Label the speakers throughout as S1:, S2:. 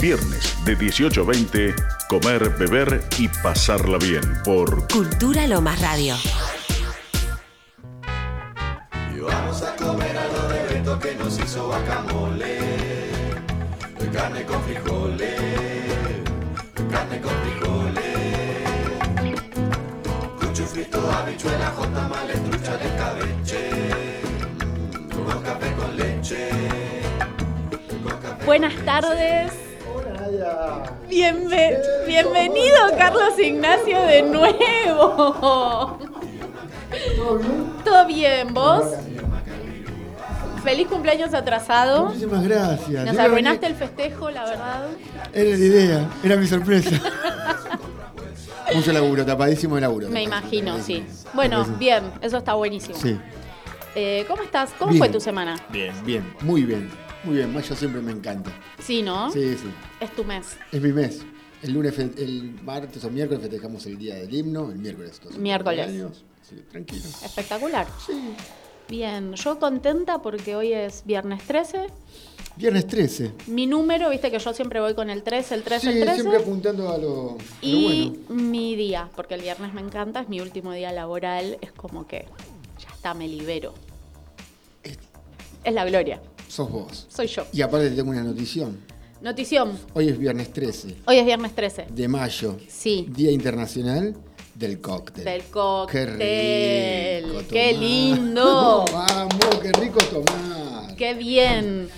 S1: Viernes de 18 a 20, comer, beber y pasarla bien por
S2: Cultura Lo Más Radio.
S3: Y vamos a comer algo de Beto que nos hizo guacamole. De carne con frijoles. De carne con frijoles. Cucho frito, habichuela, jota, trucha de escabeche. mm, Con café con leche.
S4: Buenas tardes. Bienve- bienvenido, Carlos Ignacio, de nuevo.
S5: ¿Todo bien?
S4: ¿Todo bien, vos? Feliz cumpleaños atrasado.
S5: Muchísimas gracias.
S4: Nos
S5: Yo
S4: arruinaste el festejo, la verdad.
S5: Era la idea, era mi sorpresa. Mucho laburo, tapadísimo de laburo.
S4: Me imagino, sí. Bueno, bien, eso está buenísimo.
S5: Sí,
S4: Eh, ¿Cómo estás? ¿Cómo
S5: Bien.
S4: fue tu semana?
S6: Bien.
S5: bien, muy bien. Muy bien, mayo siempre me encanta.
S4: Sí, ¿no?
S5: Sí, sí.
S4: Es tu mes.
S5: Es mi mes. El lunes, fe- el martes o miércoles festejamos el día del himno, el miércoles. entonces.
S4: Miércoles.
S5: Cumpleaños. Sí, tranquilo.
S4: Espectacular. Bien, yo contenta porque hoy es viernes 13.
S5: Viernes 13.
S4: Mi número, viste que yo siempre voy con el 13, el 13,
S5: Sí,
S4: el 13.
S5: siempre apuntando a lo, a lo
S4: Y
S5: bueno.
S4: mi día, porque el viernes me encanta, es mi último día laboral, es como que ya está, me libero. Es la gloria,
S5: Sos vos.
S4: soy yo.
S5: Y aparte te tengo una notición.
S4: Notición,
S5: Hoy es viernes 13
S4: hoy es viernes 13.
S5: de mayo.
S4: Sí,
S5: Día Internacional del Cóctel.
S4: del
S5: Qué
S4: cóctel. Qué,
S5: rico tomar.
S4: lindo,
S5: Vamos, qué rico tomar.
S4: qué bien.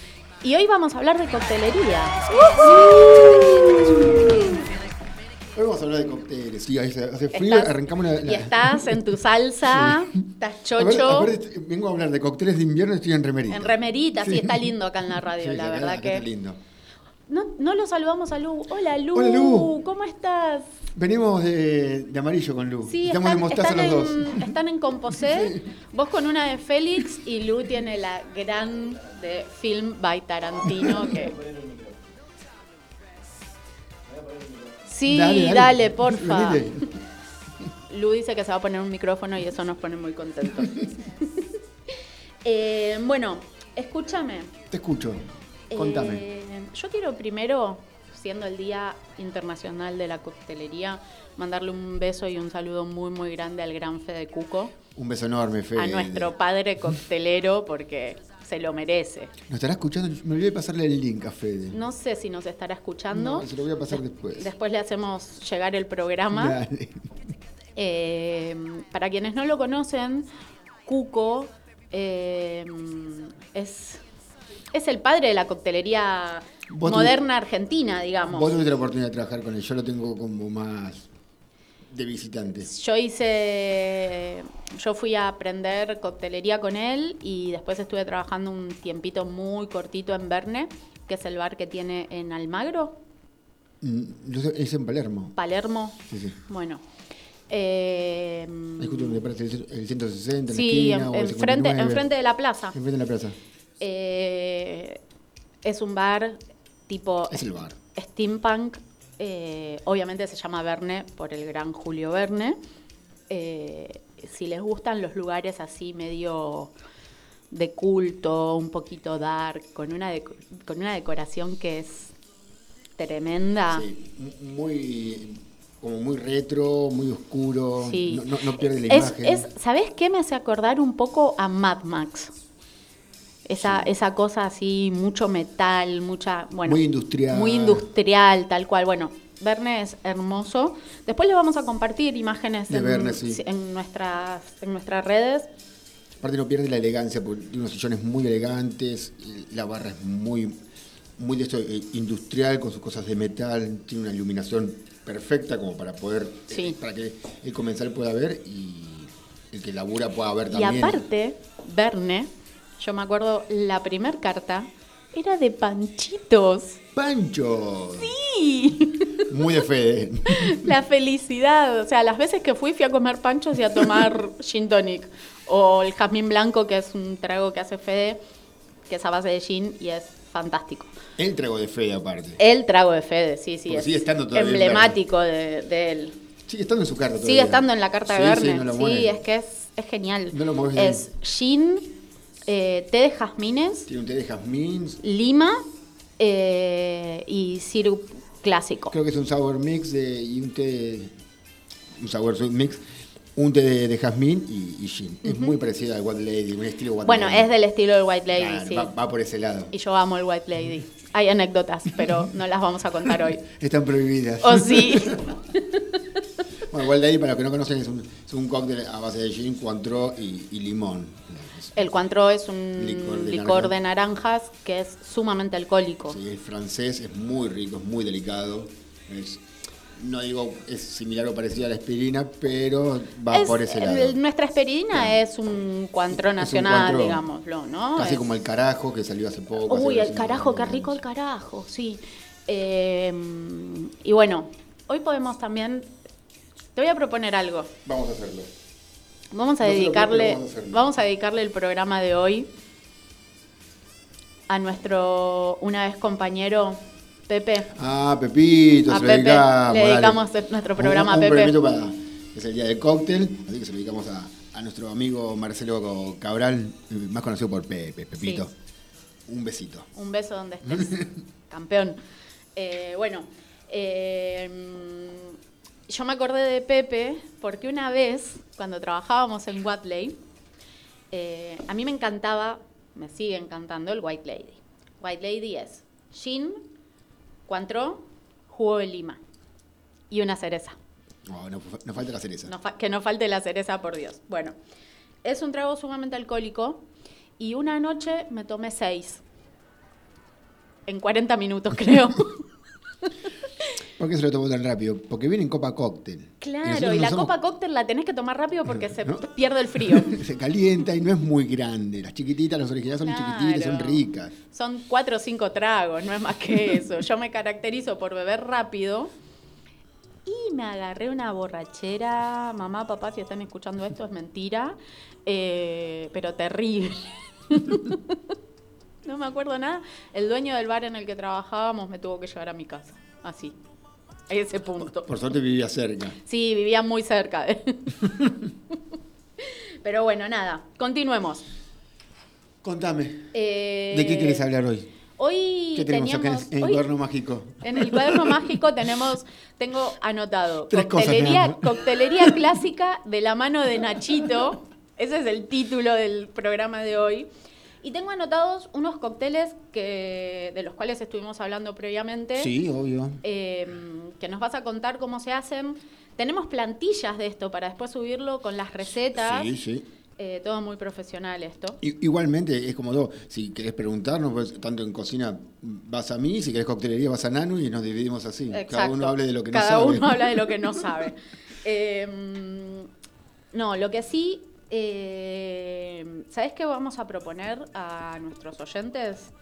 S4: Y hoy vamos a hablar de coctelería.
S5: Hoy vamos a hablar de cócteles. Sí, ahí se- hace frío,
S4: Estás-
S5: arrancamos la. la-
S4: Y estás en tu salsa, estás
S5: A ver,
S4: chocho.
S5: a ver, est- vengo a hablar de cócteles de invierno, estoy en remerita.
S4: En remerita, sí.
S5: Sí.
S4: está lindo acá en la radio,
S5: Sí,
S4: la
S5: acá-
S4: verdad
S5: acá
S4: que.
S5: Está lindo.
S4: No, no lo saludamos a Lu. Hola Lu,
S5: Hola, Lu.
S4: ¿cómo estás?
S5: Venimos de, de amarillo con Lu. Estamos de mostaza
S4: están
S5: los
S4: en,
S5: dos.
S4: están en Composé, vos con una de Félix y Lu tiene la gran de Film by Tarantino que... Sí, dale, porfa.
S5: Venite.
S4: Lu dice que se va a poner un micrófono y eso nos pone muy contentos. Eh, bueno, escúchame.
S5: Te escucho. Contame.
S4: Eh, yo quiero primero, siendo el Día Internacional de la Coctelería, mandarle un beso y un saludo muy, muy grande al gran Fede Cuco,
S5: Un beso enorme, Fede.
S4: a nuestro padre coctelero, porque se lo merece.
S5: ¿Nos estará escuchando? Me olvidé de pasarle el link a Fede.
S4: No sé si nos estará escuchando.
S5: No, se lo voy a pasar después.
S4: Después le hacemos llegar el programa.
S5: Dale.
S4: Eh, para quienes no lo conocen, Cuco eh, es, es el padre de la coctelería
S5: Vos tu-
S4: moderna argentina, digamos.
S5: Vos tuviste la oportunidad de trabajar con él, yo lo tengo como más de visitante.
S4: Yo hice, yo fui a aprender coctelería con él y después estuve trabajando un tiempito muy cortito en Verne, que es el bar que tiene en Almagro,
S5: Mm, no sé, es en Palermo.
S4: Palermo.
S5: Sí, sí.
S4: Bueno. eh,
S5: Ahí justo donde aparece el, el 160, en
S4: sí,
S5: la esquina.
S4: en-
S5: o el
S4: enfrente,
S5: 59.
S4: enfrente de la plaza.
S5: Enfrente de la plaza.
S4: Eh, es un bar tipo
S5: Es el bar.
S4: steampunk. eh, obviamente se llama Verne por el gran Julio Verne. Eh, si les gustan los lugares así medio de culto, un poquito dark, con una, deco- con una decoración que es tremenda.
S5: Sí, m- muy, como muy retro, muy oscuro.
S4: Sí.
S5: No, no- no pierde la
S4: es,
S5: imagen.
S4: es- ¿Sabés qué me hace acordar un poco a Mad Max? Esa, esa cosa así, mucho metal, mucha. Bueno,
S5: Muy industrial.
S4: Muy industrial, tal cual. Bueno, Verne es hermoso. Después les vamos a compartir imágenes
S5: De
S4: en,
S5: Verne, sí.
S4: en nuestras, en nuestras redes.
S5: Aparte no pierde la elegancia, porque tiene unos sillones muy elegantes, y la barra es muy, muy de esto eh, industrial, con sus cosas de metal, tiene una iluminación perfecta como para poder, eh,
S4: Sí.
S5: para que el comensal pueda ver y el que labura pueda ver
S4: Y
S5: también.
S4: aparte, Verne, yo me acuerdo, la primer carta era de panchitos.
S5: ¡Pancho! Muy de ¿eh? Fede.
S4: La felicidad. O sea, las veces que fui, fui a comer panchos y a tomar gin tonic. O el jazmín blanco, que es un trago que hace Fede, que es a base de gin y es fantástico.
S5: El trago de Fede aparte.
S4: El trago de Fede, sí, sí.
S5: Porque
S4: es
S5: sigue estando todavía en
S4: emblemático de, de él.
S5: Sigue estando en su carta
S4: Sigue
S5: todavía.
S4: estando en la carta de
S5: Sí,
S4: Verne.
S5: Sí, no lo
S4: Sí,
S5: mueve.
S4: es que es, es genial.
S5: No lo mueves de
S4: es gin, eh, té de jazmines,
S5: Tiene un té de jazmín,
S4: lima eh, y sirup clásico.
S5: Creo que es un sour mix de- y un té de- un sour sweet mix, un té de, de jazmín y, y gin. Es muy parecido al White Lady, un estilo White
S4: Bueno,
S5: Lady.
S4: es del estilo del White Lady,
S5: Claro,
S4: sí.
S5: va, va por ese lado.
S4: Y yo amo el White Lady. Hay anécdotas, pero no las vamos a contar hoy.
S5: Están prohibidas.
S4: O sí.
S5: Bueno, White Lady, para los que no conocen, es un, es un cóctel a base de gin, cuantro y, y limón.
S4: El Cointreau es un
S5: Licor
S4: licor,
S5: de
S4: de,
S5: naranja.
S4: naranjas que es sumamente alcohólico.
S5: Sí, el francés es muy rico, es muy delicado. Es- no digo es similar o parecido a la aspirina, pero va
S4: Es-
S5: por ese lado.
S4: el- nuestra esperina es un cuantro
S5: un
S4: nacional,
S5: Cointreau.
S4: digámoslo, ¿no?
S5: Casi
S4: Es-
S5: como el carajo que salió hace poco.
S4: Uy,
S5: hace
S4: el carajo, qué rico el carajo, sí. Eh, y bueno, hoy podemos también... Te voy a proponer algo.
S5: Vamos a hacerlo.
S4: Vamos a
S5: No se lo
S4: dedicarle,
S5: creo, pero vamos a hacerlo.
S4: vamos a dedicarle el programa de hoy a nuestro una vez compañero Pepe.
S5: Ah, Pepito,
S4: A
S5: se lo
S4: Pepe,
S5: dedicamos.
S4: le
S5: dale.
S4: dedicamos el- nuestro programa a
S5: un, un
S4: Pepe.
S5: premio para- es el día del cóctel, así que se lo dedicamos a, a nuestro amigo Marcelo Cabral, eh, más conocido por Pepe, Pepito.
S4: Sí.
S5: Un besito.
S4: Un beso donde estés, campeón. Eh, bueno, eh, mm, yo me acordé de Pepe porque una vez, cuando trabajábamos en Watley, eh, a mí me encantaba, me sigue encantando el White Lady. White Lady es gin, cuantro, jugo de lima y una cereza.
S5: No, no, fa- no falta la cereza.
S4: No fa- que no falte la cereza, por Dios. Bueno, es un trago sumamente alcohólico y una noche me tomé seis. En 40 minutos, creo.
S5: ¿Por qué se lo tomó tan rápido? Porque viene en copa cóctel.
S4: claro, y, la copa cóctel la tenés que tomar rápido porque se pierde el frío.
S5: cóctel. Se calienta y no es muy grande. Las chiquititas, las originales son chiquititas, son
S4: Claro.
S5: ricas.
S4: Son cuatro o cinco tragos, no es más que eso. Yo me caracterizo por beber rápido y me agarré una borrachera. Mamá, papá, si están escuchando esto es mentira, eh, pero terrible. no me acuerdo nada. El dueño del bar en el que trabajábamos me tuvo que llevar a mi casa, así, a ese punto.
S5: Por suerte vivía cerca.
S4: Sí, vivía muy cerca. de- pero bueno, nada, continuemos.
S5: Contame,
S4: Eh,
S5: ¿de qué querés hablar hoy?
S4: Hoy
S5: ¿Qué tenemos
S4: teníamos,
S5: acá en el
S4: hoy
S5: cuaderno mágico?
S4: en el cuaderno mágico tenemos, tengo anotado,
S5: Tres cosas
S4: coctelería,
S5: tenemos.
S4: coctelería clásica de la mano de Nachito. Ese es el título del programa de hoy. Y tengo anotados unos cócteles que, de los cuales estuvimos hablando previamente,
S5: Sí, obvio.
S4: eh, que nos vas a contar cómo se hacen. Tenemos plantillas de esto para después subirlo con las recetas.
S5: Sí, sí.
S4: Eh, todo muy profesional esto.
S5: I- Igualmente, es como todo. Si querés preguntarnos, pues, tanto en cocina vas a mí, si querés coctelería vas a Nanu y nos dividimos así. Cada uno
S4: Exacto.
S5: hable de lo que
S4: Cada
S5: no sabe.
S4: uno habla de lo que no sabe. Eh, no, lo que sí, eh, ¿sabes qué vamos a proponer a nuestros oyentes?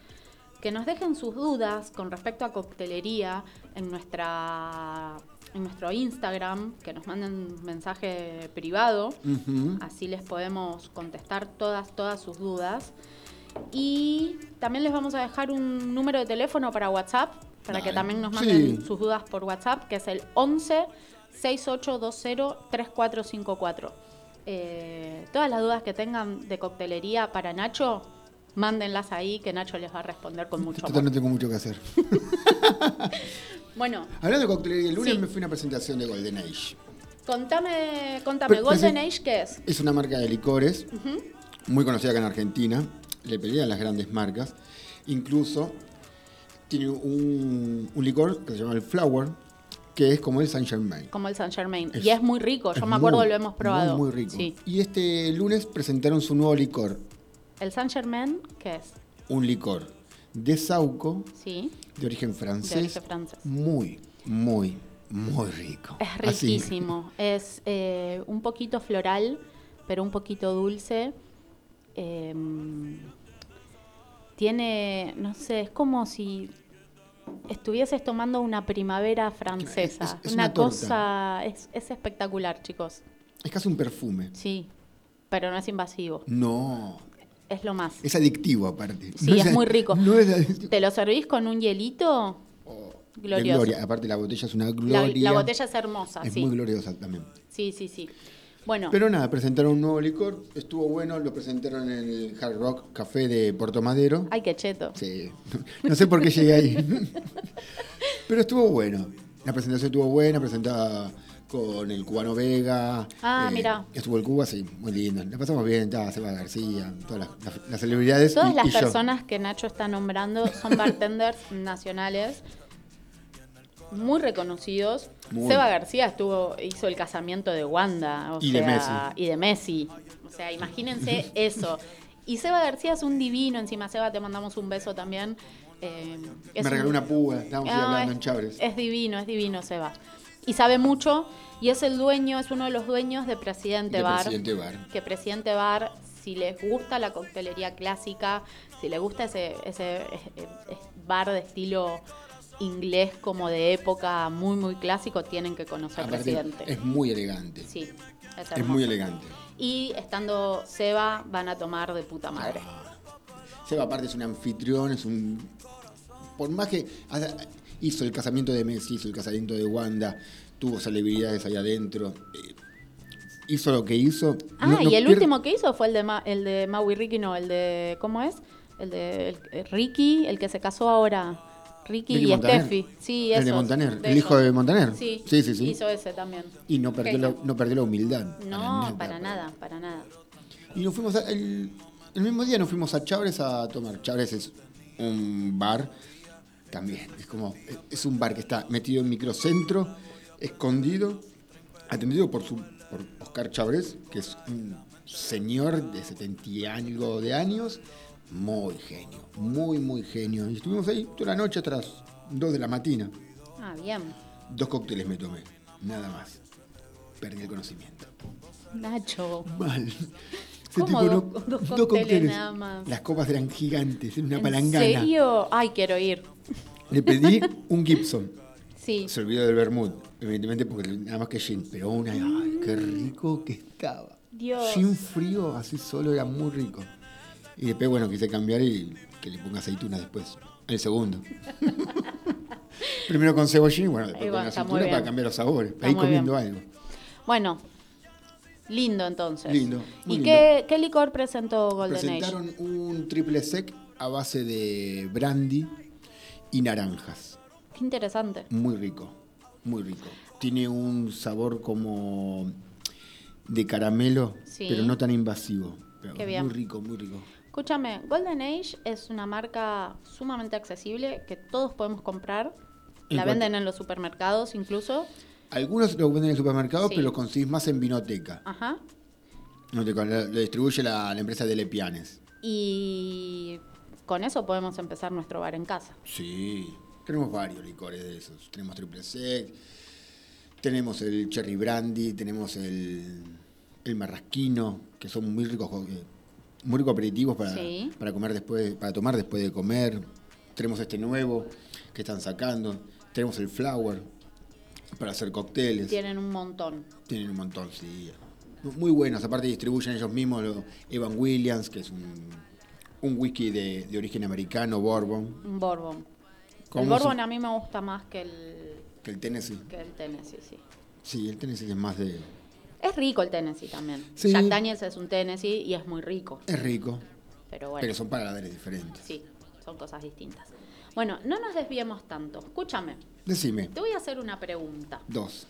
S4: Que nos dejen sus dudas con respecto a coctelería en nuestra en nuestro Instagram, que nos manden un mensaje privado,
S5: Ujú.
S4: así les podemos contestar todas todas sus dudas. Y también les vamos a dejar un número de teléfono para WhatsApp, para
S5: Dale.
S4: que también nos
S5: Sí.
S4: manden sus dudas por WhatsApp, que es el 11 6820 3454. Eh, todas las dudas que tengan de coctelería para Nacho, mándenlas ahí, que Nacho les va a responder con mucho
S5: Total, no
S4: amor.
S5: tengo mucho que hacer.
S4: Bueno,
S5: Hablando de coctelería, el lunes
S4: Sí.
S5: me fui a una presentación de Golden Age.
S4: contame, contame,
S5: Pero-
S4: Golden
S5: pero-
S4: Age, ¿qué es?
S5: Es una marca de licores muy conocida acá en Argentina. Le pelean las grandes marcas. Incluso tiene un, un licor que se llama el Flower, que es como el Saint Germain.
S4: Como el Saint Germain.
S5: Es-
S4: y es muy rico, yo
S5: Es
S4: me acuerdo
S5: muy,
S4: lo hemos probado.
S5: Muy, muy rico.
S4: Sí.
S5: Y este lunes presentaron su nuevo licor,
S4: El Saint Germain, ¿qué es?
S5: un licor de Sauco,
S4: Sí.
S5: de origen francés.
S4: De origen francés.
S5: Muy, muy, muy rico.
S4: Es
S5: Así.
S4: riquísimo. Es eh, un poquito floral, pero un poquito dulce. Em, tiene, no sé, es como si estuvieses tomando una primavera francesa.
S5: Es- es
S4: una,
S5: una torta.
S4: cosa, es, es espectacular, chicos.
S5: Es casi un perfume.
S4: Sí, pero no es invasivo.
S5: No,
S4: Es lo más.
S5: es adictivo aparte.
S4: Sí,
S5: No
S4: es muy rico.
S5: No es adictivo. Oh,
S4: ¿Te lo servís con un hielito?
S5: De
S4: Glorioso.
S5: gloria. Aparte la botella es una
S4: La,
S5: gloria.
S4: la botella es hermosa,
S5: es
S4: sí.
S5: muy gloriosa también.
S4: Sí, sí, sí. Bueno,
S5: Pero nada, presentaron un nuevo licor, estuvo bueno, lo presentaron en el Hard Rock Café de Puerto Madero.
S4: ay, qué cheto.
S5: Sí. No sé por qué llegué ahí. Pero estuvo bueno. La presentación estuvo buena, presentada con el cubano Vega. Eh,
S4: Ah, mirá.
S5: Estuvo el Cuba, sí, muy lindo. La pasamos bien, estaba Seba García, todas las, las- las celebridades.
S4: Todas
S5: y-
S4: las
S5: y yo.
S4: personas que Nacho está nombrando son bartenders nacionales muy reconocidos.
S5: Muy.
S4: Seba García estuvo, hizo el casamiento de Wanda o
S5: Y de
S4: sea, y de Messi. O sea, imagínense eso. Y Seba García es un divino, encima Seba te mandamos un beso también. Eh, es
S5: Me regaló
S4: un-
S5: una púa, estábamos ahí
S4: Ah,
S5: hablando
S4: es-
S5: en Chávez.
S4: Es divino, es divino Seba. Y sabe mucho y es el dueño, es uno de los dueños de Presidente
S5: De
S4: Bar.
S5: Presidente Bar.
S4: Que Presidente Bar, si les gusta la coctelería clásica, si les gusta ese, ese, eh, eh, bar de estilo inglés como de época muy muy clásico, tienen que conocer Presidente.
S5: Ah, es muy elegante.
S4: sí, es,
S5: es
S4: hermoso.
S5: muy elegante.
S4: Y estando Seba van a tomar de puta madre.
S5: Ah. Seba aparte es un anfitrión, es un... Por más que haga- hizo el casamiento de Messi, hizo el casamiento de Wanda, tuvo celebridades ahí adentro, eh, hizo lo que hizo.
S4: Ah,
S5: no- no
S4: y el
S5: pierde-
S4: último que hizo fue el de, Ma- el de Maui Ricky, no, el de. ¿Cómo es? El de el- eh, Ricky, el que se casó ahora. Ricky,
S5: Ricky
S4: y
S5: Montaner.
S4: Steffi. Sí,
S5: El de
S4: esos,
S5: Montaner, el
S4: esos.
S5: hijo de Montaner.
S4: Sí,
S5: Sí, sí, sí.
S4: Hizo ese también.
S5: Y no perdió, la, no perdió la humildad.
S4: No, para nada, para nada.
S5: Y nos fuimos a- el, el mismo día nos fuimos a Chávez a tomar. Chávez es un bar también. Es como. Es un bar que está metido en microcentro, escondido, atendido por su por Oscar Chávez, que es un señor de 70 y algo de años. Muy genio, muy, muy genio. Y estuvimos ahí toda la noche hasta las 2 de la mañana.
S4: Ah, bien.
S5: Dos cócteles me tomé, nada más. Perdí el conocimiento.
S4: Nacho.
S5: Mal. Ese
S4: ¿Cómo
S5: tipo
S4: dos-
S5: no-
S4: dos
S5: dos
S4: cócteles
S5: cócteles.
S4: nada más?
S5: Las copas eran gigantes, era una
S4: ¿En
S5: palangana.
S4: serio? Ay, quiero ir.
S5: Le pedí un Gibson.
S4: Sí.
S5: Se olvidó del vermut, evidentemente porque nada más que gin, pero una, ay, qué rico que estaba.
S4: Dios.
S5: Gin frío, así solo era muy rico. Y después, bueno, quise cambiar y que le ponga aceituna después, el segundo. Primero con cebollín, bueno, después
S4: Ahí va,
S5: con
S4: está muy
S5: aceituna para
S4: bien.
S5: cambiar los sabores,
S4: Está
S5: ahí
S4: muy
S5: comiendo
S4: bien.
S5: algo.
S4: Bueno, lindo entonces.
S5: Lindo, muy
S4: ¿Y
S5: lindo.
S4: Qué, qué licor presentó Golden Age?
S5: Presentaron un triple sec a base de brandy y naranjas.
S4: Qué interesante.
S5: Muy rico, muy rico. Tiene un sabor como de caramelo,
S4: Sí.
S5: pero no tan invasivo. Pero
S4: Qué bien.
S5: Muy rico, muy rico.
S4: Escúchame, Golden Age es una marca sumamente accesible que todos podemos comprar.
S5: En
S4: La
S5: cuanto-
S4: venden en los supermercados incluso.
S5: Algunos lo venden en el supermercado,
S4: Sí.
S5: pero lo conseguís más en Vinoteca.
S4: Ajá.
S5: Vinoteca, lo lo distribuye la, la empresa de Lepianes.
S4: Y con eso podemos empezar nuestro bar en casa.
S5: Sí. Tenemos varios licores de esos. Tenemos triple sec, tenemos el cherry brandy, tenemos el, el marrasquino, que son muy ricos, jo- eh, muy ricos aperitivos para,
S4: Sí.
S5: para comer después, para tomar después de comer. Tenemos este nuevo que están sacando. Tenemos el flower para hacer cócteles.
S4: Tienen un montón.
S5: Tienen un montón, sí. Muy buenos, aparte distribuyen ellos mismos lo- Evan Williams, que es un, un whisky de, de origen americano, Bourbon,
S4: Un Bourbon.
S5: ¿Cómo
S4: El
S5: se-
S4: Bourbon a mí me gusta más que el,
S5: que el Tennessee.
S4: que el Tennessee, sí.
S5: Sí, el Tennessee es más de.
S4: Es rico el Tennessee también.
S5: Sí.
S4: Jack Daniels es un Tennessee y es muy rico.
S5: Es rico,
S4: Pero bueno.
S5: pero son paladares diferentes.
S4: Sí, son cosas distintas. Bueno, no nos desviemos tanto. Escúchame,
S5: Decime,
S4: te voy a hacer una pregunta.
S5: dos.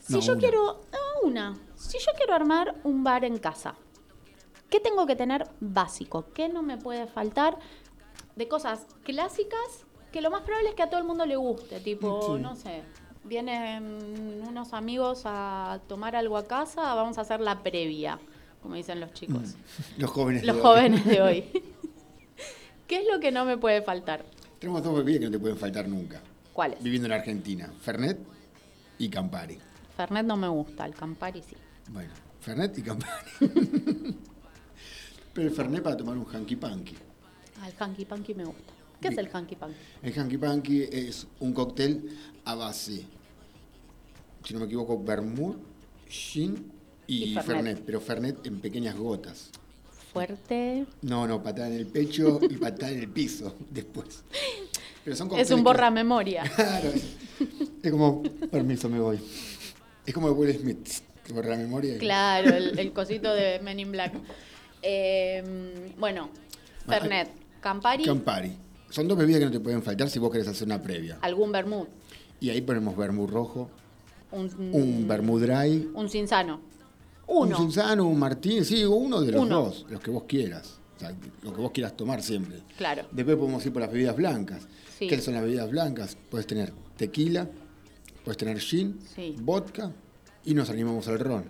S4: Si
S5: No,
S4: yo
S5: una.
S4: quiero. ah, una. Si yo quiero armar un bar en casa, ¿qué tengo que tener básico? ¿Qué no me puede faltar? De cosas clásicas que lo más probable es que a todo el mundo le guste. Tipo,
S5: Sí.
S4: no sé. Vienen unos amigos a tomar algo a casa, vamos a hacer la previa, como dicen los chicos.
S5: Los jóvenes. Mm. de
S4: Los
S5: hoy.
S4: jóvenes de hoy. ¿Qué es lo que no me puede faltar?
S5: Tenemos dos bebidas que no te pueden faltar nunca.
S4: ¿Cuáles?
S5: Viviendo en Argentina: Fernet y Campari.
S4: Fernet no me gusta, el Campari sí.
S5: Bueno, Fernet y Campari. pero el Fernet para tomar un hanky panky.
S4: Ah, el Hanky Panky me gusta. ¿Qué es el Hanky Panky?
S5: El hanky panky es un cóctel a base, si no me equivoco, vermut, gin y,
S4: Y Fernet.
S5: Fernet, pero Fernet en pequeñas gotas.
S4: Fuerte.
S5: No, no, patada en el pecho y patada en el piso después. Pero son
S4: Es
S5: cócteles
S4: un
S5: que-
S4: borra memoria.
S5: Claro. Es como, permiso, me voy. Es como el Will Smith, que borra la memoria. y-
S4: Claro, el, el cosito de Men in Black. Eh, bueno,
S5: Bueno,
S4: Fernet, Campari,
S5: Campari. Son dos bebidas que no te pueden faltar si vos querés hacer una previa.
S4: Algún vermut.
S5: Y ahí ponemos vermú rojo,
S4: Un,
S5: un vermú dry,
S4: un cinzano.
S5: un
S4: Uno.
S5: Susano, un Martín, sí, uno de los
S4: Uno.
S5: dos, los que vos quieras. O sea, lo que vos quieras tomar siempre.
S4: Claro.
S5: Después podemos ir por las bebidas blancas.
S4: Sí.
S5: ¿Qué son las bebidas blancas? Puedes tener tequila, puedes tener gin,
S4: Sí.
S5: vodka y nos animamos al ron.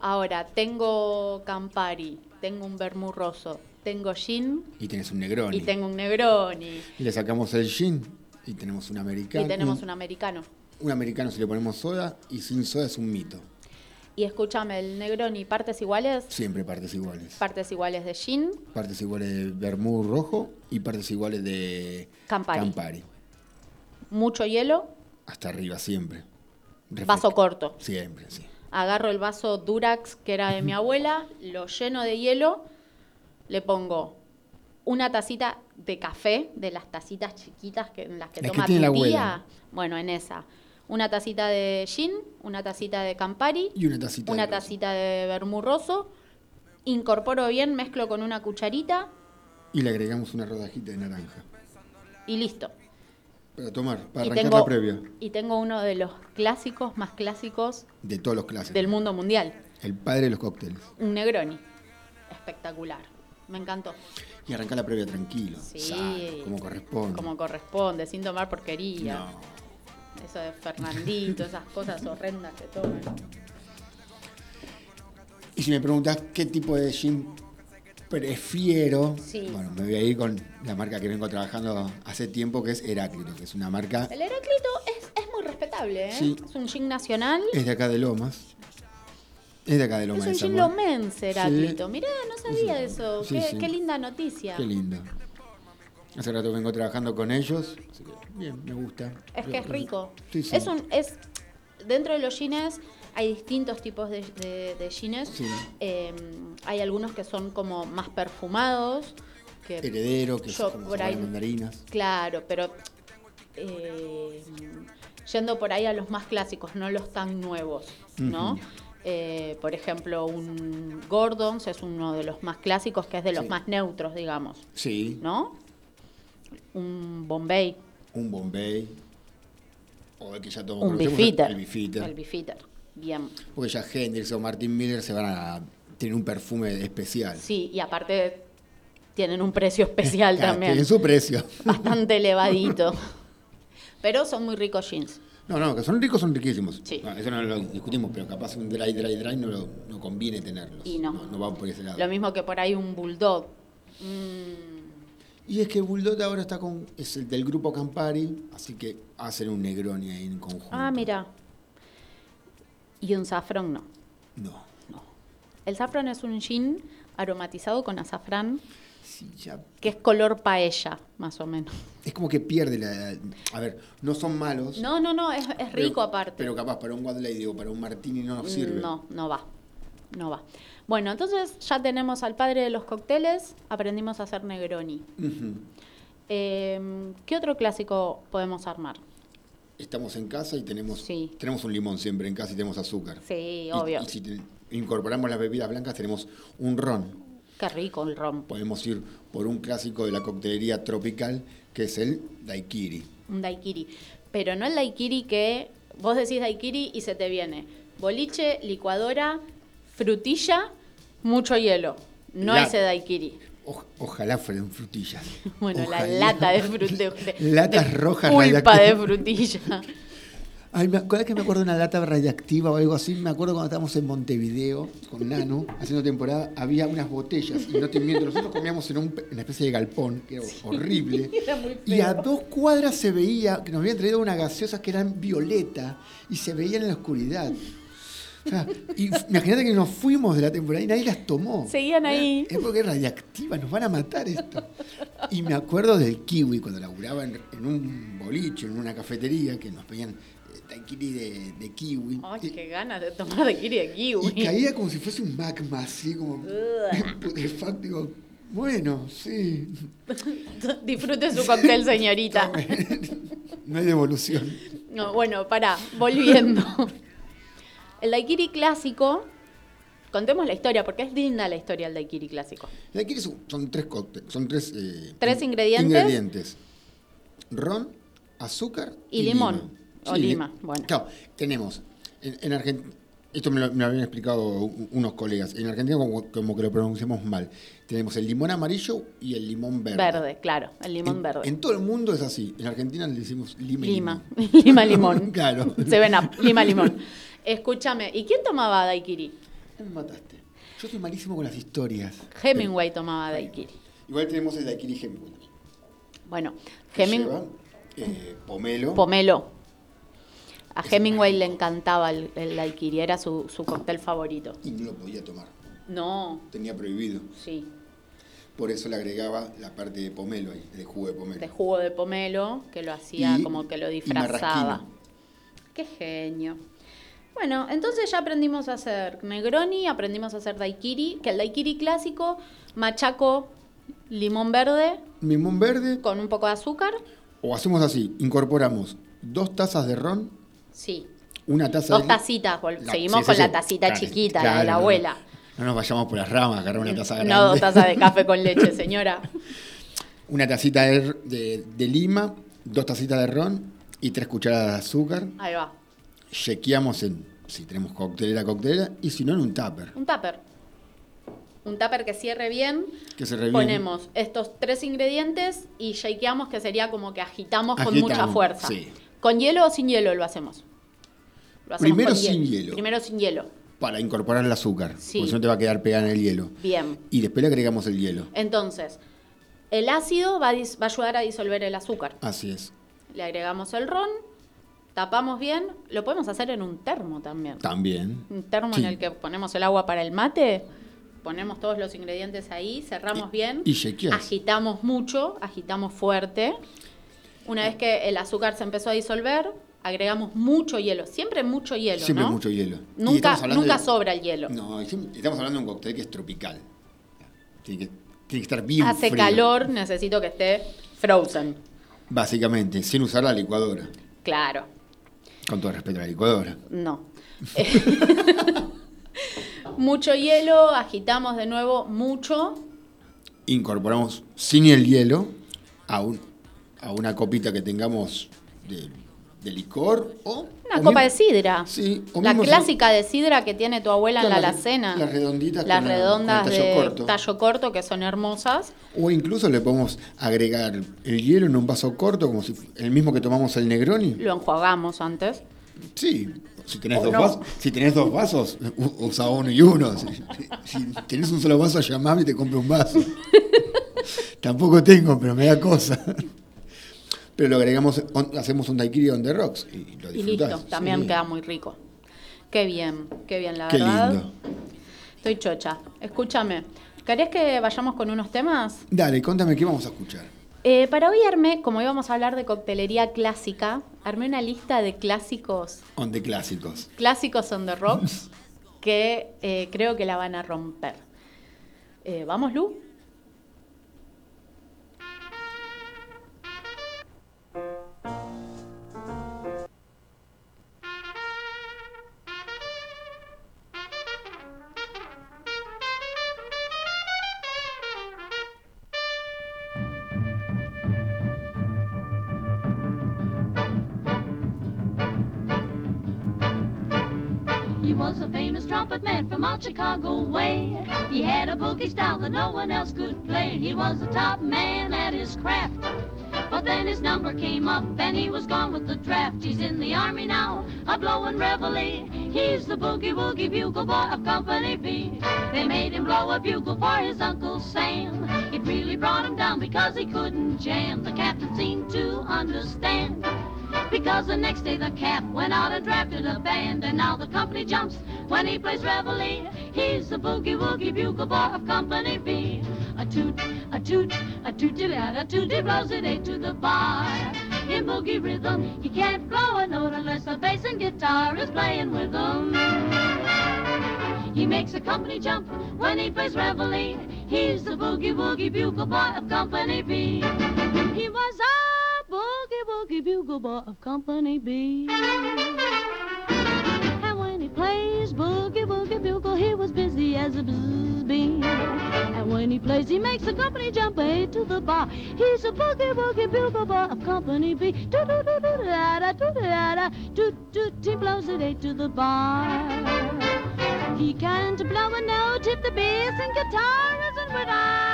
S4: Ahora, tengo Campari, tengo un vermú roso, tengo gin
S5: Y tenés un negroni.
S4: y tengo un Negroni.
S5: Le sacamos el gin y tenemos un americano.
S4: Y tenemos un americano.
S5: un americano si le ponemos soda y sin soda es un mito.
S4: Y escúchame, el Negroni, partes iguales,
S5: Siempre partes iguales.
S4: partes iguales de gin,
S5: partes iguales de vermú rojo y partes iguales de
S4: Campari. mucho hielo,
S5: Hasta arriba siempre. Refresca-
S4: vaso corto.
S5: Siempre, sí.
S4: Agarro el vaso Durax que era de mi abuela, lo lleno de hielo, le pongo una tacita de café, de las tacitas chiquitas que, en las que
S5: Las que
S4: toma
S5: tiene
S4: tu
S5: la
S4: tía.
S5: abuela.
S4: Bueno, en esa. Una tacita de gin, una tacita de Campari,
S5: Y una tacita
S4: una
S5: de rosa.
S4: tacita de vermurroso. Incorporo bien, mezclo con una cucharita
S5: Y le agregamos una rodajita de naranja.
S4: y listo.
S5: Para tomar, para
S4: y
S5: arrancar
S4: tengo,
S5: la previa.
S4: y tengo uno de los clásicos más clásicos
S5: De todos los clásicos.
S4: del mundo mundial,
S5: El padre de los cócteles.
S4: un Negroni. Espectacular. Me encantó.
S5: Y arrancar la previa tranquilo.
S4: Sí.
S5: sano, como corresponde.
S4: Como corresponde, sin tomar porquería.
S5: No.
S4: Eso de Fernandito, esas cosas horrendas que toman.
S5: Y si me preguntas qué tipo de gin prefiero,
S4: Sí.
S5: bueno, me voy a ir con la marca que vengo trabajando hace tiempo, que es Heráclito, que es una marca,
S4: El Heraclito es, es muy respetable, ¿eh?
S5: Sí.
S4: Es un gin nacional.
S5: es de acá de Lomas. Es de acá de Lomas.
S4: es un
S5: de San
S4: gin
S5: Juan.
S4: lomense, Heraclito. Mirá, no sabía de eso.
S5: Sí,
S4: qué,
S5: sí.
S4: qué linda noticia.
S5: Qué lindo. Hace rato vengo trabajando con ellos. así que, Bien, me gusta.
S4: Es que es rico.
S5: Sí, sí.
S4: Es un, es, dentro de los jeans hay distintos tipos de, de, de jeans.
S5: Sí.
S4: Eh, hay algunos que son como más perfumados. Que,
S5: Heredero, que
S4: Yo
S5: es como
S4: por
S5: sabor a
S4: ahí-
S5: mandarinas.
S4: Claro, pero eh, yendo por ahí a los más clásicos, no los tan nuevos, ¿no?
S5: Ujú.
S4: Eh, por ejemplo, un Gordon's es uno de los más clásicos, que es de los
S5: Sí.
S4: más neutros, digamos,
S5: Sí,
S4: ¿no? Un Bombay,
S5: un Bombay. O el que ya tomo
S4: un
S5: conocemos,
S4: Bifitter.
S5: El Bifitter.
S4: El Beefeater, bien.
S5: Porque ya Hendrix o Martin Miller se van a tener un perfume especial.
S4: Sí, y aparte tienen un precio especial
S5: Cada-
S4: también,
S5: Tiene su precio.
S4: bastante elevadito. Pero son muy ricos jeans.
S5: No, no, que son ricos, son riquísimos.
S4: Sí.
S5: No, eso no lo discutimos, pero capaz un dry, dry, dry no, lo- no conviene tenerlos.
S4: Y no.
S5: no. van por ese lado.
S4: Lo mismo que por ahí un Bulldog. Mm,
S5: Y es que Bulldog ahora está con. es el del grupo Campari, así que hacen un Negroni ahí en conjunto.
S4: Ah, mira. Y un safrón no.
S5: No.
S4: El safrón es un gin aromatizado con azafrán,
S5: Sí, ya.
S4: que es color paella, más o menos.
S5: Es como que pierde la. A ver, no son malos.
S4: No, no, no, es, es
S5: pero-
S4: rico aparte. Mm,
S5: Pero capaz para un Wadley, digo, para un Martini no nos sirve.
S4: No, no va. No va. Bueno, entonces ya tenemos al padre de los cócteles, aprendimos a hacer Negroni.
S5: Ujú.
S4: Eh, ¿Qué otro clásico podemos armar?
S5: Estamos en casa y tenemos,
S4: Sí.
S5: tenemos un limón siempre en casa y tenemos azúcar.
S4: Sí,
S5: Y-
S4: obvio.
S5: Y si te- incorporamos las bebidas blancas, tenemos un ron.
S4: Qué rico el ron.
S5: Podemos ir por un clásico de la coctelería tropical, que es el daiquiri.
S4: Un daiquiri. Pero no el daiquiri que vos decís daiquiri y se te viene. Boliche, licuadora, frutilla, mucho hielo. No
S5: La-
S4: ese daiquiri.
S5: O- ojalá fueran frutillas.
S4: Bueno, la
S5: Ojalá.
S4: lata de frutilla.
S5: Latas rojas
S4: Pulpa de
S5: radioactivas.
S4: frutilla.
S5: Ay, me acuerdo que me acuerdo de una lata radiactiva o algo así. Me acuerdo cuando estábamos en Montevideo con Nano, haciendo temporada, había unas botellas. Y no te miento, nosotros comíamos en un pe- en una especie de galpón, que era horrible.
S4: era muy
S5: y a
S4: feo.
S5: dos cuadras se veía, que nos habían traído unas gaseosas que eran violeta y se veían en la oscuridad. O sea, y f- imagínate que nos fuimos de la temporada y nadie las tomó.
S4: Seguían ahí.
S5: Es porque es radiactiva, nos van a matar esto. Y me acuerdo del kiwi cuando laburaba en, en un boliche, en una cafetería, que nos pedían eh, daiquiri de, de kiwi.
S4: Ay,
S5: Y-
S4: qué ganas de tomar daiquiri de
S5: y
S4: kiwi.
S5: caía como si fuese un magma, así como
S4: Ugh.
S5: putrefacto. Digo, bueno, sí.
S4: Disfrute su cóctel, señorita.
S5: No hay devolución.
S4: No, bueno, pará, volviendo. El daiquiri clásico Contemos la historia, porque es linda la historia del daiquiri clásico.
S5: El daiquiri es un- son tres cócteles, son tres, eh,
S4: Tres ingredientes.
S5: ingredientes. Ron, azúcar
S4: Y limón, o
S5: li-
S4: lima, bueno.
S5: Claro, tenemos en, Argentina esto me lo, me lo habían explicado u- unos colegas. En Argentina como, como que lo pronunciamos mal. Tenemos el limón amarillo y el limón verde.
S4: Verde, claro, el limón
S5: en,
S4: verde.
S5: En todo el mundo es así. En Argentina le decimos lima. y
S4: Lima,
S5: limón.
S4: lima limón.
S5: claro.
S4: Se ven up, lima limón. Escúchame, ¿y quién tomaba daiquiri?
S5: Ya me mataste. Yo soy malísimo con las historias.
S4: Hemingway tomaba daiquiri.
S5: Igual tenemos el daiquiri Hemingway.
S4: Bueno,
S5: que lleva,
S4: Hemingway,
S5: eh, pomelo.
S4: pomelo. A Hemingway le encantaba el, el daiquiri, era su, su cóctel favorito.
S5: y no lo podía tomar.
S4: No,
S5: Tenía prohibido.
S4: sí,
S5: Por eso le agregaba la parte de pomelo ahí, de jugo de pomelo.
S4: de jugo de pomelo, que lo hacía
S5: Y-
S4: como que lo
S5: y
S4: disfrazaba.
S5: marrasquino.
S4: Qué genio. Bueno, entonces ya aprendimos a hacer Negroni, aprendimos a hacer daiquiri, que el daiquiri clásico, machaco, limón verde
S5: Limón verde.
S4: con un poco de azúcar.
S5: O hacemos así, incorporamos dos tazas de ron,
S4: Sí.
S5: una taza
S4: Dos
S5: de...
S4: tacitas, vol-
S5: La-
S4: seguimos
S5: sí, sí,
S4: con
S5: sí.
S4: la tacita
S5: Claro,
S4: chiquita, la de
S5: claro,
S4: la
S5: no, no.
S4: abuela.
S5: No nos vayamos por las ramas, agarrar una taza grande.
S4: No dos tazas de café con leche, señora.
S5: Una tacita de, de- de lima, dos tacitas de ron y tres cucharadas de azúcar.
S4: Ahí va.
S5: Chequeamos en, si tenemos coctelera, coctelera, y si no, en un tupper.
S4: Un tupper. Un tupper que cierre bien.
S5: Que se reviene.
S4: Ponemos estos tres ingredientes y shakeamos, que sería como que agitamos, con
S5: Agitamos,
S4: mucha fuerza.
S5: sí.
S4: ¿Con hielo o sin hielo lo hacemos? Lo
S5: Primero sin hielo.
S4: Primero sin hielo.
S5: Para incorporar el azúcar,
S4: Sí.
S5: porque si no te va a quedar pegada en el hielo.
S4: Bien.
S5: Y después le agregamos el hielo.
S4: Entonces, el ácido va a, dis- va a ayudar a disolver el azúcar.
S5: Así es.
S4: Le agregamos el ron, tapamos bien. Lo podemos hacer en un termo también.
S5: También.
S4: un termo
S5: Sí.
S4: en el que ponemos el agua para el mate, ponemos todos los ingredientes ahí, cerramos bien,
S5: y shakeás.
S4: agitamos mucho, agitamos fuerte. Una vez que el azúcar se empezó a disolver, agregamos mucho hielo, siempre mucho hielo,
S5: Siempre
S4: ¿no?
S5: mucho hielo. Y
S4: Nunca,
S5: estamos hablando
S4: nunca
S5: de-
S4: sobra el hielo.
S5: No, y siempre- estamos hablando de un cóctel que es tropical. Tiene que, tiene que estar bien
S4: Hace
S5: frío,
S4: calor, necesito que esté frozen.
S5: Básicamente, sin usar la licuadora.
S4: Claro,
S5: Con todo respeto a la licuadora.
S4: No. mucho hielo, agitamos de nuevo mucho.
S5: Incorporamos sin el hielo a, un, a una copita que tengamos de, de licor o...
S4: Una
S5: o
S4: copa
S5: mi-
S4: de sidra.
S5: Sí, o
S4: la
S5: mismo si-
S4: clásica de sidra que tiene tu abuela en la
S5: Claro, las-
S4: alacena.
S5: las redonditas
S4: Las
S5: con la-
S4: redondas
S5: con el tallo
S4: de
S5: corto.
S4: tallo corto que son hermosas.
S5: O incluso le podemos agregar el hielo en un vaso corto, como si fu- el mismo que tomamos el Negroni.
S4: Lo enjuagamos antes.
S5: Sí, si tenés,
S4: O
S5: dos
S4: no.
S5: vasos, si tenés dos vasos, u- usa uno y uno. Si, si tenés un solo vaso, llamame y te compro un vaso. Tampoco tengo, pero me da cosa. Pero lo agregamos, on- hacemos un daiquiri on the rocks y lo
S4: Y
S5: disfrutás.
S4: listo. También
S5: Sí.
S4: queda muy rico. Qué bien, qué bien, la
S5: Qué
S4: verdad.
S5: lindo.
S4: Estoy chocha. Escúchame. ¿Querés que vayamos con unos temas?
S5: Dale, contame qué vamos a escuchar.
S4: Eh, para hoy armé, como íbamos a hablar de coctelería clásica, armé una lista de clásicos,
S5: On the clásicos.
S4: clásicos on the rocks, que eh, creo que la van a romper. Eh, ¿Vamos, Lu?
S2: He was a famous trumpet man from out Chicago way. He had a boogie style that no one else could play. He was the top man at his craft. But then his number came up and he was gone with the draft. He's in the army now, a blowing reveille. He's the boogie woogie bugle boy of Company B. They made him blow a bugle for his Uncle Sam. It really brought him down because he couldn't jam. The captain seemed to understand. Because the next day the cap went out and drafted a band, and now the company jumps when he plays reveille. He's the boogie woogie bugle boy of Company B. A toot, a toot, a tooty lad, a toot, he blows it eight to the bar. In boogie rhythm, he can't blow a note unless the bass and guitar is playing with him. He makes a company jump when he plays reveille. He's the boogie woogie bugle boy of Company B. He was a boogie woogie bugle boy of Company B. And when he plays boogie woogie bugle, he was busy as a bzzz bee. And when he plays, he makes the company jump A to the bar. He's a boogie woogie bugle boy of company B. Toot toot toot toot da da toot da da toot toot. He blows it A to the bar. He can't blow a note if the bass and guitar isn't with him.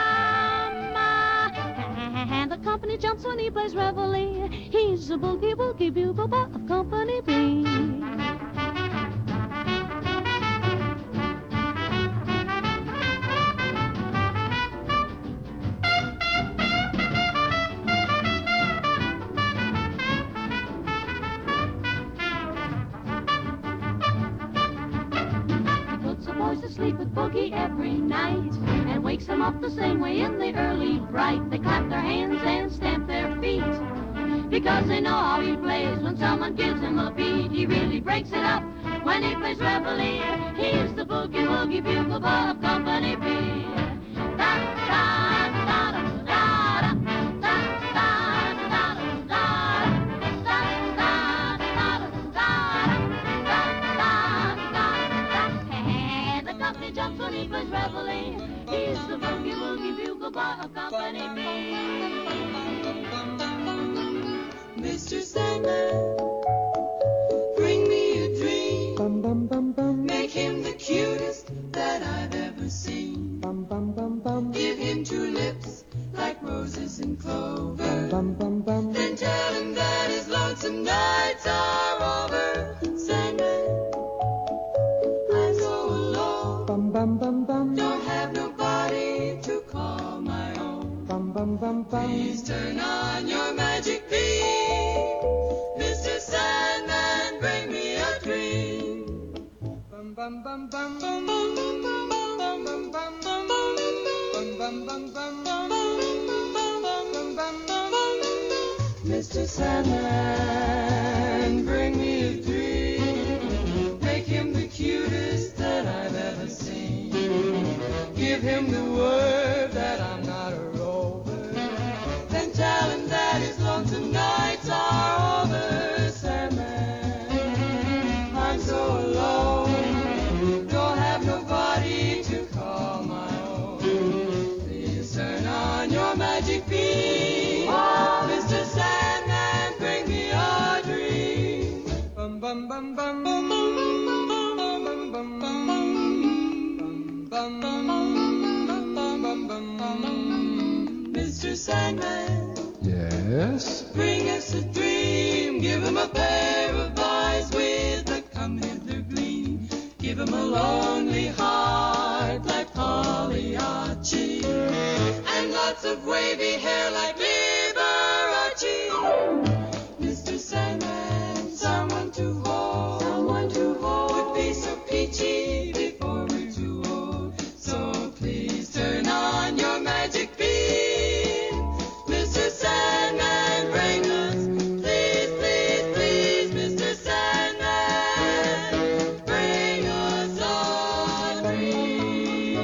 S2: And the company jumps when he plays reveille. He's a boogie woogie bugle boy of Company B. puts the boys to sleep with boogie every night and wakes them up the same way in the early bright. They clap their hands and stamp their feet because they know how he plays. When someone gives him a beat, he really breaks it up. When he plays reveille, he's the boogie woogie bugle boy of Company B. Da, da, da, da, da, da, da, da, da, da, da, da, da, da, da, da, da, da, da. The company jumps when he plays reveille. He's the boogie woogie bugle boy of Company
S6: Mr. Sandman, bring me a dream.
S7: Bum bum bum bum
S6: Make him the cutest that I've ever seen.
S7: bum bum bum bum
S6: Give him two lips like roses and clover.
S7: bum bum bum
S6: Then tell him that his lonesome nights are over. Sandman, I'm so alone.
S7: bum bum bum bum
S6: Don't have nobody to call my own.
S7: bum bum bum bum
S6: Please turn on your magic beam. Mr. Sandman, bring me a dream.
S7: bum bum bum bum bum bum bum bum bum bum bum bum
S6: Mr. Sandman, bring me a dream. Make him the cutest that I've ever seen. Give him the word that I'm not a rover. Then tell him that his lonesome nights are over. Sandman, I'm so alone. Don't have nobody to call my own. Please turn on your magic beam. Mr. Sandman, bring me a dream.
S7: bum bum bum bum bum bum bum bum
S6: Mr. Sandman,
S8: Yes.
S6: bring us a dream. Give him a pair of eyes with a come hither gleam. Give him a lonely heart like Pagliacci. And lots of wavy hair like Liberace. Mr. Sandman, someone to hold, someone to hold would be so peachy before we're too old. So please turn on your magic beam, Mr. Sandman, bring us. Please, please, please, Mr. Sandman, bring us a dream.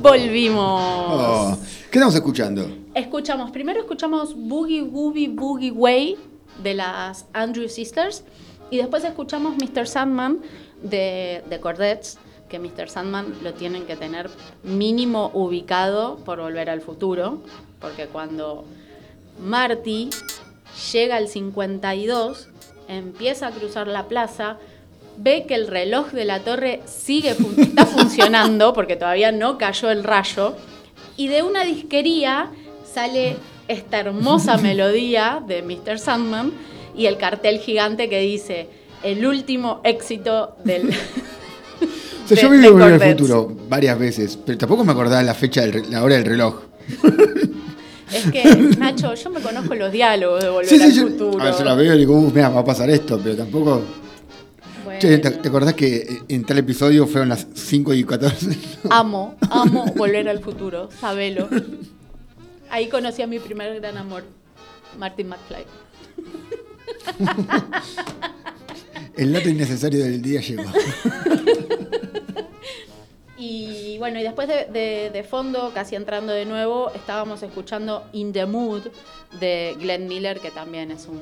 S4: Volvimos.
S5: Oh, ¿Qué estamos escuchando?
S4: Escuchamos, primero escuchamos Boogie Woogie Boogie Way de las Andrew Sisters y después escuchamos Mr. Sandman de, de Cordets, que Mr. Sandman lo tienen que tener mínimo ubicado por volver al futuro, porque cuando Marty llega al 52, empieza a cruzar la plaza, ve que el reloj de la torre sigue fun- está funcionando porque todavía no cayó el rayo y de una disquería sale esta hermosa melodía de Mr. Sandman y el cartel gigante que dice el último éxito del
S5: O
S4: de-
S5: sea, yo
S4: de
S5: viví Volver al
S4: Corvettes".
S5: Futuro varias veces, pero tampoco me acordaba la fecha, del re- la hora del reloj.
S4: Es que, Nacho, yo me conozco los diálogos de Volver
S5: Sí,
S4: al
S5: sí, yo,
S4: Futuro.
S5: a ver, yo la veo y digo, uh, mira, va a pasar esto, pero tampoco...
S4: Bueno.
S5: Che, ¿te, te acordás que eh, en tal episodio fueron las 5 y 14?
S4: Amo, amo volver al futuro, sabelo. Ahí conocí a mi primer gran amor, Martin McFly.
S5: El dato innecesario del día llegó.
S4: Y Y bueno, y después de, de- de fondo, casi entrando de nuevo, estábamos escuchando In the Mood de Glenn Miller, que también es un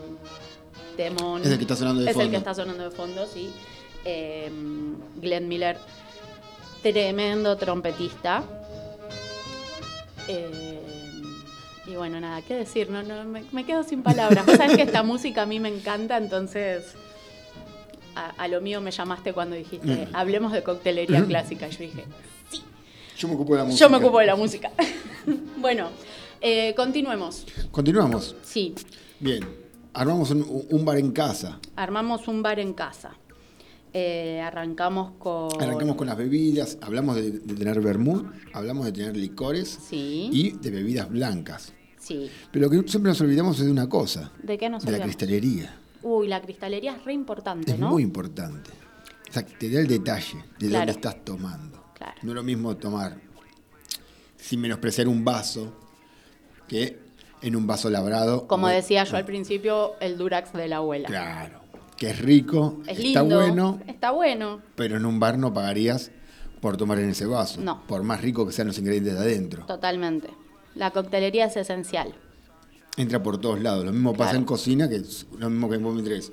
S4: temón.
S5: Es el que está sonando de
S4: Es el
S5: fondo.
S4: que está sonando de fondo, sí. Eh, Glenn Miller, tremendo trompetista. Eh, y bueno, nada, ¿qué decir? No, no, me, me quedo sin palabras. Vos sabés que esta música a mí me encanta, entonces a, a lo mío me llamaste cuando dijiste,
S5: Mm.
S4: hablemos de coctelería clásica. Yo dije,
S5: Yo me ocupo de la Mm. música.
S4: yo me ocupo de la música. bueno, eh, continuemos.
S5: Continuamos.
S4: Sí,
S5: Bien. Armamos un, un bar en casa.
S4: armamos un bar en casa. Eh, arrancamos con...
S5: Arrancamos con las bebidas. Hablamos de, de tener vermut. Hablamos de tener licores.
S4: Sí,
S5: Y de bebidas blancas.
S4: sí.
S5: Pero lo que siempre nos olvidamos es de una cosa.
S4: ¿De qué nos
S5: de la
S4: olvidamos?
S5: cristalería.
S4: Uy, la cristalería es re importante,
S5: Es
S4: ¿no?
S5: muy importante. O sea, te da el detalle de
S4: Claro.
S5: dónde estás tomando.
S4: Claro.
S5: No es lo mismo tomar sin menospreciar un vaso que en un vaso labrado.
S4: Como
S5: o-
S4: decía yo al principio, el Durax de la abuela.
S5: Claro. Que es rico,
S4: Es
S5: está
S4: lindo.
S5: bueno,
S4: Está bueno.
S5: pero en un bar no pagarías por tomar en ese vaso.
S4: No.
S5: Por más rico que sean los ingredientes de adentro.
S4: Totalmente. La coctelería es esencial.
S5: Entra por todos lados. Lo mismo pasa
S4: Claro.
S5: en cocina, que es lo mismo que vos me traes.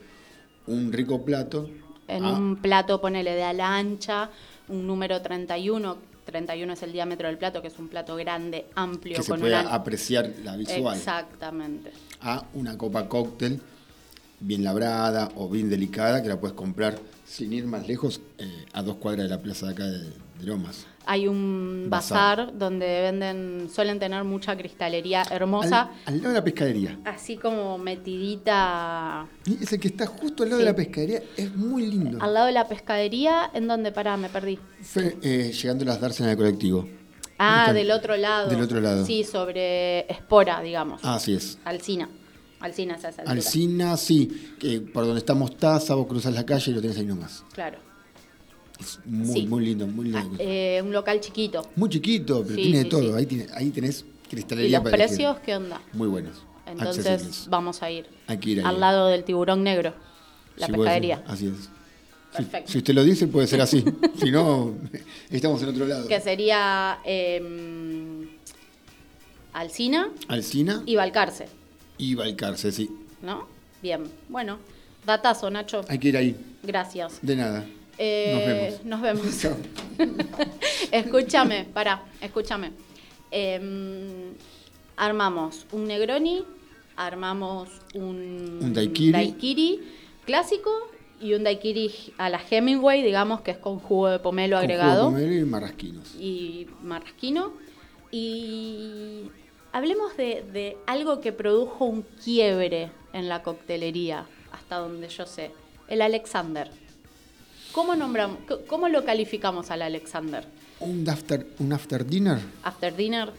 S5: Un rico plato.
S4: En
S5: a-
S4: un plato, ponele de a la ancha, un número 31. 31 es el diámetro del plato, que es un plato grande, amplio,
S5: que se
S4: con
S5: pueda
S4: una-
S5: apreciar la visual.
S4: Exactamente.
S5: a una copa cóctel bien labrada o bien delicada que la puedes comprar sin ir más lejos eh, a dos cuadras de la plaza de acá de, de Lomas.
S4: Hay un bazar,
S5: Bazar.
S4: donde venden, suelen tener mucha cristalería hermosa,
S5: al, al lado de la pescadería.
S4: así como metidita
S5: Y Es el que está justo al lado
S4: Sí.
S5: de la pescadería, es muy lindo.
S4: al lado de la pescadería, en donde, pará, me perdí.
S5: Fue, eh, llegando a las dársenas del colectivo.
S4: Ah,
S5: Está-
S4: del otro lado.
S5: Del otro lado.
S4: Sí, sobre Espora, digamos.
S5: Ah, así es.
S4: Alcina. Alcina es a esa altura.
S5: Alcina, sí, que por donde está Mostaza, vos cruzas la calle y lo tenés ahí nomás.
S4: Claro.
S5: Es muy,
S4: Sí.
S5: muy lindo, muy
S4: Ah,
S5: lindo.
S4: eh, un local chiquito.
S5: muy chiquito, pero
S4: sí,
S5: tiene de
S4: sí,
S5: todo.
S4: sí.
S5: Ahí, tiene- ahí tenés
S4: ¿Y
S5: cristalería
S4: los
S5: para elegir.
S4: precios qué onda?
S5: Muy buenos.
S4: Entonces
S5: accesibles.
S4: vamos a ir.
S5: Hay que ir ahí.
S4: Al lado del tiburón negro. La
S5: Sí, puede ser. Ah,
S4: pescadería.
S5: Así es. Si-
S4: Perfecto.
S5: Si, usted lo dice, puede ser así. si no, estamos en otro lado.
S4: Que sería eh, Alcina
S5: Alcina
S4: y Balcarce,
S5: y Balcarce, sí.
S4: ¿no? Bien. Bueno, datazo, Nacho.
S5: Hay que ir ahí.
S4: Gracias.
S5: De nada.
S4: Eh, nos vemos.
S5: Chao.
S4: escúchame, pará, escúchame. Em, armamos un Negroni, armamos un,
S5: Un daiquiri.
S4: daiquiri clásico y un Daiquiri a la Hemingway, digamos, que es con jugo de pomelo
S5: Con
S4: agregado
S5: jugo de pomelo y marrasquinos.
S4: y marrasquino. Y hablemos de, de algo que produjo un quiebre en la coctelería, hasta donde yo sé, el Alexander. ¿Cómo, nombramos, c- cómo lo calificamos al Alexander?
S5: Un after, un after dinner.
S4: After dinner.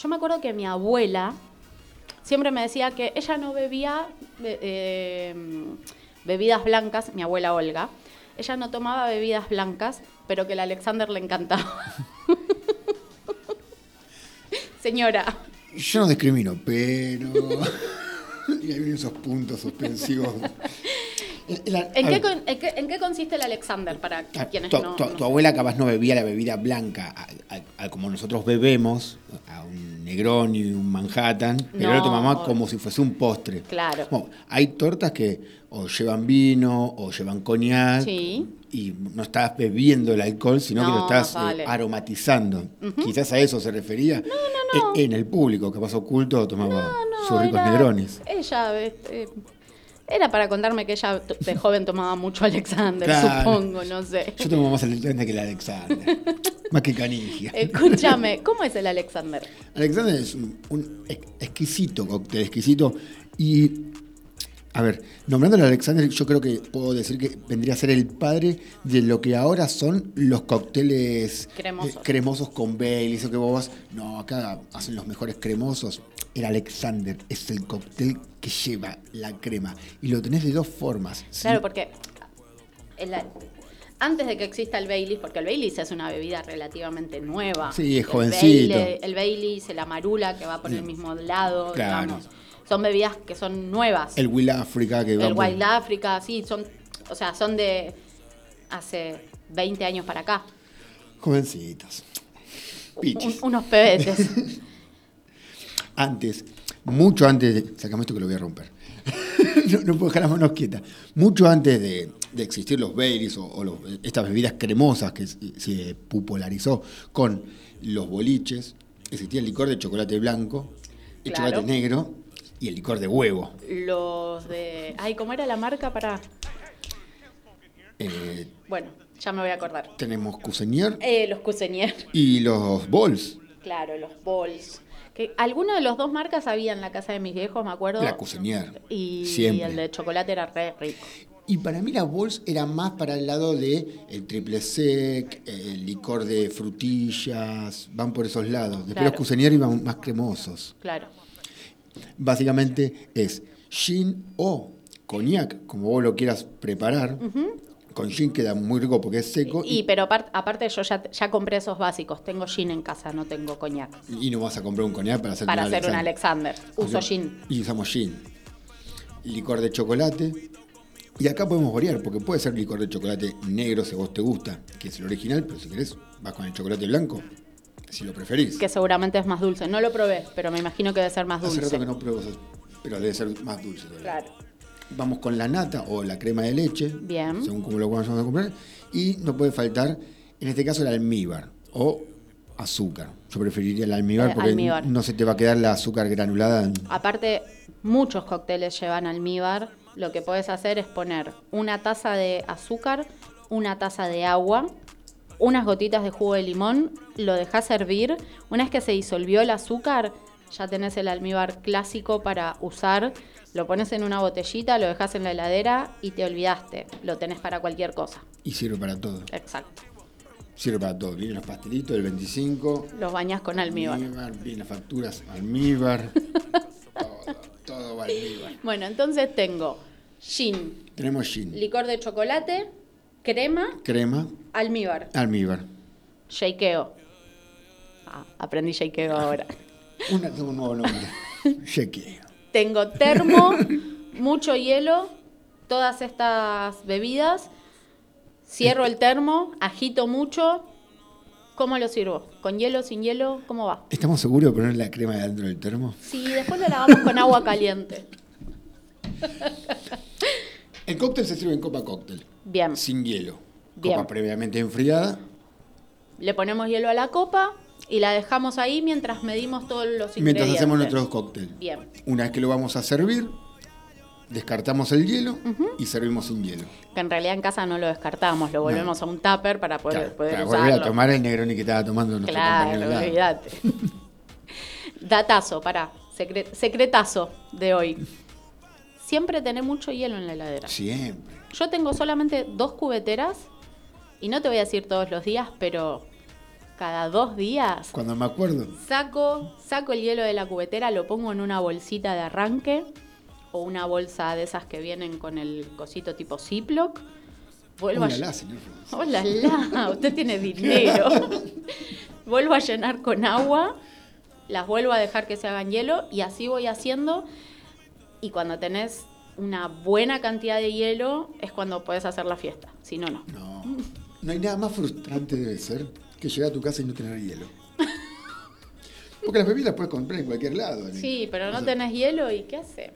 S4: Yo me acuerdo que mi abuela siempre me decía que ella no bebía be- eh, bebidas blancas, mi abuela Olga, ella no tomaba bebidas blancas, pero que el Alexander le encantaba. Señora,
S5: Yo no discrimino, pero. y ahí vienen esos puntos suspensivos. El- el-
S4: ¿en
S5: a
S4: qué,
S5: ver,
S4: con- en qué- en qué consiste el Alexander para
S5: a-
S4: quienes
S5: Ah, tu,
S4: no,
S5: tu-
S4: no-
S5: tu abuela capaz no bebía la bebida blanca, a- a- a como nosotros bebemos, a un Negroni, un Manhattan, pero
S4: No,
S5: era tu mamá
S4: o-
S5: como si fuese un postre.
S4: Claro.
S5: Bueno, hay tortas que o llevan vino o llevan coñac
S4: Sí.
S5: y no estás bebiendo el alcohol, sino que
S4: No,
S5: lo estás eh,
S4: más vale.
S5: aromatizando. Quizás a eso se refería. E- En, el público, que pasó oculto, tomaba
S4: No,
S5: sus ricos
S4: era-
S5: negrones.
S4: Ella este, era para contarme que ella t- de joven tomaba mucho Alexander,
S5: Claro.
S4: supongo, no sé.
S5: Yo tomo más Alexander que el Alexander. más que Canigia.
S4: Escúchame, ¿cómo es el Alexander?
S5: Alexander es un, un ex- exquisito cóctel, exquisito. Y, a ver, nombrándolo a Alexander, yo creo que puedo decir que vendría a ser el padre de lo que ahora son los cócteles eh,
S4: Cremosos.
S5: cremosos con Baileys o que vos vas, no, acá hacen los mejores cremosos. El Alexander es el cóctel que lleva la crema. Y lo tenés de dos formas. ¿sí?
S4: Claro, porque el- antes de que exista el Baileys, porque el Baileys es una bebida relativamente nueva.
S5: Sí, es
S4: El
S5: jovencito. Mm.
S4: Baile- el Baileys, el Amarula, que va por el mismo lado,
S5: Claro.
S4: digamos. Son bebidas que son nuevas.
S5: El Will Africa que va
S4: El
S5: por-
S4: Wild Africa, sí, son, o sea, son de hace 20 años para acá.
S5: Jovencitos. Pichis.
S4: Un- unos pebetes.
S5: Antes, mucho antes de. Sacame esto que lo voy a romper. no, no puedo dejar las manos quietas. Mucho antes de, de existir los Baileys o, o los- estas bebidas cremosas que se- se popularizó con los boliches, existía el licor de chocolate blanco, el
S4: Claro.
S5: chocolate negro y el licor de huevo.
S4: Los de. Ay, ¿cómo era la marca para.?
S5: Eh,
S4: Bueno, ya me voy a acordar.
S5: tenemos Cuseñer
S4: Eh, los Cuseñer.
S5: y los Bols.
S4: Claro, los Bols. Que alguna de los dos marcas había en la casa de mis viejos, me acuerdo.
S5: La Cuseñer.
S4: Y
S5: Siempre.
S4: el de chocolate era re rico.
S5: Y para mí la Bols era más para el lado de el triple sec, el licor de frutillas, van por esos lados. Después
S4: Claro.
S5: los Cuseñer iban más cremosos.
S4: Claro.
S5: Básicamente es gin o coñac, como vos lo quieras preparar. Con gin queda muy rico porque es seco
S4: Y,
S5: y,
S4: pero apart- aparte, yo ya, ya compré esos básicos. Tengo gin en casa, no tengo coñac.
S5: y no vas a comprar un coñac para hacer
S4: Para hacer un
S5: Alexander.
S4: Alexander. Uso
S5: Así-
S4: gin.
S5: Y usamos gin. Licor de chocolate. Y acá podemos variar, porque puede ser licor de chocolate negro si a vos te gusta, que es el original, pero si querés, vas con el chocolate blanco, si lo preferís.
S4: Que seguramente es más dulce. No lo probé, pero me imagino que debe ser más dulce.
S5: Hace rato que no pruebo, esas- pero debe ser más dulce todavía.
S4: Claro.
S5: Vamos con la nata o la crema de leche,
S4: Bien.
S5: según como lo vamos a comprar. Y no puede faltar, en este caso, el almíbar o azúcar. Yo preferiría el almíbar
S4: Eh,
S5: porque
S4: almíbar.
S5: no se te va a quedar la azúcar granulada. en-
S4: Aparte, muchos cócteles llevan almíbar. Lo que puedes hacer es poner una taza de azúcar, una taza de agua, unas gotitas de jugo de limón, lo dejas hervir. Una vez que se disolvió el azúcar, ya tenés el almíbar clásico para usar. Lo pones en una botellita, lo dejas en la heladera y te olvidaste. Lo tenés para cualquier cosa.
S5: y sirve para todo.
S4: Exacto.
S5: Sirve para todo. Vienen los pastelitos, el 25.
S4: Los bañás con almíbar.
S5: vienen las facturas, almíbar. todo, todo va almíbar.
S4: Bueno, entonces tengo gin,
S5: Tenemos gin,
S4: licor de chocolate, crema,
S5: crema,
S4: almíbar.
S5: almíbar.
S4: Shakeo. Ah, aprendí shakeo ahora.
S5: Una, tengo un nuevo nombre. Chequeo.
S4: Tengo termo, mucho hielo, todas estas bebidas. Cierro el termo, agito mucho. ¿Cómo lo sirvo? ¿Con hielo, sin hielo? ¿Cómo va?
S5: ¿Estamos seguros de poner la crema dentro del termo?
S4: Sí, después lo lavamos con agua caliente.
S5: El cóctel se sirve en copa cóctel,
S4: Bien.
S5: sin hielo.
S4: Bien.
S5: Copa previamente enfriada.
S4: Le ponemos hielo a la copa y la dejamos ahí mientras medimos todos los ingredientes.
S5: Mientras hacemos nuestros cócteles.
S4: Bien.
S5: Una vez que lo vamos a servir, descartamos el hielo y servimos sin hielo.
S4: Que en realidad en casa no lo descartamos, lo volvemos a un tupper para poder,
S5: Claro,
S4: poder
S5: para volver
S4: usarlo.
S5: a tomar el negroni que estaba tomando nuestro
S4: Claro,
S5: compañero de lado.
S4: olvídate. Datazo, pará. secre- secretazo de hoy. Siempre tener mucho hielo en la heladera.
S5: Siempre.
S4: Yo tengo solamente dos cubeteras y no te voy a decir todos los días, pero cada dos días
S5: Cuando me acuerdo,
S4: saco, saco el hielo de la cubetera, lo pongo en una bolsita de arranque o una bolsa de esas que vienen con el cosito tipo Ziploc. Vuelvo a,
S5: Hola, la, señor Flores.
S4: Hola, la, usted tiene dinero. vuelvo a llenar con agua, las vuelvo a dejar que se hagan hielo y así voy haciendo. Y cuando tenés una buena cantidad de hielo es cuando podés hacer la fiesta, si no, no.
S5: No. No hay nada más frustrante debe ser que llegar a tu casa y no tener hielo. Porque las bebidas las puedes comprar en cualquier lado. ¿no?
S4: Sí, pero
S5: O
S4: no
S5: sea,
S4: tenés hielo y ¿qué hace?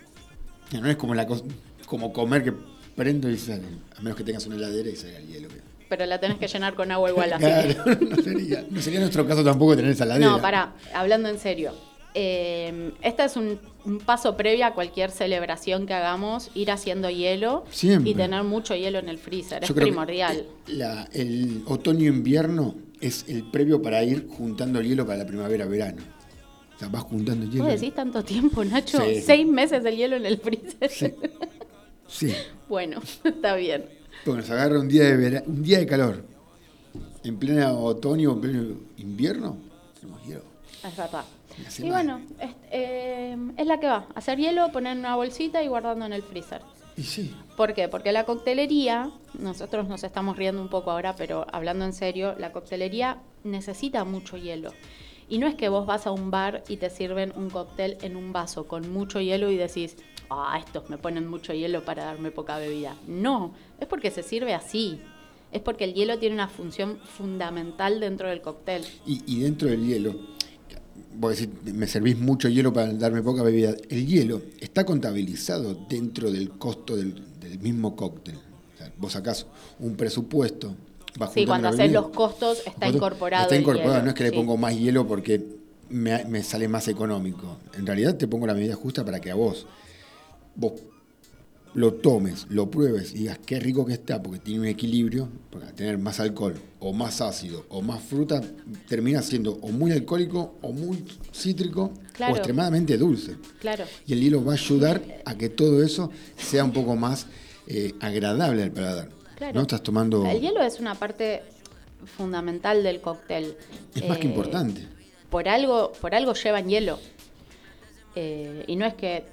S5: No es como, la cos- como comer que prendo y sale. A menos que tengas una heladera y salga el hielo. que-
S4: Pero la tenés que llenar con agua igual así. que-
S5: Claro, no sería, no sería nuestro caso tampoco tener esa heladera.
S4: No, pará, hablando en serio. Eh, este es un, un paso previo a cualquier celebración que hagamos, ir haciendo hielo
S5: Siempre.
S4: y tener mucho hielo en el freezer,
S5: Yo
S4: es
S5: creo que
S4: primordial.
S5: la- el otoño-invierno es el previo para ir juntando el hielo para la primavera-verano. O sea, vas juntando hielo.
S4: ¿Vos decís tanto tiempo, Nacho?
S5: Sí.
S4: ¿Seis meses el hielo en el freezer?
S5: Sí. Sí.
S4: bueno, está bien.
S5: Porque nos agarra un día de vera- un día de calor. En pleno otoño, en pleno invierno, tenemos hielo.
S4: Es verdad.
S5: Me hace
S4: Y
S5: mal.
S4: bueno, es, eh, es la que va. Hacer hielo, poner en una bolsita y guardando en el freezer.
S5: Y sí,
S4: ¿Por qué? Porque la coctelería, nosotros nos estamos riendo un poco ahora, pero hablando en serio, la coctelería necesita mucho hielo. Y no es que vos vas a un bar y te sirven un cóctel en un vaso con mucho hielo y decís, ah, estos me ponen mucho hielo para darme poca bebida. No, es porque se sirve así. es porque el hielo tiene una función fundamental dentro del cóctel.
S5: Y, y dentro del hielo, vos decís, me servís mucho hielo para darme poca bebida. El hielo está contabilizado dentro del costo del, del mismo cóctel. O sea, vos sacás un presupuesto. vas
S4: Sí,
S5: juntando
S4: cuando
S5: la
S4: haces
S5: bebida.
S4: los costos, está
S5: Cuando-
S4: incorporado
S5: Está
S4: el
S5: incorporado,
S4: hielo,
S5: no es que
S4: sí.
S5: le pongo más hielo porque me, me sale más económico. En realidad te pongo la medida justa para que a vos, vos lo tomes, lo pruebes y digas qué rico que está, porque tiene un equilibrio, porque al tener más alcohol o más ácido o más fruta, termina siendo o muy alcohólico o muy cítrico
S4: Claro.
S5: o extremadamente dulce.
S4: Claro.
S5: Y el hielo va a ayudar a que todo eso sea un poco más eh, agradable al paladar.
S4: Claro.
S5: ¿No estás tomando...
S4: El hielo es una parte fundamental del cóctel.
S5: Es más que
S4: Eh,
S5: importante.
S4: Por algo, por algo llevan hielo. Eh, y no es que,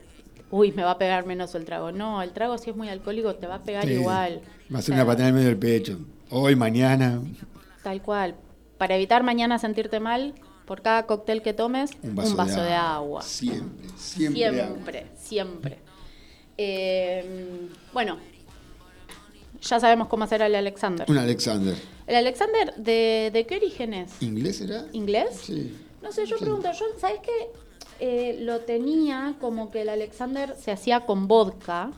S4: uy, me va a pegar menos el trago. No, el trago si es muy alcohólico te va a pegar
S5: Sí.
S4: igual.
S5: Va a ser
S4: O sea,
S5: una patada en el medio del pecho. Hoy, mañana,
S4: Tal cual. Para evitar mañana sentirte mal, por cada cóctel que tomes,
S5: un vaso,
S4: de agua.
S5: Siempre, siempre.
S4: Siempre,
S5: agua.
S4: siempre. Eh, bueno, ya sabemos cómo hacer el Alexander.
S5: Un Alexander.
S4: ¿El Alexander de, de qué origen es?
S5: ¿Inglés era?
S4: ¿Inglés?
S5: Sí.
S4: No sé, yo
S5: Sí.
S4: pregunto, yo, ¿sabes qué? Eh, lo tenía como que el Alexander se hacía con vodka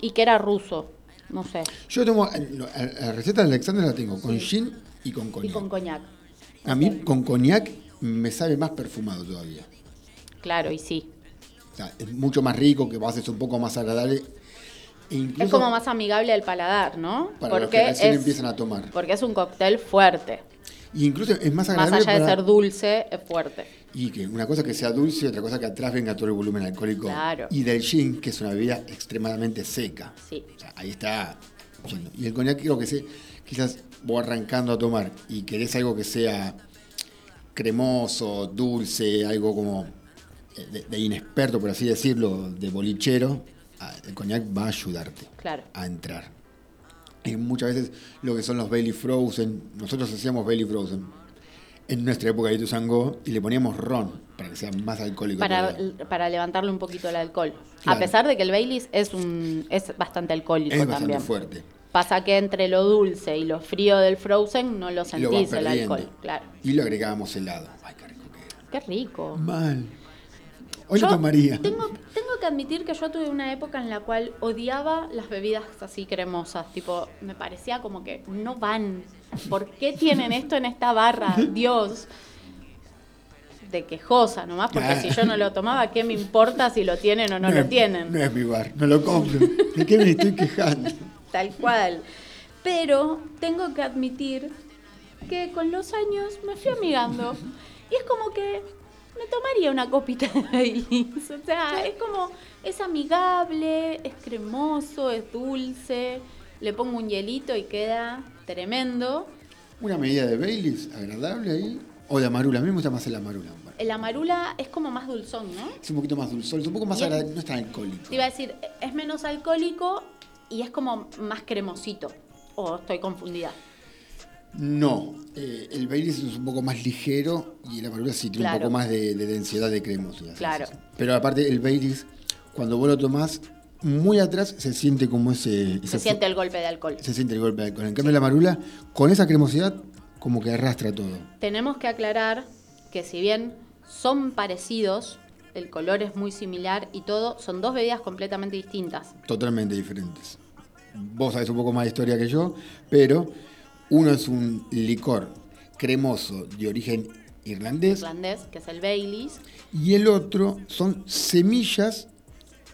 S4: y que era ruso. No sé.
S5: Yo tomo. eh, lo- a- La receta de Alexander la tengo con gin y con
S4: Y
S5: coñac.
S4: con coñac.
S5: A mí, con coñac me sabe más perfumado todavía.
S4: Claro, y sí.
S5: O sea, es mucho más rico, que vas, es un poco más agradable. E incluso
S4: es como más amigable al paladar, ¿no?
S5: Para los que recién empiezan a tomar.
S4: Porque es un cóctel fuerte.
S5: Y incluso es más
S4: Más
S5: agradable.
S4: allá de
S5: para-
S4: ser dulce, es fuerte.
S5: Y que una cosa que sea dulce y otra cosa que atrás venga todo el volumen alcohólico.
S4: Claro.
S5: Y del gin, que es una bebida extremadamente seca.
S4: Sí.
S5: O sea, ahí está. yendo. Y el coñac creo que se, quizás vos arrancando a tomar y querés algo que sea cremoso, dulce, algo como eh, de, de inexperto, por así decirlo, de bolichero, ah, el coñac va a ayudarte
S4: Claro.
S5: a entrar. Y muchas veces lo que son los Bailey Frozen, nosotros hacíamos Bailey Frozen en nuestra época de Tuzangó y le poníamos ron para que sea más alcohólico.
S4: Para,
S5: todavía.
S4: para levantarle un poquito el alcohol. A
S5: Claro.
S4: pesar de que el Baileys es, un, es bastante alcohólico
S5: es bastante
S4: también.
S5: fuerte.
S4: Pasa que entre lo dulce y lo frío del Frozen no lo
S5: lo vas
S4: sentís el
S5: perdiendo.
S4: alcohol. Claro.
S5: Y lo agregábamos helado. Ay, qué rico que era.
S4: Qué rico.
S5: Mal. Hoy
S4: Yo
S5: lo tomaría.
S4: Tengo, tengo que admitir que yo tuve una época en la cual odiaba las bebidas así cremosas. Tipo, me parecía como que no van. ¿Por qué tienen esto en esta barra? Dios. De quejosa nomás, porque si yo no lo tomaba, ¿qué me importa si lo tienen o no, lo
S5: es-
S4: tienen?
S5: No es mi bar, no lo compro. ¿De qué me estoy quejando?
S4: Tal cual. Pero tengo que admitir que con los años me fui amigando. Y es como que me tomaría una copita de Baileys. O sea, es como, es amigable, es cremoso, es dulce. Le pongo un hielito y queda tremendo.
S5: Una medida de Baileys agradable ahí. O de amarula, a mí me gusta más el amarula.
S4: El amarula es como más dulzón, ¿no?
S5: Es un poquito más dulzón, es un poco más
S4: Bien.
S5: agradable, no es tan alcohólico.
S4: Te iba a decir, es menos alcohólico y es como más cremosito. O estoy confundida.
S5: No, eh, el Baileys es un poco más ligero y el amarula sí tiene
S4: Claro.
S5: un poco más de, de densidad de cremosidad.
S4: Claro.
S5: Pero aparte el Baileys, cuando vos lo tomás, muy atrás se siente como ese...
S4: Se
S5: ese fu-
S4: siente el golpe de alcohol.
S5: se siente el golpe de alcohol. En cambio la marula, con esa cremosidad, como que arrastra todo.
S4: Tenemos que aclarar que si bien son parecidos, el color es muy similar y todo, son dos bebidas completamente distintas.
S5: Totalmente diferentes. Vos sabés un poco más de historia que yo, pero uno es un licor cremoso de origen irlandés
S4: Irlandés, que es el Baileys,
S5: y el otro son semillas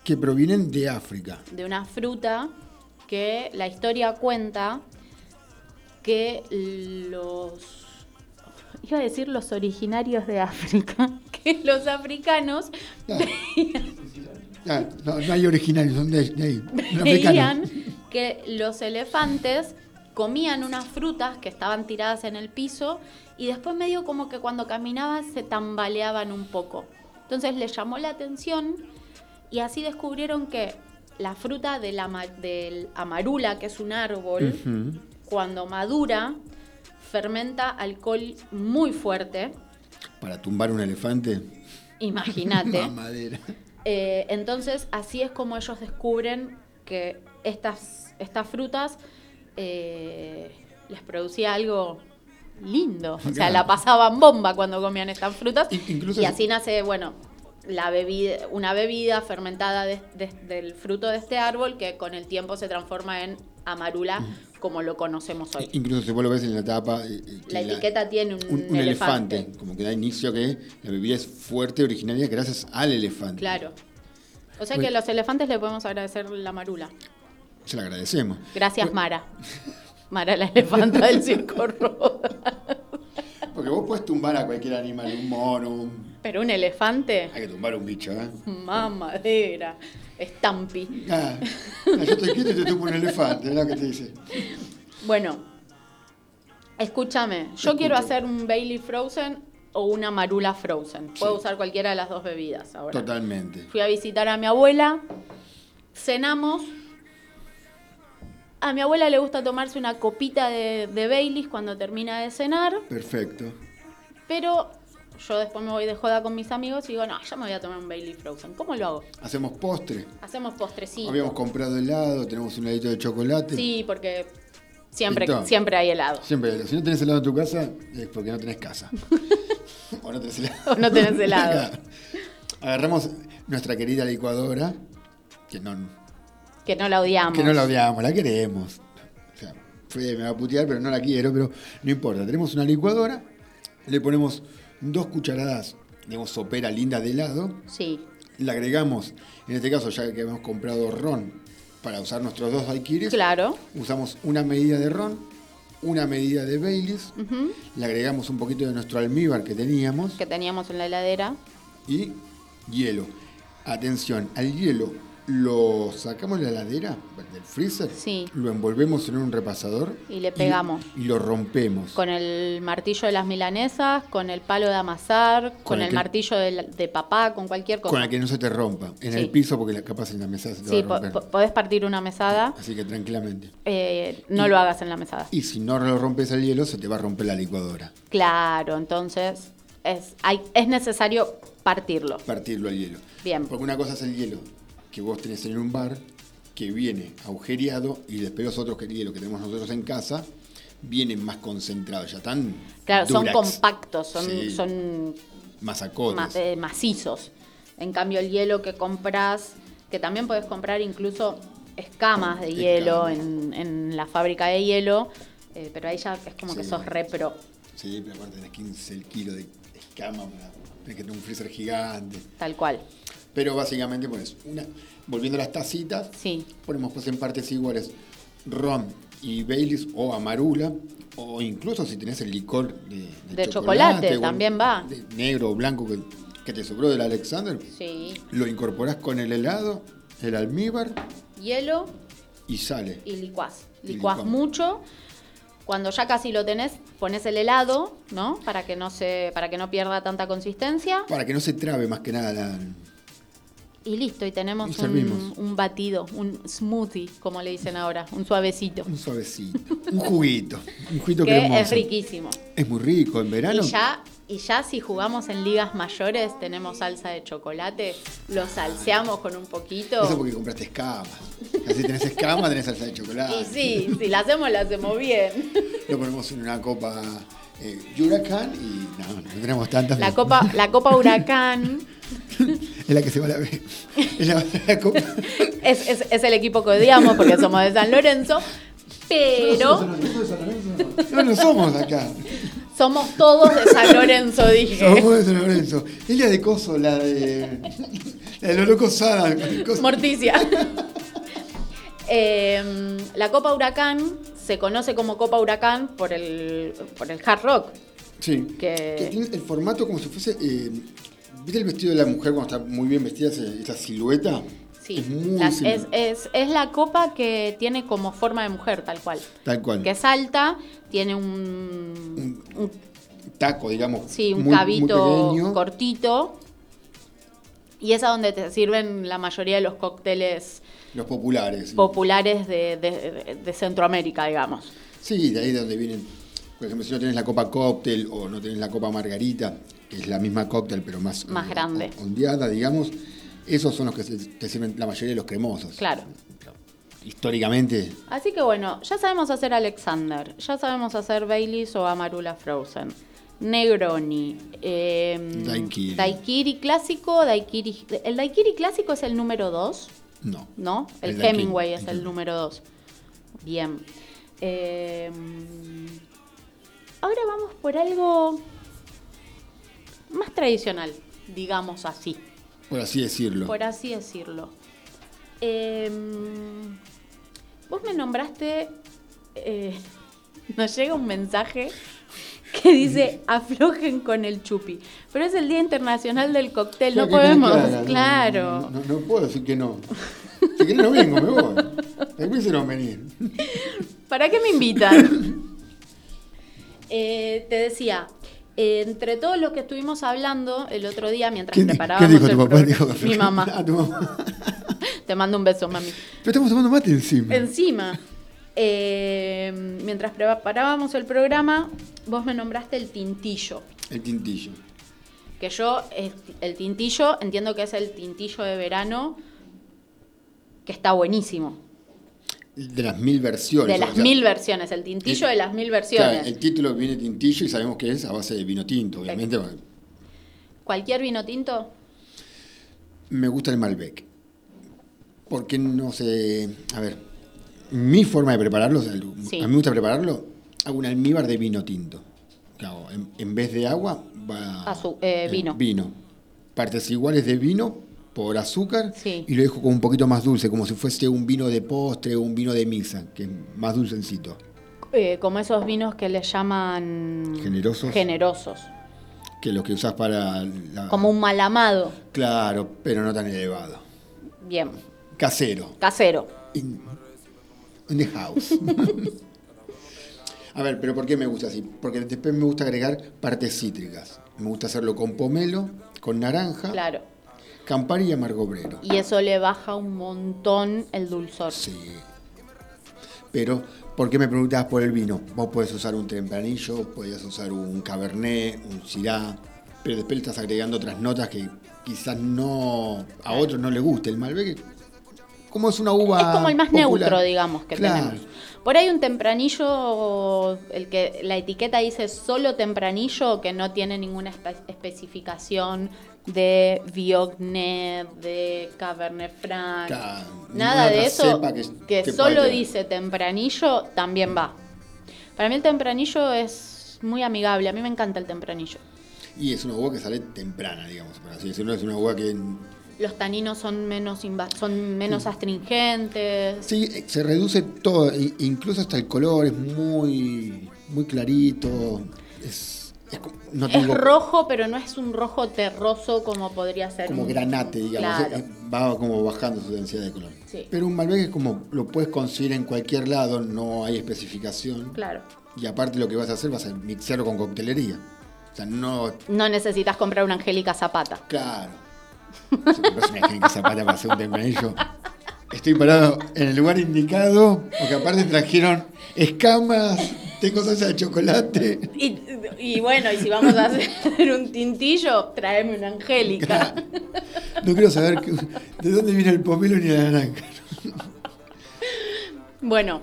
S5: que provienen de África.
S4: de una fruta que la historia cuenta que los... Iba a decir los originarios de África, que los africanos
S5: Ah. Ah, no, no hay originales, son de, de ahí. Son
S4: creían
S5: africanos.
S4: que los elefantes comían unas frutas que estaban tiradas en el piso y después medio como que cuando caminaban se tambaleaban un poco. Entonces les llamó la atención y así descubrieron que la fruta de la ma- del amarula, que es un árbol,
S5: Ujú.
S4: cuando madura, fermenta alcohol muy fuerte.
S5: Para tumbar un elefante,
S4: Imagínate.
S5: mamadera.
S4: Eh, entonces, así es como ellos descubren que estas, estas frutas eh, les producía algo lindo. O sea, la pasaban bomba cuando comían estas frutas.
S5: In- incluso
S4: y
S5: si-
S4: así nace, bueno, la bebida, una bebida fermentada de- de- del fruto de este árbol que con el tiempo se transforma en amarula
S5: Mm.
S4: como lo conocemos hoy.
S5: Incluso si vos lo ves en la tapa. eh, eh,
S4: La
S5: tiene
S4: etiqueta tiene un,
S5: un, un elefante.
S4: elefante.
S5: Como que da inicio que la bebida es fuerte, originaria, gracias al elefante.
S4: Claro. O sea
S5: Bueno.
S4: que a los elefantes le podemos agradecer la marula.
S5: Se la agradecemos.
S4: Gracias, Mara. Mara, la elefanta del circo Roda.
S5: Porque vos podés tumbar a cualquier animal, un mono, un-
S4: Pero un elefante,
S5: hay que tumbar un bicho, ¿eh?
S4: mamadera, estampi.
S5: Ah, yo estoy quieto y te tumbo un elefante, es lo que te dice.
S4: Bueno, escúchame, yo quiero hacer un Bailey Frozen o una Marula Frozen. Puedo
S5: Sí.
S4: usar cualquiera de las dos bebidas ahora.
S5: Totalmente.
S4: Fui a visitar a mi abuela, cenamos. A mi abuela le gusta tomarse una copita de, de Baileys cuando termina de cenar.
S5: Perfecto.
S4: Pero yo después me voy de joda con mis amigos y digo, no, ya me voy a tomar un Bailey Frozen. ¿Cómo lo hago?
S5: Hacemos postre.
S4: Hacemos postrecito.
S5: Habíamos comprado helado, tenemos un heladito de chocolate.
S4: Sí, porque siempre,
S5: Pintó.
S4: siempre hay helado.
S5: Siempre, helado. si no tenés helado en tu casa, es porque no tenés casa. o no tenés helado.
S4: O no tenés helado.
S5: Agarramos nuestra querida licuadora, que no,
S4: Que no la odiamos.
S5: que no la odiamos, la queremos. O sea, Fede me va a putear, pero no la quiero, pero no importa. Tenemos una licuadora, le ponemos dos cucharadas, digamos, sopera linda de helado,
S4: Sí,
S5: le agregamos, en este caso ya que hemos comprado ron para usar nuestros dos daiquiris,
S4: claro.
S5: usamos una medida de ron, una medida de Baileys, le agregamos un poquito de nuestro almíbar que teníamos
S4: Que teníamos en la heladera.
S5: y hielo. Atención, al hielo lo sacamos de la heladera, del freezer,
S4: Sí.
S5: lo envolvemos en un repasador
S4: Y le pegamos.
S5: y, lo rompemos.
S4: Con el martillo de las milanesas, con el palo de amasar, con,
S5: Con el
S4: el
S5: que-
S4: martillo de, la- de papá, con cualquier cosa.
S5: Con la que no se te rompa. En
S4: Sí.
S5: el piso, porque la- capaz en la mesa se te
S4: sí,
S5: va a
S4: po-
S5: romper.
S4: po- podés partir una mesada.
S5: Así que tranquilamente.
S4: eh, no
S5: Y-
S4: lo hagas en la mesada.
S5: Y si no lo rompes al hielo, se te va a romper la licuadora.
S4: Claro, entonces es, hay, es necesario partirlo.
S5: Partirlo al hielo.
S4: Bien.
S5: Porque una cosa es el hielo que vos tenés en un bar, que viene agujereado, y después los otros que- hielo que tenemos nosotros en casa, vienen más concentrados, ya están.
S4: Claro, son
S5: durax.
S4: compactos, son,
S5: Sí,
S4: son
S5: masacotes.
S4: ma- eh, macizos. En cambio, el hielo que compras, que también puedes comprar incluso escamas de hielo en, en la fábrica de hielo, eh, pero ahí ya es como que
S5: Sí.
S4: sos repro.
S5: Sí, pero aparte tenés 15 kilos de escama, para- tenés que tener un freezer gigante.
S4: tal cual.
S5: Pero básicamente pones una. Volviendo a las tacitas,
S4: Sí.
S5: ponemos pues en partes iguales ron y Baileys o amarula. O incluso si tenés el licor de,
S4: De chocolate,
S5: o
S4: también va.
S5: de negro o blanco que, que te sobró del Alexander,
S4: Sí.
S5: lo incorporás con el helado, el almíbar
S4: Hielo
S5: y sale.
S4: y licuás.
S5: Y
S4: Licuás
S5: licuamos.
S4: mucho. Cuando ya casi lo tenés, pones el helado, ¿no? Para que no se, para que no pierda tanta consistencia.
S5: Para que no se trabe más que nada la-
S4: Y listo, y tenemos
S5: Y
S4: un,
S5: servimos.
S4: un batido, un smoothie, como le dicen ahora, un suavecito,
S5: un suavecito, un juguito, un juguito
S4: que
S5: cremoso.
S4: es riquísimo.
S5: Es muy rico, en verano.
S4: Y ya, y ya si jugamos en ligas mayores, tenemos salsa de chocolate, lo salseamos con un
S5: Eso
S4: poquito.
S5: porque compraste escamas. Así tenés escamas, tenés salsa de chocolate.
S4: Y sí, si la hacemos, la hacemos bien.
S5: Lo ponemos en una copa eh, Huracán y no, no tenemos tantas.
S4: La
S5: pero-
S4: copa, la copa huracán
S5: Es la que se va a la vez. Es la, la copa.
S4: es, es- es el equipo que odiamos porque somos de San Lorenzo, pero
S5: No, no somos de acá.
S4: somos todos de San Lorenzo, dije.
S5: Somos de San Lorenzo. Es la de Coso, la de. La de los locos Sada. Coso.
S4: Morticia. Eh, la Copa Huracán se conoce como Copa Huracán por el, por el hard rock.
S5: Sí.
S4: que-
S5: Que tiene el formato como si fuese. eh, ¿Viste el vestido de la mujer cuando está muy bien vestida? ese- Esa silueta.
S4: Sí,
S5: Es muy
S4: La-
S5: similar.
S4: es, es- es la copa que tiene como forma de mujer, tal cual.
S5: Tal cual.
S4: Que es alta, tiene un, un-
S5: Taco, digamos.
S4: sí, un
S5: muy- muy
S4: cabito
S5: pequeño.
S4: cortito. Y es a donde te sirven la mayoría de los cócteles
S5: Los populares. sí.
S4: populares de, de- de Centroamérica, digamos.
S5: Sí, de ahí de donde vienen. Por ejemplo, si no tenés la copa cóctel o no tenés la copa margarita, que es la misma cóctel, pero más,
S4: Más
S5: eh,
S4: grande.
S5: ondeada, digamos, esos son los que se- te sirven la mayoría de los cremosos.
S4: Claro.
S5: históricamente.
S4: Así que bueno, ya sabemos hacer Alexander, ya sabemos hacer Baileys o Amarula Frozen, Negroni, em,
S5: Daiquiri.
S4: Daiquiri clásico, Daiquiri, el Daiquiri clásico es el número 2,
S5: No.
S4: ¿no? El,
S5: El Daiquiri.
S4: Hemingway es el
S5: Ujú.
S4: número 2. Bien. Em, ahora vamos por algo más tradicional, digamos así
S5: Por así decirlo.
S4: por así decirlo. Eh, vos me nombraste, eh, nos llega un mensaje que dice aflojen con el chupi, pero es el Día Internacional del Cóctel,
S5: Creo
S4: no
S5: que quede
S4: podemos,
S5: clara, no,
S4: claro.
S5: No, no- no puedo decir que no. Si querés no vengo, me voy. Ahí me hicieron venir.
S4: ¿Para qué me invitan? Eh, te decía, eh, entre todos los que estuvimos hablando el otro día mientras
S5: ¿Qué,
S4: preparábamos
S5: qué dijo tu
S4: el
S5: papá?
S4: programa-
S5: Dijo que-
S4: mi
S5: Ah,
S4: mamá,
S5: tu mamá.
S4: te mando un beso, mami.
S5: Pero estamos tomando mate encima.
S4: Encima, eh, mientras preparábamos el programa, vos me nombraste el tintillo.
S5: El tintillo.
S4: Que yo, es- el tintillo, entiendo que es el tintillo de verano, que está buenísimo.
S5: De las mil versiones.
S4: De
S5: o
S4: las
S5: sea,
S4: mil versiones, el tintillo
S5: el-
S4: de las mil
S5: Claro,
S4: versiones.
S5: el título viene tintillo y sabemos que es a base de vino tinto, obviamente. porque
S4: Cualquier vino tinto,
S5: Me gusta el Malbec. Porque no sé. A ver, mi forma de prepararlo, o sea, el-
S4: Sí.
S5: a mí me gusta prepararlo, hago un almíbar de vino tinto. ¿Qué hago? En, en vez de agua, va.
S4: Azu- eh,
S5: el
S4: vino.
S5: Vino. Partes iguales de vino por azúcar
S4: Sí.
S5: y lo dejo como un poquito más dulce, como si fuese un vino de postre o un vino de misa, que es más dulcencito.
S4: eh, como esos vinos que le llaman...
S5: Generosos. Ah.
S4: Generosos.
S5: Que los que usás para. la-
S4: Como un malamado.
S5: Claro, pero no tan elevado.
S4: Bien,
S5: Casero.
S4: casero.
S5: In, in the house. A ver, pero ¿por qué me gusta así? Porque después me gusta agregar partes cítricas. Me gusta hacerlo con pomelo, con naranja,
S4: Claro.
S5: campari y amargo obrero.
S4: Y eso le baja un montón el dulzor.
S5: Sí. Pero, ¿por qué me preguntabas por el vino? Vos podés usar un tempranillo, podías usar un cabernet, un syrah, pero después le estás agregando otras notas que quizás no a otros no le guste. El Malbec, como es una uva.
S4: Es como el más
S5: popular.
S4: neutro, digamos, que
S5: Claro.
S4: tenemos. Por ahí un tempranillo, el que la etiqueta dice solo tempranillo, que no tiene ninguna espe- especificación de Viognet, de Cabernet Franc,
S5: Claro, ninguna
S4: nada
S5: otra
S4: de eso,
S5: cepa que-
S4: que,
S5: que pueda
S4: solo
S5: tener.
S4: dice tempranillo, también va. Para mí el tempranillo es muy amigable, a mí me encanta el tempranillo.
S5: Y es una uva que sale temprana, digamos, por así decirlo. Es una uva que
S4: Los taninos son menos, inva- son menos astringentes.
S5: sí, eh, se reduce todo, i- incluso hasta el color, es muy, muy clarito. Es, es como- no
S4: Es
S5: tengo
S4: rojo, pero no es un rojo terroso como podría ser.
S5: como
S4: un-
S5: granate, digamos.
S4: Claro.
S5: eh, Va como bajando su densidad de color.
S4: Sí.
S5: Pero un Malbec es como lo puedes conseguir en cualquier lado, no hay especificación.
S4: claro.
S5: Y aparte lo que vas a hacer, vas a mixearlo con coctelería. O sea, no.
S4: No necesitas comprar una Angélica Zapata.
S5: Claro. Si compras una Angélica Zapata para hacer un tempranillo. Estoy parado en el lugar indicado, porque aparte trajeron escamas, tengo salsa de chocolate.
S4: Y, y bueno, y si vamos a hacer un tintillo, tráeme una Angélica.
S5: No quiero saber qué- de dónde viene el pomelo ni la naranja.
S4: Bueno,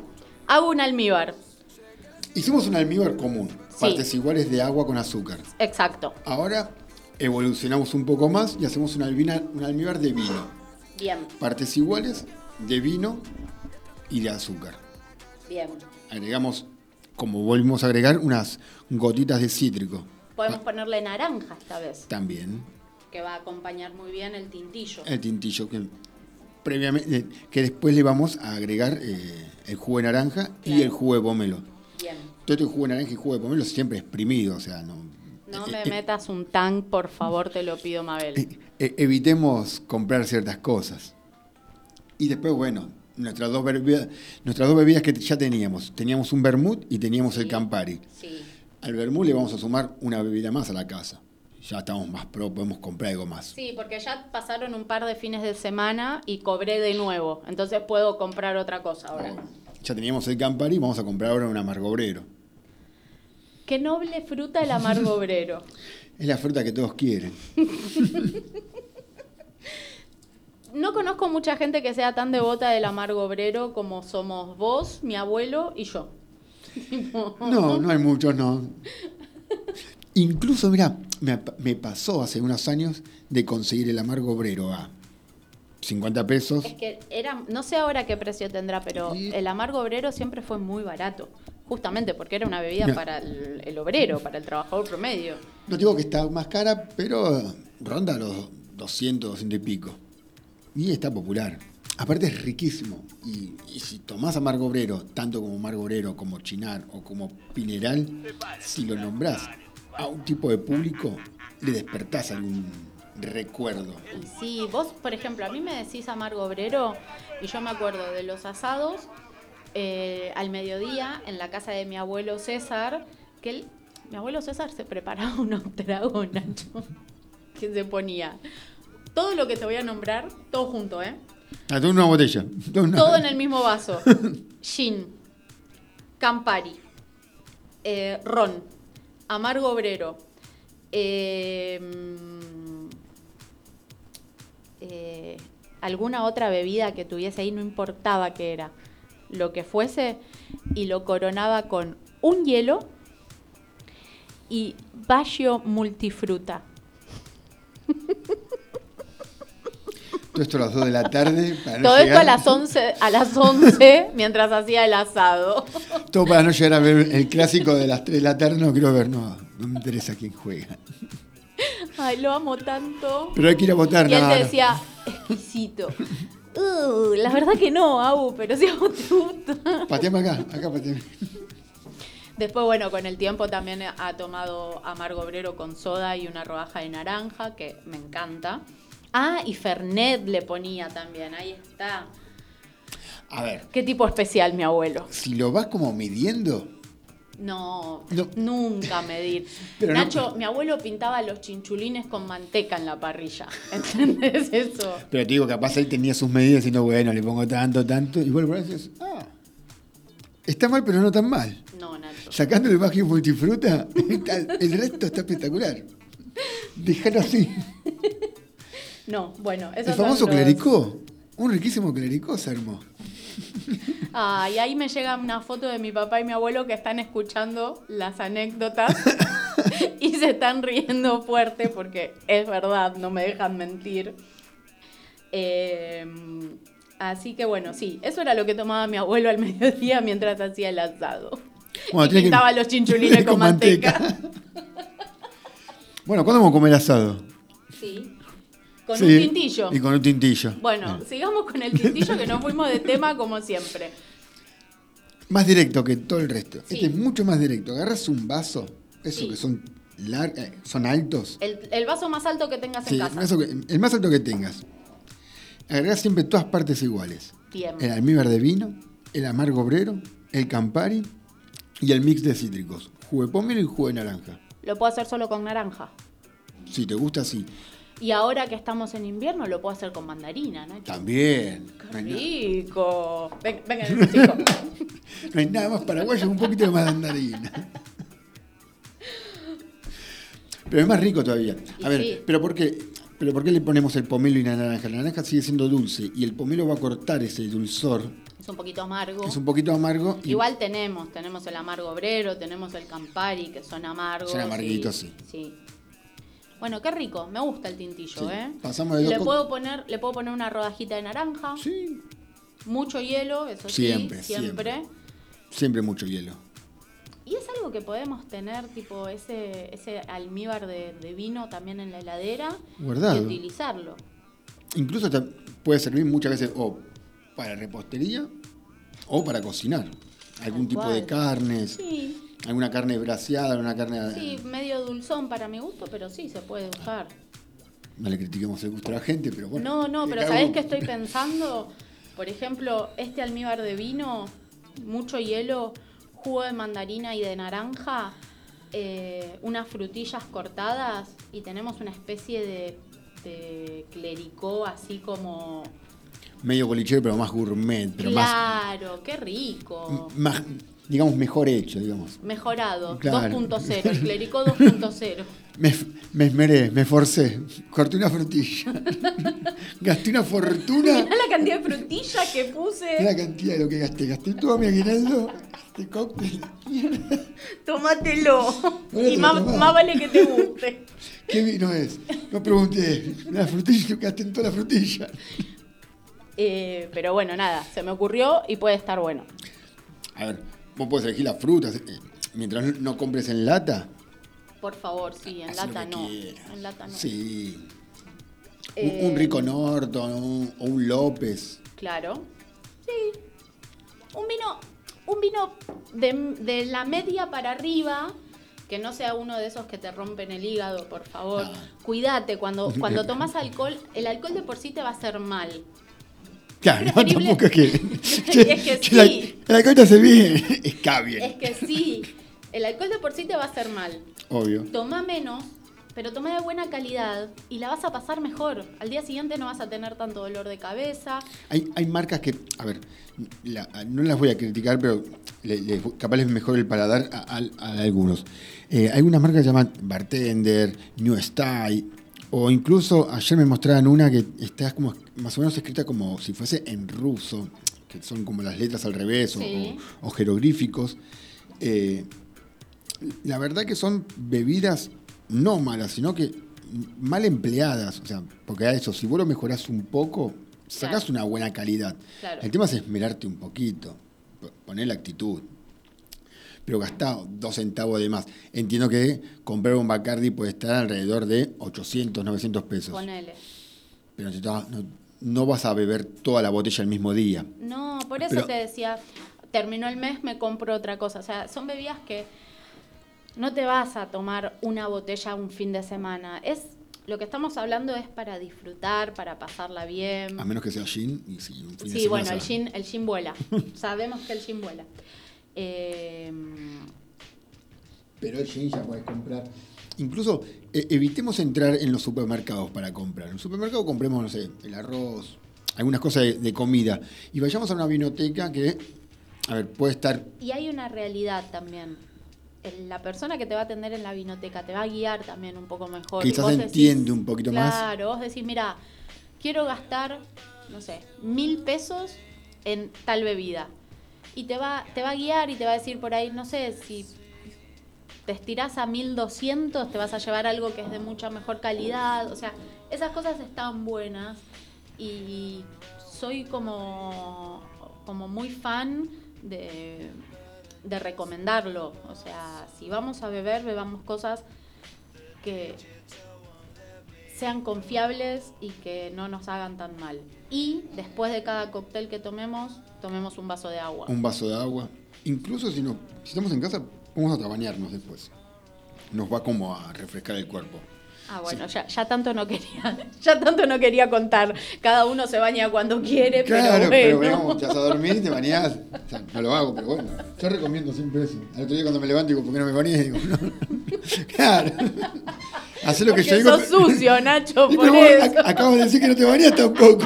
S4: hago un almíbar.
S5: Hicimos un almíbar común,
S4: Sí.
S5: partes iguales de agua con azúcar.
S4: Exacto.
S5: Ahora evolucionamos un poco más y hacemos un, albina- un almíbar de vino.
S4: Bien,
S5: Partes iguales de vino y de azúcar.
S4: bien.
S5: Agregamos, como volvimos a agregar, unas gotitas de cítrico
S4: Podemos
S5: Ah.
S4: ponerle naranja esta vez,
S5: también.
S4: que va a acompañar muy bien el tintillo.
S5: El tintillo que previamente, eh, que después le vamos a agregar eh, el jugo de naranja y
S4: Claro.
S5: el jugo de pomelo.
S4: Bien.
S5: Todo este jugo de naranja y jugo de pomelo siempre exprimido, o sea, no.
S4: No
S5: eh,
S4: me
S5: eh,
S4: metas un tank, por favor, te lo pido, Mabel.
S5: Eh, eh, evitemos comprar ciertas cosas. Y después, bueno, nuestras dos, bebidas, nuestras dos bebidas que ya teníamos. Teníamos un vermut y teníamos el Campari.
S4: Sí.
S5: Al vermut le vamos a sumar una bebida más a la casa. Ya estamos más pro, podemos comprar algo más.
S4: Sí, porque ya pasaron un par de fines de semana y cobré de nuevo. Entonces puedo comprar otra cosa ahora.
S5: Ya teníamos el Campari, vamos a comprar ahora un amargo obrero.
S4: Qué noble fruta el amargo obrero.
S5: Es la fruta que todos quieren.
S4: No conozco mucha gente que sea tan devota del amargo obrero como somos vos, mi abuelo y yo. Tipo,
S5: No, no hay muchos, no. Incluso, mira, me, ap- me pasó hace unos años de conseguir el amargo obrero a 50 pesos.
S4: Es que era, no sé ahora qué precio tendrá, pero
S5: Y-
S4: el amargo obrero siempre fue muy barato. Justamente porque era una bebida
S5: Mira.
S4: para el, el obrero, para el trabajador promedio.
S5: No digo que está más cara, pero ronda los 200, 200 y pico. Y está popular. Aparte es riquísimo. Y, y si tomás amargo obrero, tanto como amargo obrero, como chinar o como pineral, si lo nombrás a un tipo de público, le despertás algún recuerdo.
S4: Y sí, vos, por ejemplo, a mí me decís amargo obrero y yo me acuerdo de los asados eh, al mediodía en la casa de mi abuelo César, que él, mi abuelo César se preparaba unos tragos, Nacho, que se ponía todo lo que te voy a nombrar, todo junto, ¿eh?
S5: Ah, todo en una botella. Todo, en una-
S4: Todo en el mismo vaso. Gin, Campari, eh, Ron, Amargo Obrero, eh, mm, eh, alguna otra bebida que tuviese ahí, no importaba qué era, lo que fuese, y lo coronaba con un hielo y Baggio multifruta.
S5: Todo esto a las 2 de la tarde. Para no
S4: Todo esto a
S5: llegar-
S4: las 11, a las 11 mientras hacía el asado.
S5: Todo para no llegar a ver el clásico de las 3 de la tarde. No quiero ver, no. No me interesa quién juega.
S4: Ay, lo amo tanto.
S5: Pero hay que ir a votar,
S4: Y él
S5: no,
S4: te
S5: no.
S4: decía, exquisito. Uh, la verdad que no, Abu, pero sí a vos te gusta.
S5: Pateame acá, acá pateame.
S4: Después, bueno, con el tiempo también ha tomado amargo obrero con soda y una rodaja de naranja, que me encanta. Ah, y Fernet le ponía también, ahí está.
S5: A ver,
S4: Qué tipo especial, mi abuelo.
S5: si lo vas como midiendo,
S4: No,
S5: No.
S4: nunca medir.
S5: Pero no-
S4: Nacho, mi abuelo pintaba los chinchulines con manteca en la parrilla. ¿Entendés eso?
S5: pero te digo, capaz él tenía sus medidas diciendo, bueno, le pongo tanto, tanto, y vos por ahí decís, ah, está mal, pero no tan mal.
S4: No, Nacho.
S5: Sacando el bajío multifruta, está- el resto está espectacular. Dejalo así.
S4: No, bueno, eso
S5: El famoso clericó, un riquísimo clericó se armó.
S4: Ah, y ahí me llega una foto de mi papá y mi abuelo que están escuchando las anécdotas y se están riendo fuerte porque es verdad, no me dejan mentir. Eh, así que bueno, sí, eso era lo que tomaba mi abuelo al mediodía mientras hacía el asado.
S5: Bueno,
S4: y
S5: tiene que-
S4: pintaba los chinchulines con manteca.
S5: bueno, ¿cuándo vamos a comer asado?
S4: Sí. Con
S5: Sí,
S4: un tintillo.
S5: Y con un tintillo.
S4: Bueno, sigamos con el tintillo que nos fuimos de tema como siempre.
S5: Más directo que todo el resto.
S4: Sí.
S5: Este es mucho más directo. Agarras un vaso, esos
S4: Sí.
S5: que son, lar- eh, son altos.
S4: El, el vaso más alto que tengas
S5: Sí,
S4: en
S5: el,
S4: casa.
S5: vaso que- el más alto que tengas. Agregás siempre todas partes iguales.
S4: Bien.
S5: El almíbar de vino, el amargo obrero, el campari y el mix de cítricos. Jugo de pomelo y jugo de naranja.
S4: Lo puedo hacer solo con naranja.
S5: Si te gusta, sí.
S4: Y ahora que estamos en invierno, lo puedo hacer con mandarina, ¿no?
S5: También. No hay, na-
S4: Rico. Ven- Vengan, chicos.
S5: no hay nada más paraguayo que un poquito de mandarina. Pero es más rico todavía.
S4: Y
S5: A ver,
S4: sí.
S5: pero ¿por qué? ¿Pero por qué le ponemos el pomelo y la naranja? La naranja sigue siendo dulce y el pomelo va a cortar ese dulzor.
S4: Es un poquito amargo.
S5: que Es un poquito amargo. y-
S4: Igual tenemos, tenemos el amargo obrero, tenemos el campari, que son amargos.
S5: Son amarguitos,
S4: y-
S5: sí.
S4: sí. Bueno, qué rico, me gusta el tintillo,
S5: Sí,
S4: ¿eh?
S5: pasamos de dos
S4: le
S5: co-
S4: puedo poner, Le puedo poner una rodajita de naranja,
S5: Sí,
S4: mucho hielo, eso
S5: Siempre,
S4: sí, siempre.
S5: siempre. Siempre mucho hielo.
S4: Y es algo que podemos tener, tipo ese, ese almíbar de, de vino también en la heladera
S5: Guardado.
S4: y utilizarlo.
S5: Incluso hasta puede servir muchas veces o para repostería o para cocinar. Algún
S4: Tal
S5: tipo de
S4: cual.
S5: carnes,
S4: Sí,
S5: alguna carne braseada, alguna carne...
S4: Sí, medio dulzón para mi gusto, pero sí se puede usar.
S5: No le critiquemos el gusto a la gente, pero
S4: no,
S5: bueno.
S4: no, pero
S5: cada
S4: ¿sabés
S5: uno-
S4: qué estoy pensando? Por ejemplo, este almíbar de vino, mucho hielo, jugo de mandarina y de naranja, eh, unas frutillas cortadas y tenemos una especie de, de clericó así como...
S5: Medio bolichero, pero más gourmet, pero más...
S4: claro, qué rico.
S5: más digamos, mejor hecho, digamos.
S4: Mejorado,
S5: Claro.
S4: 2.0, el clericó 2.0.
S5: Me, f- me esmeré, me esforcé, corté una frutilla, gasté una fortuna,
S4: Mirá la cantidad de frutilla que puse.
S5: la cantidad de lo que gasté, gasté todo mi aguinaldo, este cóctel,
S4: Tómatelo.
S5: Bueno,
S4: y
S5: te lo
S4: más,
S5: tomás.
S4: más vale que te guste.
S5: ¿qué vino es? No pregunté, la frutilla, gasté en toda la frutilla.
S4: Eh, pero bueno, nada, se me ocurrió y puede estar bueno.
S5: A ver, vos podés elegir las frutas, eh, mientras no compres en lata,
S4: Por favor, sí, en
S5: haz lo
S4: lata
S5: que
S4: no.
S5: quieras.
S4: En lata no.
S5: Sí, Un-
S4: Eh,
S5: un, Rico Norton un- o un López.
S4: Claro. Sí. Un vino, un vino de, de la media para arriba, que no sea uno de esos que te rompen el hígado, por favor.
S5: No.
S4: Cuídate, cuando, cuando tomas alcohol, el alcohol de por sí te va a hacer mal.
S5: Claro, no,
S4: preferible-
S5: tampoco es que...
S4: Es que
S5: che, la-
S4: sí.
S5: La, cosa se bien, está bien,
S4: Es que sí, el alcohol de por sí te va a hacer mal.
S5: obvio.
S4: Toma menos, pero toma de buena calidad y la vas a pasar mejor. Al día siguiente no vas a tener tanto dolor de cabeza.
S5: Hay, hay marcas que, a ver, la- no las voy a criticar, pero le- le- capaz les mejor el paladar a, a- a algunos. Eh, hay unas marcas que se llaman Bartender, New Style, o incluso ayer me mostraban una que está como más o menos escrita como si fuese en ruso, que son como las letras al revés o-
S4: Sí.
S5: o, o jeroglíficos. Eh, la verdad que son bebidas no malas, sino que mal empleadas. O sea, porque a eso, si vos lo mejorás un poco, sacás
S4: Claro.
S5: una buena calidad.
S4: Claro.
S5: El tema es esmerarte un poquito, p- poner la actitud. Pero gastá dos centavos de más. Entiendo que comprar un Bacardi puede estar alrededor de 800, 900 pesos.
S4: Ponele.
S5: Pero no te vas- no, no vas a beber toda la botella el mismo día.
S4: No, por eso
S5: Pero-
S4: te decía, terminó el mes, me compro otra cosa. O sea, son bebidas que no te vas a tomar una botella un fin de semana. Es lo que estamos hablando es para disfrutar, para pasarla bien.
S5: A menos que sea gin y si un fin de
S4: Sí,
S5: semana
S4: bueno,
S5: se
S4: el
S5: va.
S4: gin, el gin vuela. Sabemos que el gin vuela. Eh,
S5: Pero el jean ya puedes comprar. Incluso eh, evitemos entrar en los supermercados para comprar. En el supermercado compremos, no sé, el arroz, algunas cosas de, de comida. Y vayamos a una vinoteca que, a ver, puede estar.
S4: y hay una realidad también. El- La persona que te va a atender en la vinoteca te va a guiar también un poco mejor. Y
S5: Quizás
S4: vos
S5: entiende un poquito más.
S4: Claro, vos decís, mira, quiero gastar, no sé, mil pesos en tal bebida. Y te va, te va a guiar y te va a decir por ahí, no sé, si te estirás a 1200, te vas a llevar algo que es de mucha mejor calidad. O sea, esas cosas están buenas. Y soy como, como muy fan de, de recomendarlo. O sea, si vamos a beber, bebamos cosas que sean confiables y que no nos hagan tan mal. Y después de cada cóctel que tomemos, tomemos un vaso de agua.
S5: Un vaso de agua. Incluso si, no, si estamos en casa, vamos a bañarnos después. Nos va como a refrescar el cuerpo.
S4: Ah, bueno, ya, ya tanto no quería, ya tanto no quería contar. Cada uno se baña cuando quiere,
S5: Claro,
S4: pero
S5: pero,
S4: bueno.
S5: digamos, te vas a dormir, te bañás. O sea, no lo hago, pero bueno. Yo recomiendo siempre eso. Al otro día cuando me levanto digo, ¿por qué no me bañé? Digo, no. Claro. Hacé lo que
S4: Porque
S5: yo digo.
S4: sos sucio, Nacho,
S5: Y,
S4: por
S5: pero vos
S4: eso.
S5: ac- acabas de decir que no te bañás tampoco.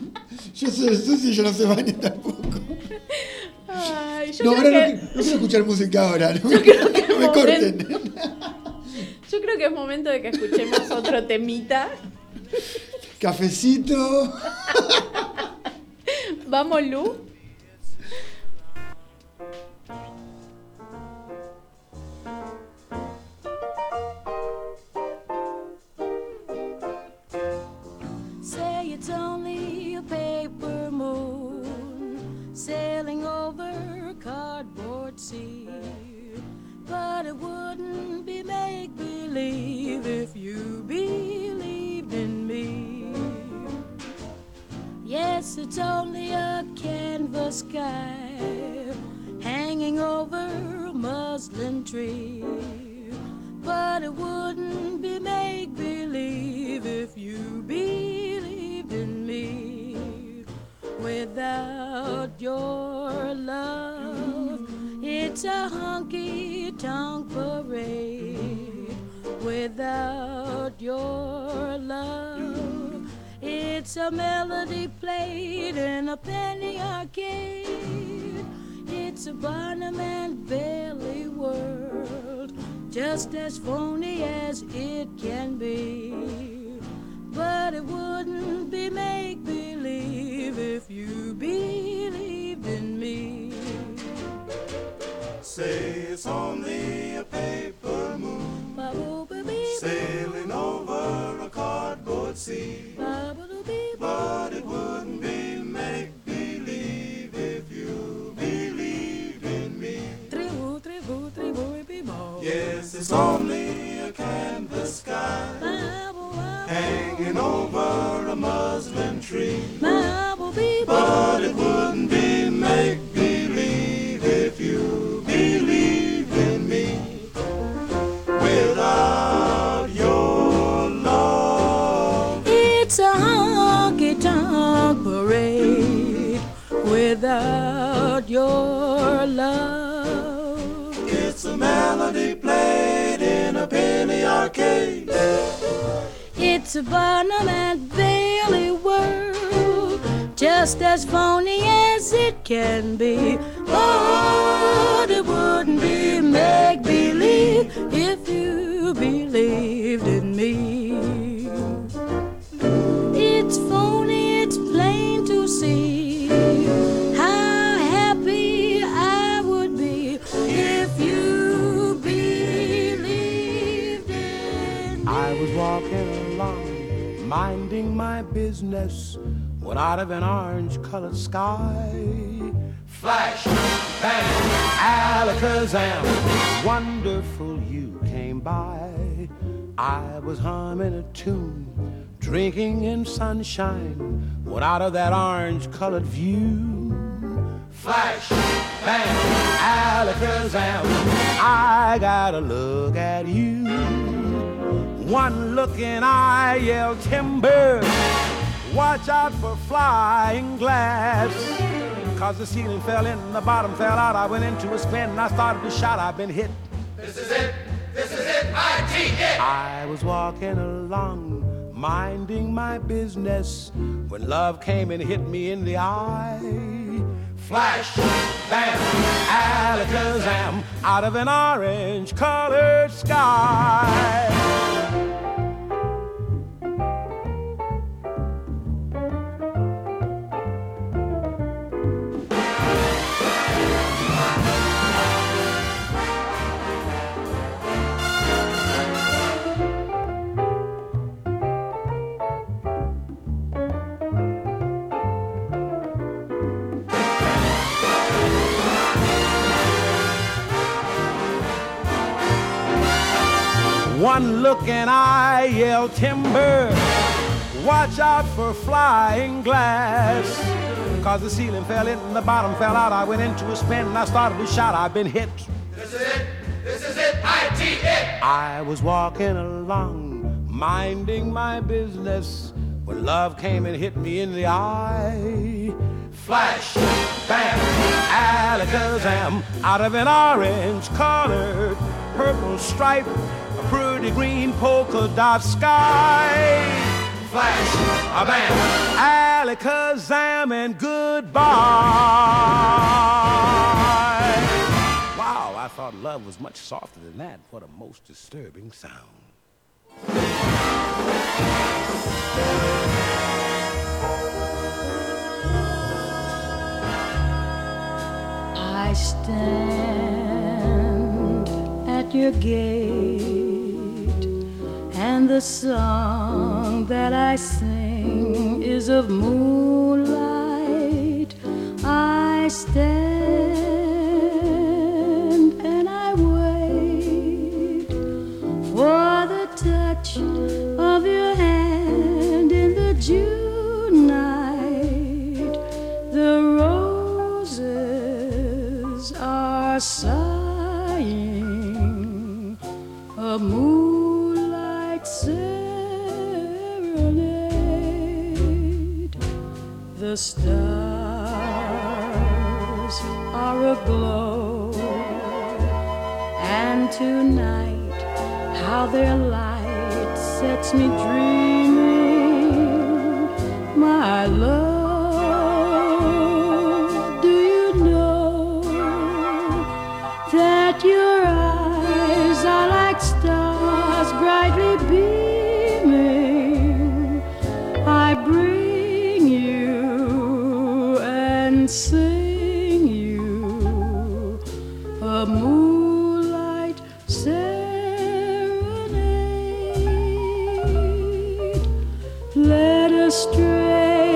S5: Yo soy sucio y yo no se baña tampoco.
S4: Ay, yo,
S5: no,
S4: creo
S5: ahora
S4: que,
S5: no, quiero- no quiero escuchar música ahora. No, me- no me corten.
S4: yo creo que es momento de que escuchemos otro temita.
S5: Cafecito.
S4: Vamos, Lu.
S9: Say it's only a paper moon sailing over a cardboard sea. But it wouldn't be make believe if you believed in me. Yes, it's only a canvas sky hanging over a muslin tree. But it wouldn't be make believe if you believed in me. Without your love, it's a honky tonk parade. Without your love, it's a melody played in a penny arcade. It's
S10: It's a Barnum and Bailey world, just as phony as it can be. But it wouldn't be make believe if you believed in me.
S3: Say it's only a paper moon
S10: Ba boo ba bee,
S3: sailing over a cardboard sea.
S10: ba boo doo bee, ba-
S3: But it wouldn't be make believe if you believed in me.
S10: Three woo, three boo, three boo, bee boo.
S3: Yes, it's only a canvas sky
S10: Ba boo ba boo,
S3: hanging over a muslin tree.
S10: ba boo bee boo.
S3: But it wouldn't be make believe if you believed in me. Without your love,
S10: It's a honky tonk parade without your love.
S3: it's a melody played in a penny arcade.
S10: It's a Barnum and Bailey world, just as phony as it can be. But it wouldn't be make believe if you believed in me. It's phony, it's plain to see how happy I would be if you believed in me.
S9: I was walking along, minding my business, when out of an orange colored sky, flash, bang, alakazam, wonderful you came by. I was humming a tune, drinking in sunshine, when out of that orange colored view, flash, bang, alakazam, I gotta look at you. One looking eye yell timber. Watch out for flying glass. Cause the ceiling fell in, the bottom fell out. I went into a spin and I started to shout, I've been hit. I was walking along, minding my business, when love came and hit me in the eye. Flash, bam, alakazam, out of an orange colored sky. One look and I yell timber. Watch out for flying glass. Cause the ceiling fell in and the bottom fell out. I went into a spin and I started to shout, I've been hit. I was walking along, minding my business, when love came and hit me in the eye. Flash, bam, alakazam, out of an orange colored purple stripe, a pretty green polka dot sky. Flash, a bam, alakazam, and goodbye. Wow, I thought love was much softer than that. What a most disturbing sound.
S10: I stand at your gate, and the song that I sing is of moonlight. I stand and I wait for the touch of your hand in the June night. The roses are sighing a moonlight serenade. The stars are aglow and tonight how their light sets me dreaming my love do you know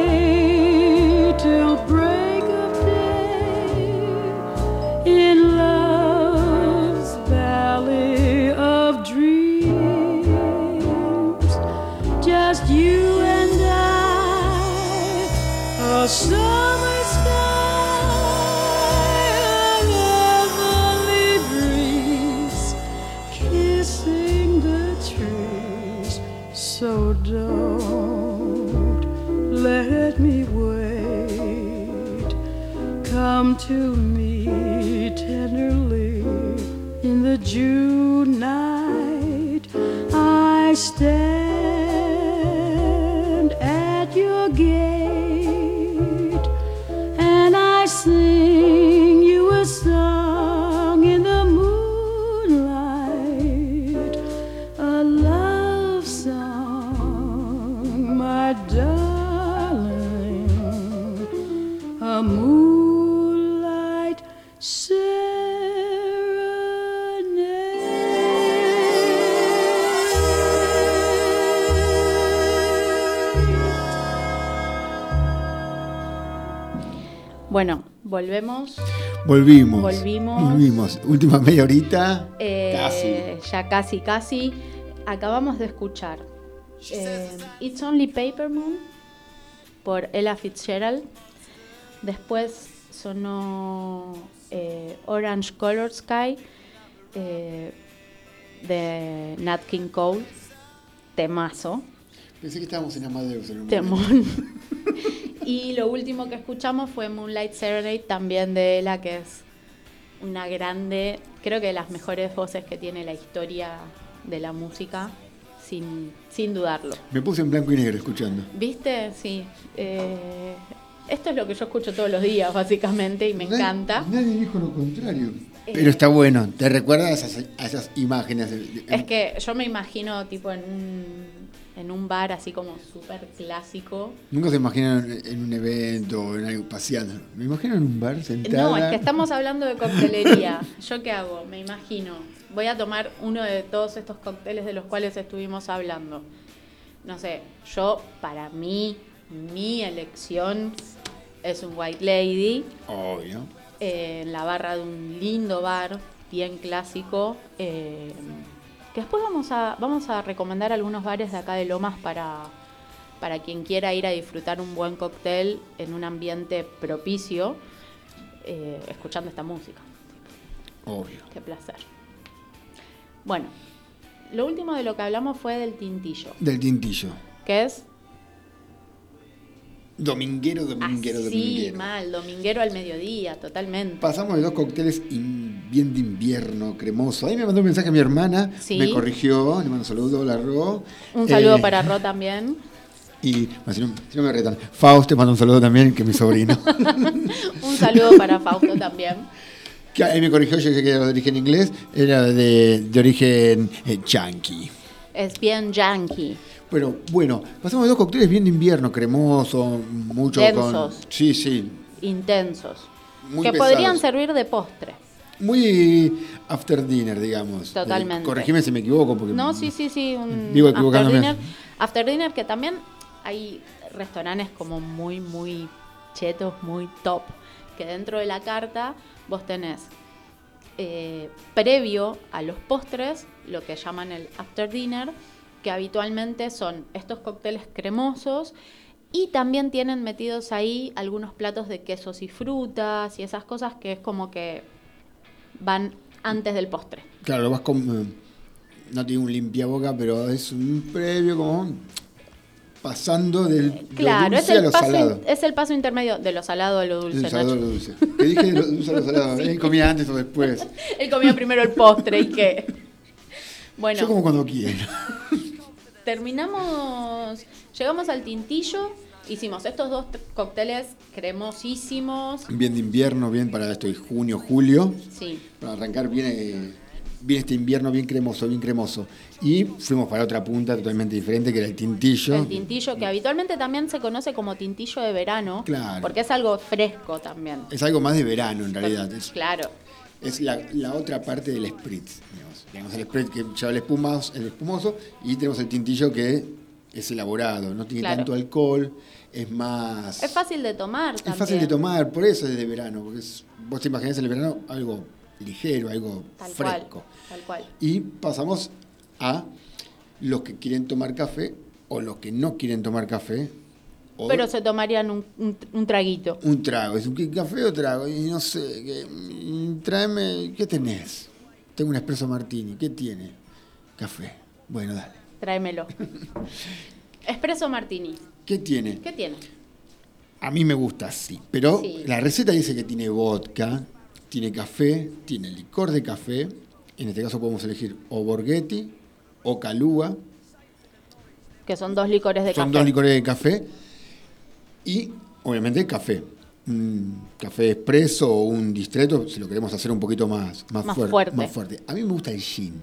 S10: astray till break of day in love's valley of dreams. Just you and I, a summer sky, a lovely breeze kissing the trees. So don't let me wait. Come to me tenderly in the June night. I stand at your gate and I sing you a song in the moonlight, a love song, my darling, a moonlight
S4: Bueno, volvemos.
S5: Volvimos.
S4: Volvimos.
S5: Volvimos. Última media horita.
S4: Eh, Ya casi, casi. Acabamos de escuchar eh, It's Only Paper Moon por Ella Fitzgerald. Después sonó eh, Orange Color Sky eh, de Nat King Cole. Temazo.
S5: Pensé que estábamos en Amadeus en un
S4: Temón.
S5: momento.
S4: y lo último que escuchamos fue Moonlight Serenade, también de Ella, que es una grande, creo que de las mejores voces que tiene la historia de la música, sin, sin dudarlo.
S5: Me puse en blanco y negro escuchando.
S4: ¿Viste? Sí. eh, esto es lo que yo escucho todos los días, básicamente, y me
S5: Nadie-
S4: encanta.
S5: Nadie dijo lo contrario.
S4: Eh.
S5: Pero está bueno, te recuerda a esas, a esas imágenes. de- de-
S4: Es que yo me imagino, tipo, en un, en un bar así como súper clásico.
S5: Nunca se imaginaron en un evento o en algo paseando. Me imagino en un bar sentada.
S4: No, es que estamos hablando de coctelería. ¿Yo qué hago? Me imagino. Voy a tomar uno de todos estos cócteles de los cuales estuvimos hablando. No sé, yo, para mí, mi elección es un White Lady
S5: Obvio.
S4: eh, en la barra de un lindo bar, bien clásico. eh, que después vamos a, vamos a recomendar algunos bares de acá de Lomas para, para quien quiera ir a disfrutar un buen cóctel en un ambiente propicio, eh, escuchando esta música.
S5: Obvio.
S4: Qué placer. Bueno, lo último de lo que hablamos fue del tintillo,
S5: Del tintillo.
S4: que es
S5: Dominguero, dominguero,
S4: así
S5: dominguero.
S4: mal, dominguero al mediodía, totalmente.
S5: Pasamos de dos cócteles in- bien de invierno, cremoso. Ahí me mandó un mensaje a mi hermana,
S4: Sí.
S5: me corrigió, le mando un saludo, la Ro.
S4: Un saludo
S5: Eh,
S4: para Ro también.
S5: Y bueno, si no, si no me retan, Faust te manda un saludo también, que es mi sobrino.
S4: Un saludo para Fausto también.
S5: que ahí me corrigió, yo dije que era de origen inglés, era de, de origen eh, yankee.
S4: Es bien yankee.
S5: Pero bueno, pasamos de dos cócteles bien de invierno, cremoso, mucho
S4: Densos.
S5: con. Sí, sí.
S4: intensos.
S5: Muy
S4: que
S5: pesados.
S4: podrían servir de postre.
S5: Muy after dinner, digamos.
S4: Totalmente.
S5: Eh, corregime si me equivoco, porque.
S4: No, sí, sí, sí. Un
S5: Digo
S4: after
S5: equivocándome.
S4: dinner, after dinner que también hay restaurantes como muy, muy chetos, muy top. Que dentro de la carta vos tenés eh, previo a los postres lo que llaman el after dinner, que habitualmente son estos cócteles cremosos y también tienen metidos ahí algunos platos de quesos y frutas y esas cosas que es como que van antes del postre.
S5: Claro, lo vas con. eh, No tiene un limpiaboca, pero es un previo como. Pasando del lo
S4: Claro, es
S5: dulce a
S4: el,
S5: lo
S4: paso
S5: salado.
S4: in- es el paso intermedio de lo salado a lo dulce,
S5: Del salado a
S4: Nacho.
S5: lo dulce. Te dije de lo dulce a lo salado. Él comía antes o después.
S4: Él comía primero el postre y qué.
S5: Yo como
S4: Bueno,
S5: cuando quiero.
S4: terminamos, llegamos al tintillo, hicimos estos dos t- cócteles cremosísimos.
S5: Bien de invierno, bien para esto, es junio, julio.
S4: Sí,
S5: Para arrancar bien, eh, bien este invierno, bien cremoso, bien cremoso. Y fuimos para otra punta totalmente diferente, que era el tintillo.
S4: el tintillo que habitualmente también se conoce como tintillo de verano,
S5: Claro.
S4: porque es algo fresco también.
S5: Es algo más de verano en realidad. Es,
S4: Claro,
S5: es la, la otra parte del spritz. Digamos. Tenemos el spritz que lleva el espumoso, el espumoso y tenemos el tintillo que es elaborado, no tiene
S4: Claro.
S5: tanto alcohol, es más...
S4: Es fácil de tomar
S5: es
S4: también.
S5: fácil de tomar, por eso es de verano, porque es- vos te imaginás en el verano algo ligero, algo
S4: Tal
S5: fresco.
S4: cual, tal cual.
S5: Y pasamos a los que quieren tomar café o los que no quieren tomar café. o
S4: Pero se tomarían un, un- un traguito.
S5: Un trago. Es un ¿qué café o trago. Y no sé, que, mm, tráeme, ¿qué tenés? Tengo un espresso martini. ¿Qué tiene? Café. Bueno, dale.
S4: Tráemelo. Espresso martini.
S5: ¿Qué tiene?
S4: ¿Qué tiene?
S5: A mí me gusta así, pero
S4: Sí.
S5: la receta dice que tiene vodka, tiene café, tiene licor de café. En este caso podemos elegir o Borghetti o Calúa.
S4: Que son dos licores de
S5: Son
S4: café.
S5: dos licores de café y obviamente café. Un café expreso o un distreto, si lo queremos hacer un poquito más, más,
S4: Más
S5: fuer-
S4: fuerte.
S5: más fuerte. A mí me gusta el gin.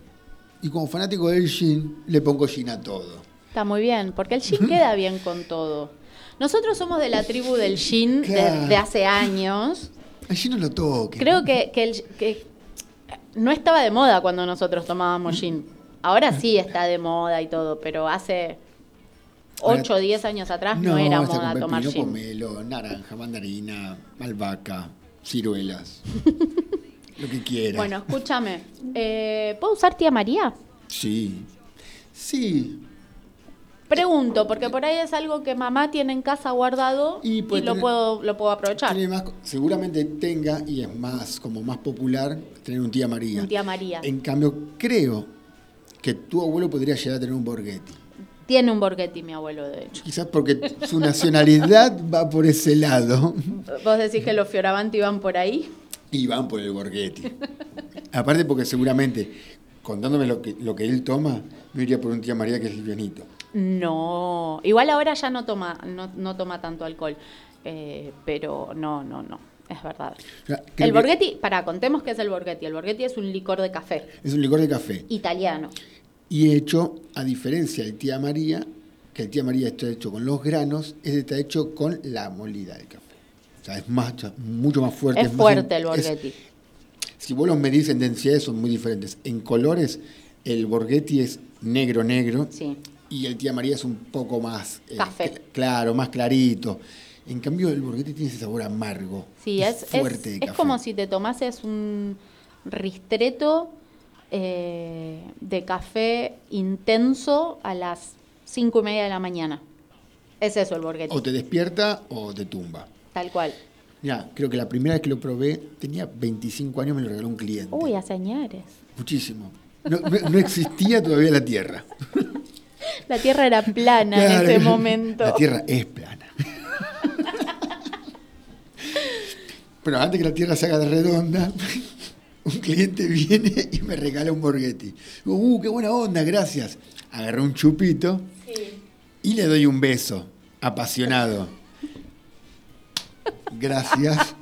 S5: Y como fanático del gin, le pongo gin a todo.
S4: Está muy bien, porque el gin queda bien con todo. Nosotros somos de la tribu del gin de-
S5: Claro.
S4: de hace años.
S5: Al gin no lo toque.
S4: Creo que, que el- que no estaba de moda cuando nosotros tomábamos gin. Ahora sí está de moda y todo, pero hace
S5: Ahora-
S4: 8 o 10 años atrás no, era
S5: está
S4: moda
S5: con
S4: tomar
S5: pepino,
S4: gin.
S5: pomelo, naranja, mandarina, albahaca, ciruelas. lo que quieras.
S4: Bueno, escúchame. eh, ¿Puedo usar tía María?
S5: Sí. Sí.
S4: Pregunto, porque por ahí es algo que mamá tiene en casa guardado
S5: Y
S4: y,
S5: puede
S4: lo,
S5: tener-
S4: puedo, lo puedo aprovechar.
S5: Tiene más- seguramente tenga, y es más, como más popular, tener un tía María.
S4: Un tía María.
S5: En cambio, creo que tu abuelo podría llegar a tener un Borghetti.
S4: Tiene un Borghetti mi abuelo, de hecho.
S5: Quizás porque su nacionalidad va por ese lado
S4: Vos decís que los Fioravanti van por ahí.
S5: y van por el Borghetti. Aparte porque seguramente, contándome lo que, lo que él toma, no iría por un tía María que es livianito.
S4: No, igual ahora ya no toma, no, no toma tanto alcohol, Eh, pero no, no, no, es verdad.
S5: O sea, creo
S4: El
S5: que
S4: Borghetti, para contemos qué es el Borghetti. El Borghetti es un licor de café
S5: Es un licor de café.
S4: italiano.
S5: Y hecho, a diferencia del tía María, que el tía María está hecho con los granos, este está hecho con la molida del café. O sea, es más, mucho más fuerte.
S4: Es
S5: más
S4: fuerte
S5: in-
S4: el
S5: pues, es-
S4: Borghetti.
S5: si vos los medís en densidades son muy diferentes. En colores, el Borghetti es negro, negro.
S4: Sí.
S5: Y el tía María es un poco más eh,
S4: Café.
S5: cl- claro, más clarito. En cambio, el Borghetti tiene ese sabor amargo.
S4: Sí,
S5: y
S4: es, es-
S5: fuerte de
S4: es
S5: café.
S4: como si te tomases un ristreto eh, de café intenso a las cinco y media de la mañana. Es eso el Borghetti,
S5: O te despierta o te tumba.
S4: tal cual.
S5: Ya, creo que la primera vez que lo probé tenía 25 años, me lo regaló un cliente.
S4: Uy, hace añares.
S5: Muchísimo. No, no- no existía todavía la Tierra.
S4: La tierra era plana
S5: Claro,
S4: en ese momento.
S5: La Tierra es plana. Pero antes que la Tierra se haga de redonda, un cliente viene y me regala un borghetti. Digo, uh, qué buena onda, gracias. Agarré un chupito y le doy un beso, apasionado. Gracias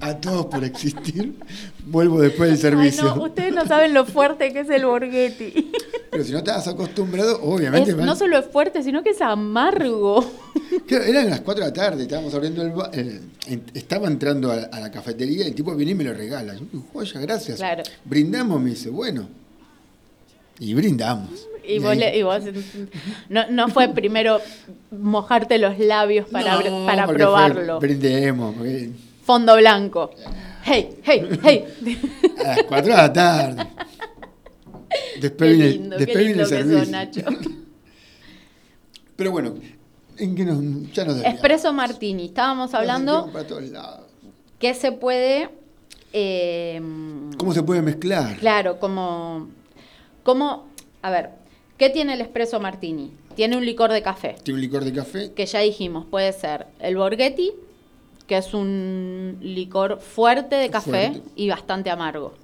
S5: a todos por existir. Vuelvo después del
S4: Ay,
S5: servicio.
S4: no, ustedes no saben lo fuerte que es el Borghetti.
S5: Pero si no estás acostumbrado, obviamente.
S4: Es-
S5: van-
S4: no solo es fuerte, sino que es amargo.
S5: Claro, eran las 4 de la tarde, estábamos abriendo el, ba- el- en- Estaba entrando a, a la cafetería y el tipo viene y me lo regala. Yo, joya, gracias.
S4: Claro.
S5: Brindamos, me dice, bueno. Y brindamos.
S4: Y vos, le- y vos- no, no fue primero mojarte los labios para, abr- para probarlo.
S5: brindemos. porque
S4: Fondo blanco. Hey, hey, hey.
S5: a las 4 de la tarde. Después
S4: Qué
S5: viene,
S4: lindo,
S5: después
S4: qué
S5: viene
S4: lindo que
S5: el servicio.
S4: sos, Nacho.
S5: Pero bueno, en que nos, ya nos desviamos.
S4: Espresso Martini. Estábamos
S5: Nos
S4: hablando
S5: desviamos para todos lados.
S4: que se puede. eh,
S5: ¿Cómo se puede mezclar?
S4: Claro, como, como, a ver, ¿qué tiene el espresso martini? Tiene un licor de café,
S5: Tiene un licor de café.
S4: que ya dijimos, puede ser el Borghetti, que es un licor fuerte de café
S5: Fuerte.
S4: y bastante amargo.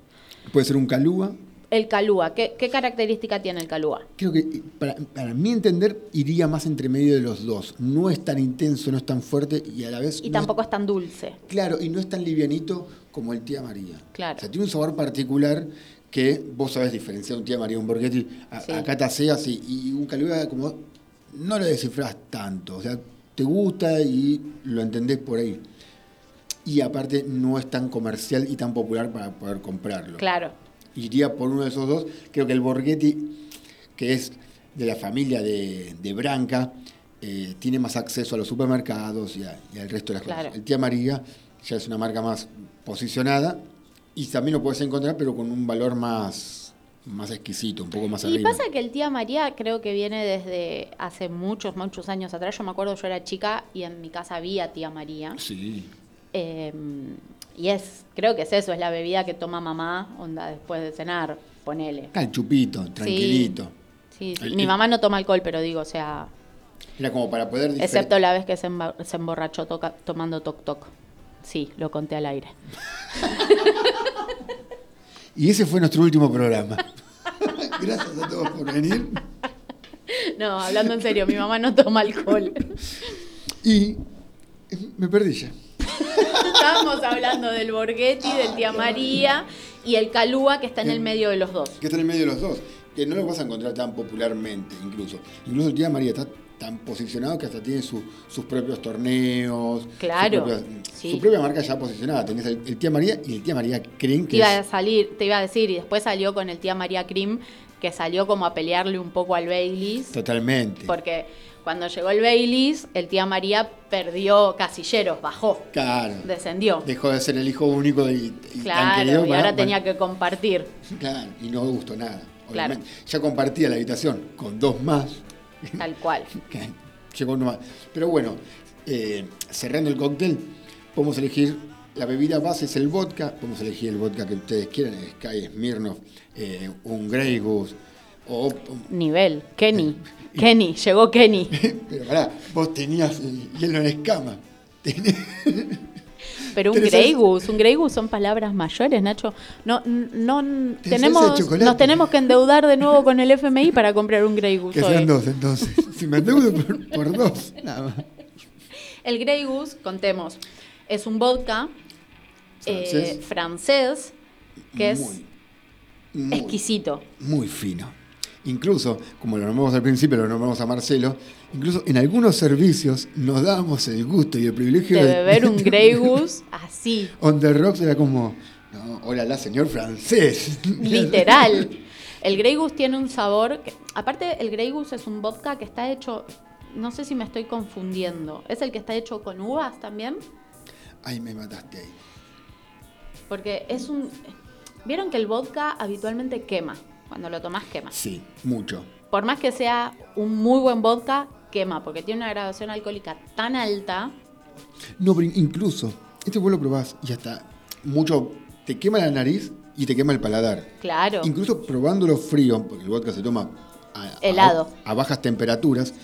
S5: Puede ser un calúa.
S4: El Calúa, ¿qué, qué característica tiene el Calúa?
S5: Creo que eh, para, para mi entender iría más entre medio de los dos. No es tan intenso, no es tan fuerte y a la vez...
S4: Y
S5: no
S4: tampoco es tan dulce.
S5: es- claro, y no es tan livianito como el tía María.
S4: Claro.
S5: O sea, tiene un sabor particular que vos sabés diferenciar un tía María, un Borghetti, a-
S4: Sí.
S5: acá te haceas y, y un caluga como no lo descifrás tanto. O sea, te gusta y lo entendés por ahí. Y aparte no es tan comercial y tan popular para poder comprarlo
S4: Claro,
S5: iría por uno de esos dos. Creo que el Borghetti, que es de la familia de, de Branca eh, tiene más acceso a los supermercados y, a- y al resto de las
S4: Claro.
S5: cosas. El Tía María ya es una marca más posicionada y también lo puedes encontrar, pero con un valor más, más exquisito, un poco más
S4: Y
S5: arriba.
S4: pasa que el tía María creo que viene desde hace muchos, muchos años atrás. Yo me acuerdo, yo era chica y en mi casa había tía María.
S5: Sí.
S4: Eh, y es, creo que es eso, es la bebida que toma mamá, onda, después de cenar, ponele.
S5: Ah, el chupito, tranquilito.
S4: Sí, sí.
S5: El-
S4: mi
S5: el-
S4: mamá no toma alcohol, pero digo, o sea,
S5: Era como para poder diferen-
S4: excepto la vez que se, emba- se emborrachó toca- tomando toc toc. Sí, lo conté al aire.
S5: Y ese fue nuestro último programa. Gracias a todos por venir.
S4: No, hablando en serio, mi mamá no toma alcohol.
S5: Y eh, me perdí ya.
S4: Estábamos hablando del Borghetti, del tía María y el Calúa que está en el medio de los dos.
S5: Que está en el medio de los dos. Que no lo vas a encontrar tan popularmente, incluso. Incluso el Tía María está tan posicionado que hasta tiene su- sus propios torneos.
S4: Claro,
S5: Su propia,
S4: sí.
S5: su propia marca ya posicionada. Tenés el, el Tía María y el Tía María creen
S4: Te
S5: que
S4: iba a
S5: es.
S4: salir, te iba a decir, y después salió con el tía María Krim, que salió como a pelearle un poco al Baileys,
S5: Totalmente.
S4: porque cuando llegó el Baileys, el tía María perdió casilleros, bajó,
S5: Claro.
S4: descendió.
S5: Dejó de ser el hijo único y, y tan
S4: claro,
S5: querido
S4: y
S5: para-
S4: ahora
S5: para-
S4: tenía que compartir.
S5: Claro, y no gustó nada.
S4: Claro.
S5: Obviamente. Ya compartía la habitación con dos más.
S4: Tal cual.
S5: que llegó uno más. Pero bueno, eh, cerrando el cóctel, podemos elegir la bebida base es el vodka, podemos elegir el vodka que ustedes quieran, el Sky, Smirnoff, eh, un Grey Goose, o...
S4: Nivel. Kenny. Kenny. Llegó Kenny.
S5: Pero pará, vos tenías el hielo en escama.
S4: Pero un
S5: Pero
S4: Grey
S5: sabes-
S4: Goose. Un Grey Goose son palabras mayores, Nacho. No, n- no, n-
S5: Te salsa
S4: tenemos,
S5: de chocolate.
S4: nos tenemos que endeudar de nuevo con el FMI para comprar un Grey Goose
S5: Que sean
S4: hoy.
S5: dos, entonces. Si me endeudo por, por dos, nada más.
S4: El Grey Goose, contemos, es un vodka eh,
S5: Francés.
S4: francés que es
S5: muy,
S4: exquisito.
S5: muy fino. Incluso, como lo nombramos al principio, lo nombramos a Marcelo, incluso en algunos servicios nos dábamos el gusto y el privilegio
S4: De beber un Grey Goose así,
S5: On the Rocks era como, no, hola, la señor francés.
S4: literal. El Grey Goose tiene un sabor. que- aparte, el Grey Goose es un vodka que está hecho. No sé si me estoy confundiendo. ¿Es el que está hecho con uvas también?
S5: Ay, me mataste ahí.
S4: Porque es un. Vieron que el vodka habitualmente quema. Cuando lo tomas, quema.
S5: Sí, mucho.
S4: por más que sea un muy buen vodka, quema, porque tiene una graduación alcohólica tan alta.
S5: No, pero incluso, este vos lo probás y hasta mucho, te quema la nariz y te quema el paladar.
S4: Claro.
S5: Incluso probándolo frío, porque el vodka se toma a, a-
S4: Helado.
S5: A, bajas temperaturas,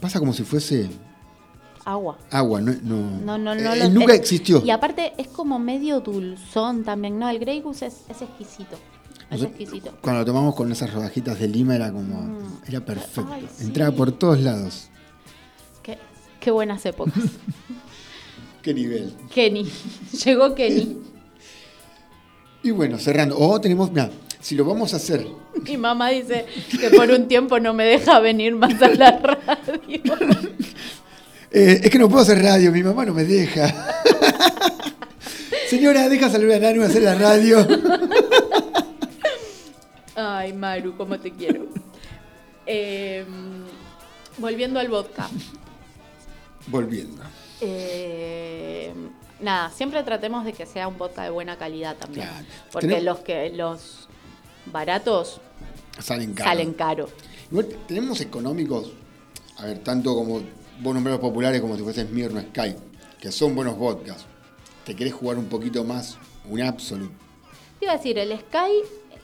S5: pasa como si fuese
S4: Agua.
S5: agua, no. no,
S4: No, no, no.
S5: eh,
S4: lo-
S5: nunca
S4: eh,
S5: existió.
S4: Y aparte es como medio dulzón también, ¿no? El Grey Goose es, es exquisito. Es
S5: Nosotros-
S4: exquisito.
S5: Cuando lo tomamos con esas rodajitas de lima era como, era perfecto.
S4: Mm. Ay, sí.
S5: Entraba por todos lados.
S4: Qué, qué buenas épocas.
S5: Qué nivel.
S4: Kenny. Llegó Kenny.
S5: Y bueno, cerrando. O tenemos, mira, si lo vamos a hacer,
S4: Mi mamá dice que por un tiempo no me deja venir más a la radio.
S5: eh, es que no puedo hacer radio, mi mamá no me deja. Señora, deja saludar a Nanu a hacer la radio.
S4: Ay, Maru, cómo te quiero. Eh, volviendo al vodka.
S5: Volviendo.
S4: Eh, nada, siempre tratemos de que sea un vodka de buena calidad también.
S5: Claro.
S4: Porque
S5: Tenem-
S4: los que los baratos
S5: Salen caros.
S4: salen caro.
S5: Igual tenemos económicos, a ver, tanto como vos nombres populares como si fuese Mirno Sky, que son buenos vodkas. ¿Te querés jugar un poquito más? Un Absolute.
S4: Te iba a decir, el Sky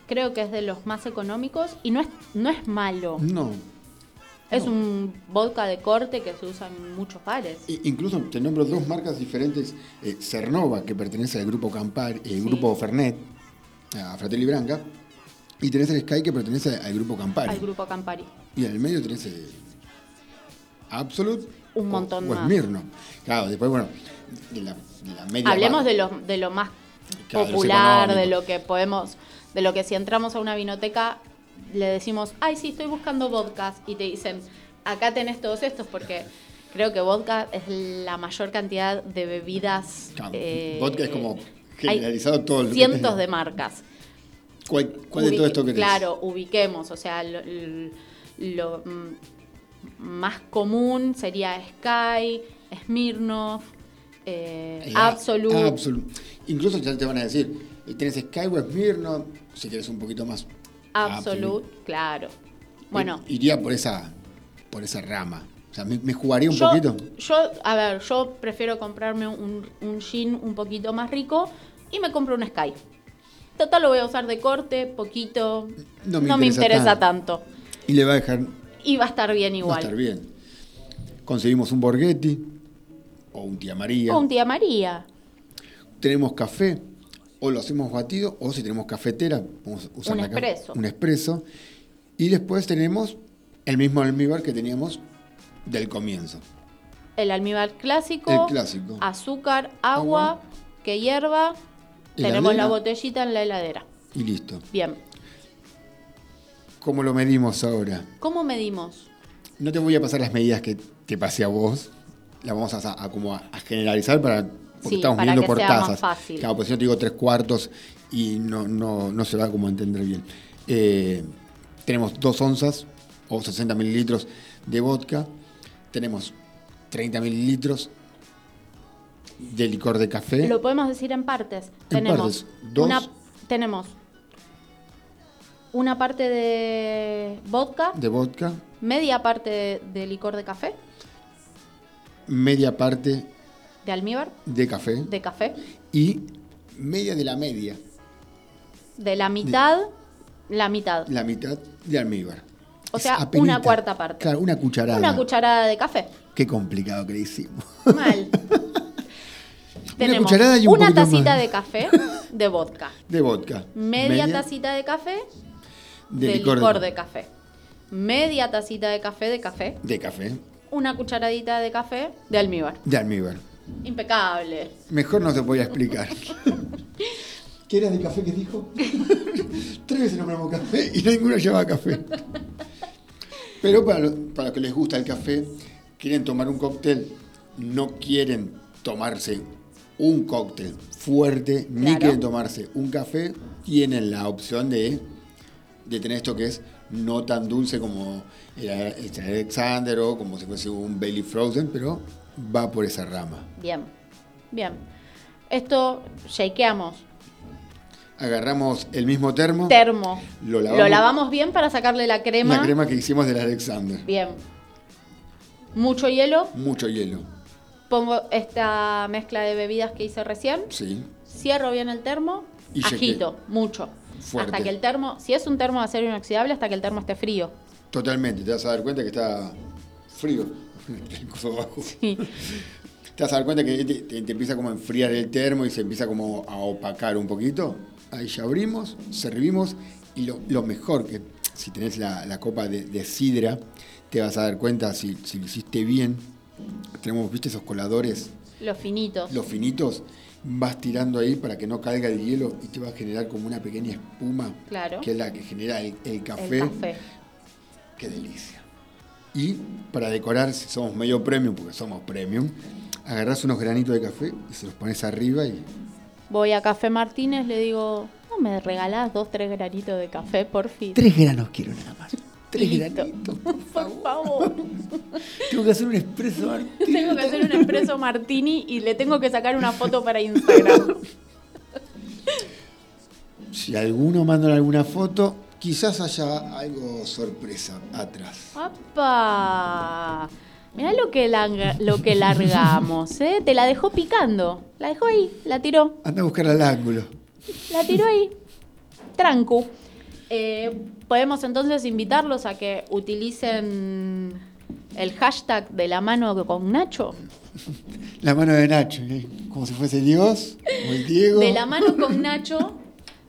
S4: creo que es de los más económicos y no es, no es malo.
S5: No.
S4: Es un vodka de corte que se usa en muchos bares.
S5: I- incluso te nombro dos marcas diferentes. eh, Cernova, que pertenece al grupo Campari, el grupo Fernet, a Fratelli Branca. Y tenés el Sky que pertenece al grupo Campari.
S4: Al grupo Campari.
S5: Y en el medio tenés el Absolute.
S4: Un
S5: o-
S4: montón
S5: o
S4: más.
S5: Smirnoff. Claro, después, bueno, de la, de la media.
S4: Hablemos
S5: barra.
S4: de lo, de lo más
S5: Claro, de los
S4: popular, de
S5: económicos.
S4: lo que podemos, de lo que si entramos a una vinoteca le decimos, ay, sí, estoy buscando vodkas y te dicen, acá tenés todos estos porque creo que vodka es la mayor cantidad de bebidas.
S5: Claro,
S4: eh,
S5: vodka es como
S4: hay
S5: generalizado todo lo que
S4: Cientos
S5: tenés.
S4: de marcas.
S5: ¿Cuál, cuál de
S4: Ubique-
S5: todo esto querés?
S4: Claro, ubiquemos, o sea, lo- l- Lo mm, más común sería Sky, Smirnoff, eh,
S5: Eh,
S4: Absolute.
S5: Absolute. Incluso ya te van a decir, eh, tenés Skyward, Mirno, si querés un poquito más. Ah, pues
S4: Absolute, Ah, claro. Bueno,
S5: I- Iría por esa, por esa rama. O sea, me, me jugaría un
S4: yo,
S5: poquito.
S4: yo, a ver, yo prefiero comprarme un, un jean un poquito más rico y me compro un Sky. Total, lo voy a usar de corte, poquito. No me, interesa, tanto.
S5: Y le va a dejar va
S4: Y va a estar bien
S5: a
S4: igual.
S5: estar bien. Conseguimos un Borghetti o un Tía María.
S4: O un tía María.
S5: Tenemos café o lo hacemos batido o si tenemos cafetera, vamos a usar
S4: Un
S5: la ca-
S4: expreso.
S5: Un expreso. Y después tenemos el mismo almíbar que teníamos del comienzo.
S4: El almíbar clásico.
S5: El clásico.
S4: Azúcar, agua,
S5: Agua.
S4: que hierva.
S5: Heladera.
S4: Tenemos la botellita en la heladera.
S5: Y listo.
S4: Bien.
S5: ¿Cómo lo medimos ahora?
S4: ¿Cómo medimos?
S5: No te voy a pasar las medidas que te pasé a vos. Las vamos a, a como a, a generalizar para. Porque
S4: Sí,
S5: estamos
S4: para
S5: viendo
S4: que
S5: por
S4: sea más
S5: tazas.
S4: fácil.
S5: Claro, pues si no te digo tres cuartos y no, no, no se va como a entender bien. Eh, tenemos dos onzas o 60 mililitros de vodka. Tenemos 30 mililitros de licor de café.
S4: Lo podemos decir en partes. tenemos
S5: Eh, partes. Dos.
S4: una tenemos una parte de vodka,
S5: De vodka.
S4: media parte de, de licor de café,
S5: Media parte
S4: de almíbar,
S5: de café.
S4: de café,
S5: Y media de la media.
S4: de la mitad, la mitad.
S5: La mitad de almíbar.
S4: O
S5: Es
S4: sea,
S5: apenita.
S4: una cuarta parte.
S5: Claro, una cucharada.
S4: Una cucharada de café.
S5: Qué complicado que le hicimos.
S4: Mal. Tenemos
S5: cucharada y un
S4: una
S5: poquito
S4: tacita
S5: más.
S4: de café de vodka,
S5: De vodka.
S4: media, tacita de café
S5: de,
S4: licor, de café, media tacita de café de café,
S5: de café.
S4: una cucharadita de café de almíbar.
S5: De almíbar.
S4: Impecable.
S5: Mejor no se podía explicar. ¿Qué era de café que dijo? Tres veces nombramos café y ninguna llevaba café. Pero para, lo- para los que les gusta el café, quieren tomar un cóctel, no quieren tomarse un cóctel fuerte, ni
S4: Claro.
S5: quieren tomarse un café, tienen la opción de, de tener esto que es no tan dulce como el, el Alexander o como si fuese un Bailey Frozen, pero va por esa rama.
S4: Bien, bien. Esto shakeamos.
S5: Agarramos el mismo termo.
S4: Termo.
S5: Lo lavamos.
S4: Lo lavamos bien para sacarle la crema.
S5: La crema que hicimos del Alexander.
S4: Bien. Mucho hielo.
S5: Mucho hielo.
S4: Pongo esta mezcla de bebidas que hice recién.
S5: Sí.
S4: Cierro bien el termo.
S5: Y shakeo.
S4: agito, mucho.
S5: Fuerte.
S4: Hasta que el termo, si es un termo de acero inoxidable, hasta que el termo esté frío.
S5: Totalmente. Te vas a dar cuenta que está frío. El coso abajo.
S4: Sí.
S5: Te vas a dar cuenta que te, te- te empieza como a enfriar el termo y se empieza como a opacar un poquito. Ahí ya abrimos, servimos y lo, lo mejor que si tenés la, la copa de, de sidra, te vas a dar cuenta si, si lo hiciste bien. Tenemos, viste, esos coladores
S4: Los finitos.
S5: los finitos, vas tirando ahí para que no caiga el hielo y te va a generar como una pequeña espuma,
S4: Claro.
S5: que es la que genera el, el café.
S4: El café.
S5: Qué delicia. Y para decorar, si somos medio premium, porque somos premium, agarrás unos granitos de café y se los pones arriba y
S4: Voy a Café Martínez, le digo, ¿no me regalás dos, tres granitos de café, por fin?
S5: tres granos quiero nada más. Tres
S4: Listo.
S5: granitos.
S4: Por favor.
S5: Tengo que hacer un expreso
S4: Tengo que hacer un expreso martini y le tengo que sacar una foto para Instagram.
S5: Si alguno manda alguna foto, quizás haya algo sorpresa atrás.
S4: ¡Apa! Mirá lo que, larga- lo que largamos, ¿eh? Te la dejó picando. La dejó ahí, la tiró.
S5: Anda a buscar al ángulo.
S4: La tiró ahí. Trancu. Eh, podemos entonces invitarlos a que utilicen el hashtag de la mano con Nacho.
S5: La mano de Nacho, ¿eh? como si fuese Dios o el Diego.
S4: De la mano con Nacho,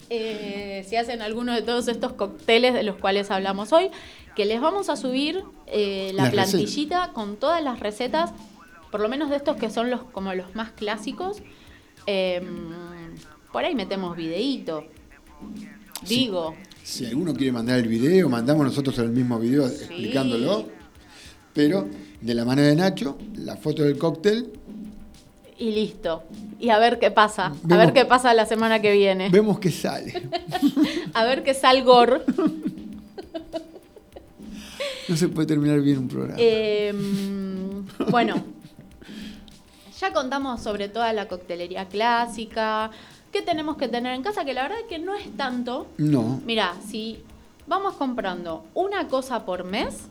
S4: eh, se hacen algunos de todos estos cócteles de los cuales hablamos hoy, que les vamos a subir eh, la
S5: Las
S4: plantillita con todas las recetas, por lo menos de estos que son los como los más clásicos. Eh, por ahí metemos videíto. Digo,
S5: Si alguno quiere mandar el video, mandamos nosotros el mismo video explicándolo. Pero de la mano de Nacho, la foto del cóctel,
S4: y listo. Y a ver qué pasa. A
S5: Vemos-
S4: ver qué pasa la semana que viene.
S5: vemos que sale.
S4: A ver qué salgor.
S5: No se puede terminar bien un programa.
S4: Eh, mm, bueno, ya contamos sobre toda la coctelería clásica, qué tenemos que tener en casa, que la verdad que no es tanto.
S5: No.
S4: Mira, si vamos comprando una cosa por mes,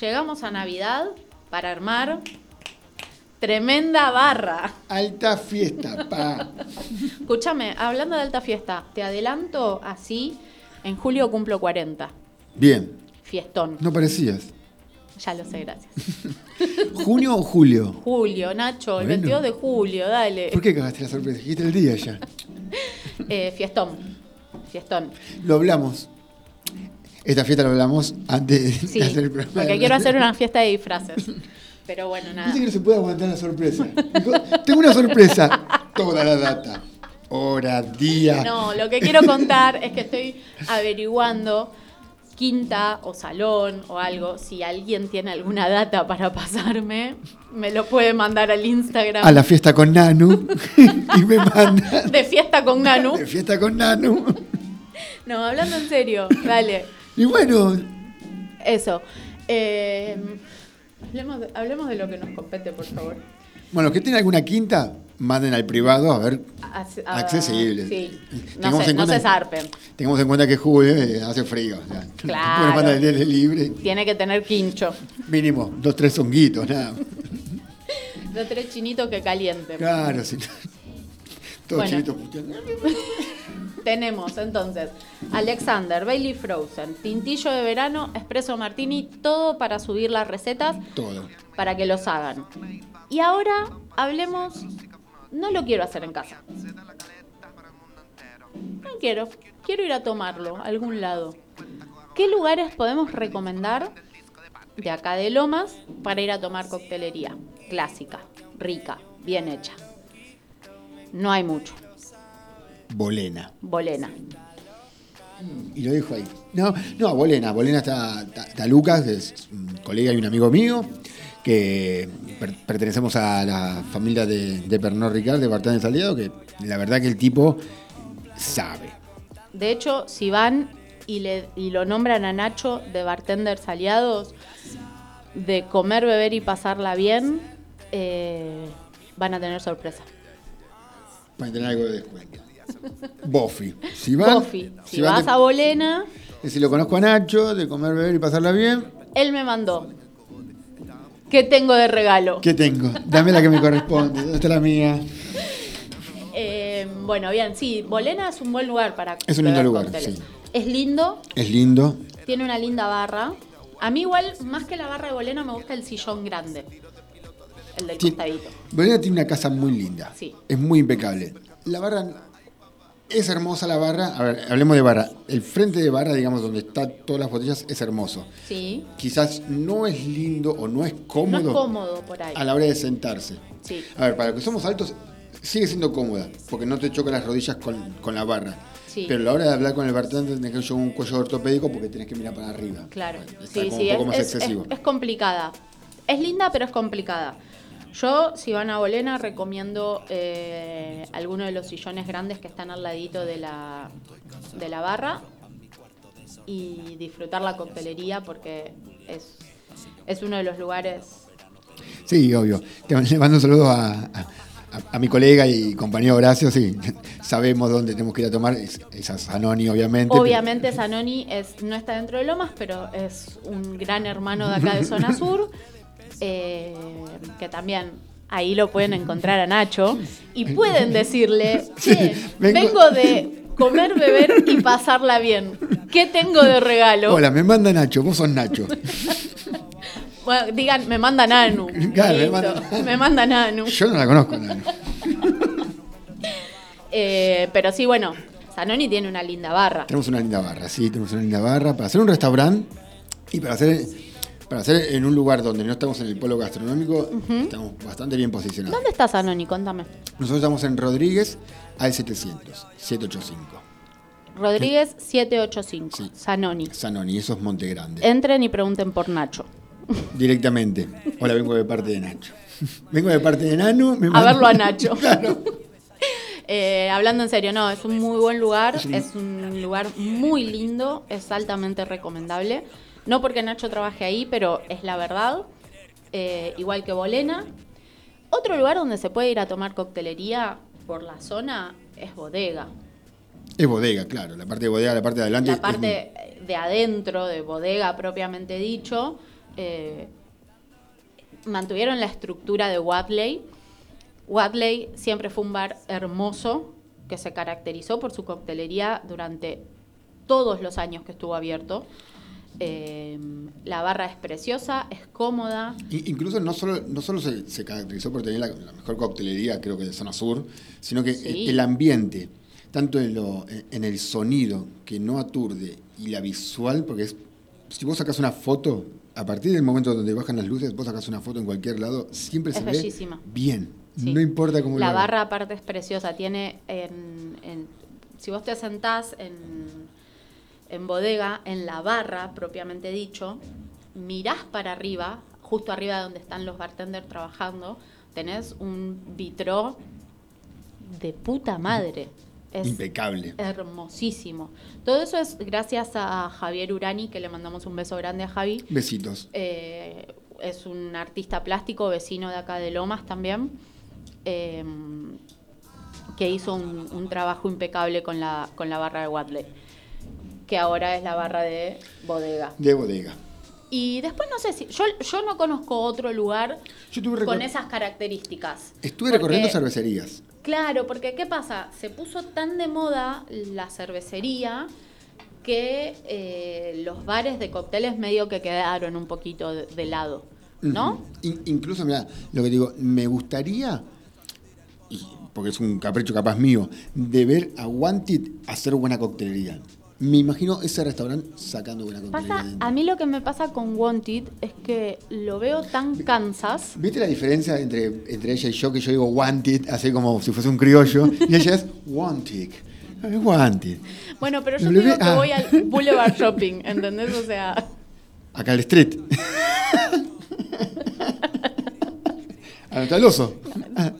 S4: llegamos a Navidad para armar tremenda barra.
S5: Alta fiesta, pa.
S4: Escúchame, hablando de alta fiesta, te adelanto así, en julio cumplo 40.
S5: Bien.
S4: Fiestón.
S5: No parecías.
S4: Ya lo sé, gracias.
S5: ¿Junio o julio?
S4: Julio, Nacho, el
S5: Bueno.
S4: 22 de julio, dale.
S5: ¿Por qué cagaste la sorpresa? Dijiste el día ya.
S4: Eh, fiestón. Fiestón.
S5: Lo hablamos. Esta fiesta la hablamos antes de
S4: Sí,
S5: hacer el programa.
S4: porque quiero hacer una fiesta de disfraces. Pero bueno, nada.
S5: Dice que no se puede aguantar la sorpresa. Dijo, Tengo una sorpresa. Toda la data. Hora, día.
S4: No, lo que quiero contar es que estoy averiguando quinta o salón o algo. Si alguien tiene alguna data para pasarme, me lo puede mandar al Instagram
S5: A la fiesta con Nanu. y me mandan.
S4: de fiesta con Nanu.
S5: De fiesta con Nanu.
S4: No, hablando en serio, dale.
S5: Y bueno,
S4: Eso. Eh, hablemos, de, hablemos de lo que nos compete, por favor.
S5: bueno, los que tienen alguna quinta, manden al privado a ver.
S4: Ac- a-
S5: Accesible.
S4: ah, Sí. No,
S5: Tengamos
S4: se,
S5: en
S4: no
S5: cuenta-
S4: se zarpen.
S5: Tengamos en cuenta que julio eh, hace frío. o sea,
S4: Claro.
S5: Bueno, para el aire libre,
S4: Tiene que tener quincho.
S5: mínimo dos, tres honguitos, nada.
S4: Los tres chinitos que calienten.
S5: Claro, sí. Todo
S4: Bueno.
S5: chilito puteando.
S4: Tenemos entonces Alexander, Bailey Frozen, tintillo de verano, espresso martini, todo para subir las recetas
S5: Todo.
S4: para que los hagan. Y ahora hablemos, no lo quiero hacer en casa. No quiero, quiero ir a tomarlo a algún lado. ¿Qué lugares podemos recomendar de acá de Lomas para ir a tomar coctelería? Clásica, rica, bien hecha. No hay mucho.
S5: Bolena.
S4: Bolena.
S5: Y lo dejo ahí. No, no, Bolena. Bolena está, está- está Lucas, que es un colega y un amigo mío, que per- pertenecemos a la familia de, de Pernod Ricard, de Bartán Saldeado, que la verdad que el tipo sabe.
S4: De hecho, si van y, le, y lo nombran a Nacho de Bartenders Aliados, de comer, beber y pasarla bien, eh, van a tener sorpresa.
S5: Para tener algo de descuento. Bofi. Si van,
S4: Coffee. Si,
S5: si van
S4: vas
S5: de-
S4: a Bolena,
S5: Si lo conozco a Nacho, de comer, beber y pasarla bien,
S4: él me mandó. ¿Qué tengo de regalo?
S5: ¿qué tengo? Dame la que me corresponde. ¿Dónde está la mía?
S4: Eh, bueno, bien, sí, Bolena es un buen lugar para
S5: Es un lindo
S4: beber
S5: lugar,
S4: cócteles.
S5: sí.
S4: Es lindo,
S5: Es lindo.
S4: tiene una linda barra. A mí igual, más que la barra de Bolena, me gusta el sillón grande. El del
S5: Sí.
S4: costadito.
S5: Bolena tiene una casa muy linda.
S4: Sí.
S5: Es muy impecable. La barra. Es hermosa la barra. A ver, hablemos de barra. El frente de barra, digamos, donde están todas las botellas, es hermoso.
S4: Sí.
S5: Quizás no es lindo o no es
S4: No
S5: cómodo,
S4: es cómodo por ahí.
S5: a la hora de sentarse.
S4: Sí.
S5: A ver, para los que somos altos, sigue siendo cómoda, porque no te choca las rodillas con, con la barra.
S4: Sí.
S5: Pero a la hora de hablar con el bartender tenés que llevar un cuello ortopédico porque tenés que mirar para arriba.
S4: Claro,
S5: Bueno, está
S4: sí,
S5: como
S4: sí,
S5: un
S4: es,
S5: poco más
S4: es-
S5: excesivo.
S4: es- es complicada. Es linda, pero es complicada. Yo, si van a Bolena, recomiendo eh, alguno de los sillones grandes que están al ladito de la, de la barra y disfrutar la coctelería porque es, es uno de los lugares...
S5: Sí, obvio. Te le mando un saludo a, a- a mi colega y compañero Horacio, sí. Sabemos dónde tenemos que ir a tomar. Es, es a Zanoni, obviamente. pero-
S4: Obviamente Zanoni es, no está dentro de Lomas, pero es un gran hermano de acá de Zona Sur, eh, que también ahí lo pueden encontrar a Nacho y pueden decirle,
S5: Sí,
S4: "Che,
S5: vengo-
S4: vengo... de comer, beber y pasarla bien. ¿Qué tengo de regalo?
S5: Hola, me manda Nacho, vos sos Nacho.
S4: Bueno, digan, me manda Nanu.
S5: Claro, me
S4: Listo,
S5: manda Nanu.
S4: me manda Nanu.
S5: Yo no la conozco, Nano.
S4: Eh, pero sí, bueno, Zanoni tiene una linda barra.
S5: Tenemos una linda barra, sí, tenemos una linda barra para hacer un restaurante y para hacer para hacer en un lugar donde no estamos en el polo gastronómico, estamos bastante bien posicionados.
S4: ¿Dónde está Zanoni? Contame.
S5: Nosotros estamos en Rodríguez al 700, 785.
S4: Rodríguez 785,
S5: Sí.
S4: Zanoni.
S5: Sanoni, eso es Monte Grande.
S4: Entren y pregunten por Nacho.
S5: Directamente. Hola, vengo de parte de Nacho. Vengo de parte de Nano. me
S4: A
S5: manda-
S4: verlo a Nacho.
S5: Claro.
S4: Eh, hablando en serio, no, es un muy buen lugar, es un lugar muy lindo, es altamente recomendable. No porque Nacho trabaje ahí, pero es la verdad. Eh, igual que Bolena. Otro lugar donde se puede ir a tomar coctelería por la zona es bodega.
S5: Es bodega, claro. La parte de bodega, la parte de adelante.
S4: La parte de adentro, de bodega propiamente dicho, eh, mantuvieron la estructura de Wadley. Wadley siempre fue un bar hermoso que se caracterizó por su coctelería durante todos los años que estuvo abierto. Eh, la barra es preciosa, es cómoda.
S5: I- Incluso no solo, no solo se, se caracterizó por tener la, la mejor coctelería, creo que de zona sur, sino que
S4: Sí.
S5: e- el ambiente, tanto en, lo, en- en el sonido que no aturde y la visual, porque es, si vos sacas una foto, a partir del momento donde bajan las luces, vos sacas una foto en cualquier lado, siempre
S4: Es
S5: se
S4: bellísima.
S5: ve bien.
S4: Sí.
S5: No importa cómo lo
S4: La
S5: hagas.
S4: barra aparte es preciosa, tiene en, en- si vos te sentás en, en bodega, en la barra propiamente dicho, mirás para arriba, justo arriba de donde están los bartenders trabajando, tenés un vitró de puta madre. Es
S5: Impecable.
S4: hermosísimo. Todo eso es gracias a Javier Urani, que le mandamos un beso grande a Javi.
S5: Besitos.
S4: Eh, es un artista plástico, vecino de acá de Lomas también, eh, que hizo un, un trabajo impecable con la, con la barra de Watley, que ahora es la barra de bodega.
S5: De bodega.
S4: Y después no sé si. Yo, yo no conozco otro lugar
S5: Yo tuve
S4: con
S5: recor-
S4: esas características.
S5: Estuve
S4: Porque-
S5: recorriendo cervecerías.
S4: Claro, porque ¿qué pasa? Se puso tan de moda la cervecería que eh, los bares de cócteles medio que quedaron un poquito de, de lado, ¿no?
S5: Ujú. In- incluso, mira, lo que digo, me gustaría, y- porque es un capricho capaz mío, de ver a Wanted hacer buena coctelería. Me imagino ese restaurante sacando buena coctelería.
S4: Pasa,
S5: adentro.
S4: a mí lo que me pasa con Wanted es que lo veo tan Kansas.
S5: ¿Viste la diferencia entre, entre ella y yo? Que yo digo wanted, así como si fuese un criollo, y ella es wanted. Eh, Wanted.
S4: Bueno, pero yo
S5: Lo
S4: digo
S5: ve-
S4: que
S5: ah.
S4: voy al Boulevard Shopping, ¿entendés? O sea,
S5: Acá el street. Anotá el oso. Ah,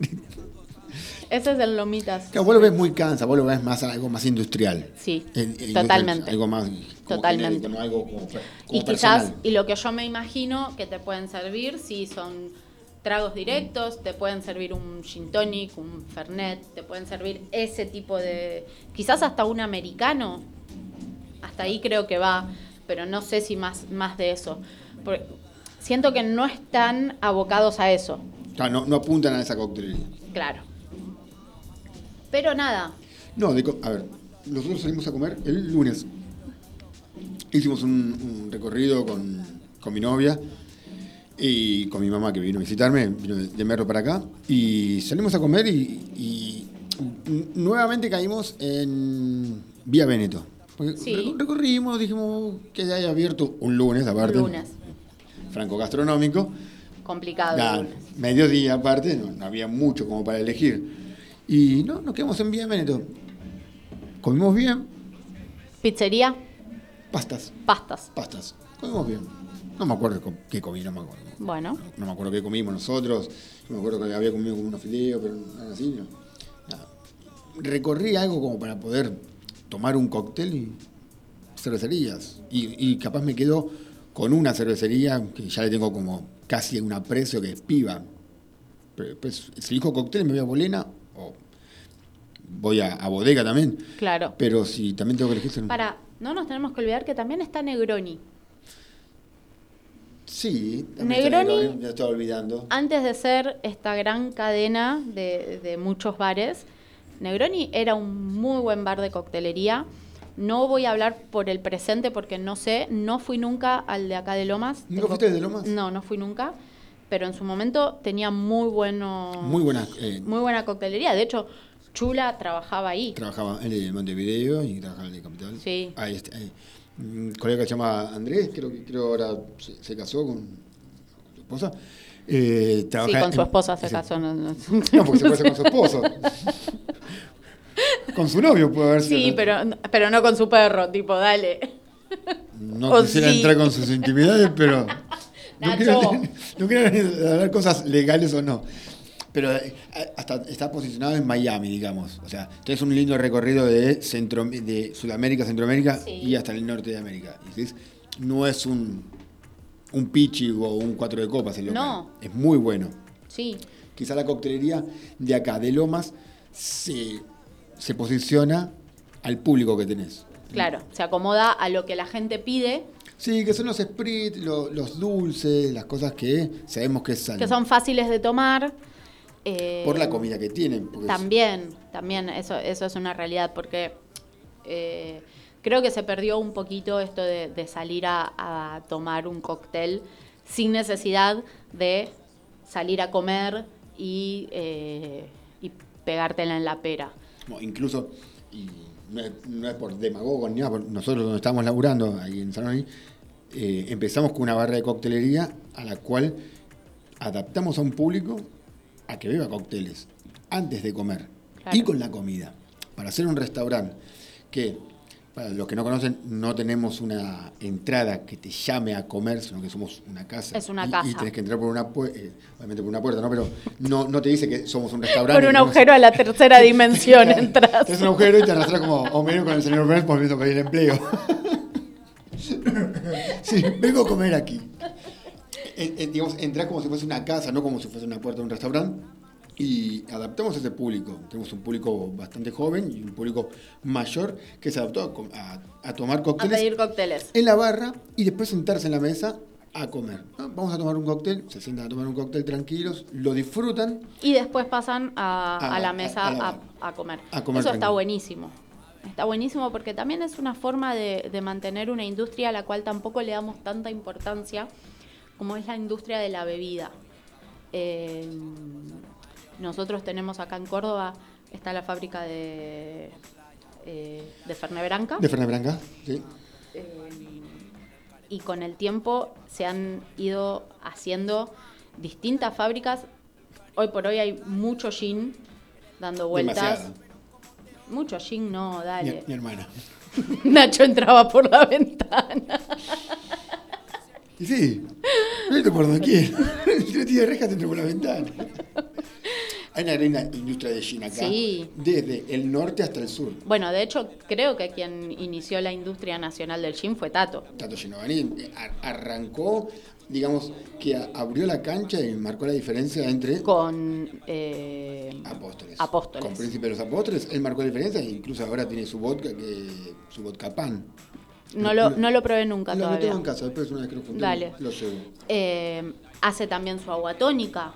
S4: ese es el Lomitas.
S5: Claro, vos lo ves muy cansa, vos lo ves más algo más industrial.
S4: Sí,
S5: En- en-
S4: totalmente.
S5: Algo más. como
S4: Totalmente.
S5: genérico, no algo como, per- como
S4: Y
S5: personal.
S4: quizás, y lo que yo me imagino que te pueden servir, sí, son tragos directos, te pueden servir un gin tonic, un fernet, te pueden servir ese tipo de... Quizás hasta un americano, hasta ahí creo que va, pero no sé si más, más de eso. Porque siento que no están abocados a eso,
S5: Claro, no, no apuntan a esa coctelería.
S4: claro. Pero nada,
S5: No, de co- a ver, nosotros salimos a comer el lunes. Hicimos un, un recorrido con, con mi novia y con mi mamá que vino a visitarme, vino de, de Merlo para acá. Y salimos a comer y, y n- nuevamente caímos en Vía Veneto. Porque
S4: Sí.
S5: reco- Recorrimos, dijimos que ya hay abierto un lunes, aparte.
S4: lunes,
S5: Franco gastronómico.
S4: complicado.
S5: Nah,
S4: lunes.
S5: mediodía aparte, no, no había mucho como para elegir. Y no, nos quedamos en Vía Veneto. Comimos bien,
S4: Pizzería,
S5: pastas,
S4: pastas.
S5: pastas. Comimos bien. No me acuerdo co- qué comí, no me acuerdo.
S4: Bueno,
S5: No me acuerdo qué comimos nosotros. No me acuerdo que había comido como unos fideos, pero nada así. no. Nada. Recorrí algo como para poder tomar un cóctel y cervecerías. Y, y capaz me quedo con una cervecería que ya le tengo como casi un aprecio que es piba. Pero después, si elijo cóctel, me voy a Bolena o voy a, a bodega también.
S4: claro.
S5: Pero si también tengo que elegir. son-
S4: Para, no nos tenemos que olvidar que también está Negroni.
S5: Sí, también
S4: Negroni-
S5: está
S4: Ah,
S5: Negroni, me estaba olvidando.
S4: Antes de ser esta gran cadena de, de muchos bares, Negroni era un muy buen bar de coctelería. No voy a hablar por el presente porque no sé, no fui nunca al de acá de Lomas.
S5: ¿Nunca
S4: Tengo-
S5: fuiste al de Lomas?
S4: No, no fui nunca, pero en su momento tenía muy bueno
S5: Muy buenas. eh,
S4: muy buena coctelería. De hecho, Chula trabajaba ahí.
S5: Trabajaba en el de Montevideo y trabajaba en el de Capital.
S4: Sí.
S5: Ahí está, ahí. Un colega que se llama Andrés, creo que creo ahora se, se casó con su esposa. Eh,
S4: Sí,
S5: trabaja
S4: con su
S5: en-
S4: esposa se
S5: sí.
S4: casó. no- no-
S5: No, porque se puede hacer con su esposo. con su novio puede haber sido.
S4: Sí,
S5: ¿no?
S4: pero, pero no con su perro, tipo, dale.
S5: No
S4: o
S5: quisiera
S4: sí.
S5: entrar con sus intimidades, pero. No
S4: Nacho.
S5: quiero, no quiero ni hablar cosas legales o no. Pero eh, hasta está posicionado en Miami, digamos. O sea, tenés un lindo recorrido de, Centro, de Sudamérica, Centroamérica
S4: Sí.
S5: y hasta el norte de América. Y decís, No es un, un pichi o un cuatro de copas el local.
S4: No.
S5: Es muy bueno.
S4: Sí,
S5: Quizá la coctelería de acá, de Lomas, se, se posiciona al público que tenés.
S4: claro. Se acomoda a lo que la gente pide,
S5: Sí, que son los spritz, lo- los dulces, las cosas que sabemos que salen.
S4: que son fáciles de tomar. eh,
S5: Por la comida pues. que tienen. porque es-
S4: También, también, eso, eso es una realidad, porque eh, creo que se perdió un poquito esto de, de salir a, a tomar un cóctel sin necesidad de salir a comer y, eh, y pegártela en la pera.
S5: Bueno, incluso, y no es, no es por demagogos ni nada, por- nosotros donde estábamos laburando ahí en San Luis, eh, empezamos con una barra de coctelería a la cual adaptamos a un público a que beba cócteles antes de comer
S4: Claro.
S5: y con la comida. Para hacer un restaurante que, para los que no conocen, no tenemos una entrada que te llame a comer, sino que somos una casa.
S4: Es una
S5: y, Y
S4: casa.
S5: tenés que entrar por una puerta, obviamente por una puerta, ¿no? Pero no, no te dice que somos un restaurante.
S4: Por un
S5: que tenemos-
S4: agujero a la tercera dimensión entras.
S5: es un agujero y te arrastras como Homero con el señor Burns volviendo a pedir empleo. sí, vengo a comer aquí. En- en- digamos, entras como si fuese una casa, no como si fuese una puerta de un restaurante. Y adaptamos a ese público. Tenemos un público bastante joven y un público mayor que se adaptó a, com- a- a tomar
S4: a
S5: cócteles
S4: pedir cócteles.
S5: en la barra y después sentarse en la mesa a comer. ¿no? Vamos a tomar un cóctel, se sientan a tomar un cóctel tranquilos, lo disfrutan
S4: Y después pasan a,
S5: Ah, A
S4: a
S5: la-
S4: la mesa
S5: a- a la-
S4: a, a comer.
S5: a comer
S4: Eso está
S5: tranquilo.
S4: buenísimo. Está buenísimo porque también es una forma de, de mantener una industria a la cual tampoco le damos tanta importancia como es la industria de la bebida. Eh, nosotros tenemos acá en Córdoba, está la fábrica de, eh, de Fernet Branca.
S5: de Fernet Branca. ¿sí?
S4: Eh, y con el tiempo se han ido haciendo distintas fábricas. Hoy por hoy hay mucho gin dando vueltas.
S5: Demasiado.
S4: Mucho gin, no,
S5: Mi,
S4: dale.
S5: mi hermana.
S4: Nacho entraba por la ventana.
S5: Y sí, vete por doquier. Entre tira rejas te entro por la ventana. Hay una gran industria de gin acá.
S4: Sí.
S5: Desde el norte hasta el sur.
S4: Bueno, de hecho, creo que quien inició la industria nacional del gin fue Tato.
S5: Tato Ginovani eh, ar- arrancó, digamos, que a- abrió la cancha y marcó la diferencia entre
S4: Con. eh,
S5: apóstoles.
S4: Apóstoles.
S5: Con Príncipe de los Apóstoles, él marcó la diferencia e incluso ahora tiene su vodka, que, su vodka pan.
S4: no, lo, no lo probé nunca
S5: Lo
S4: todavía.
S5: tengo en casa, después una vez que lo junté,
S4: Dale.
S5: lo llevo.
S4: Eh, hace también su agua tónica,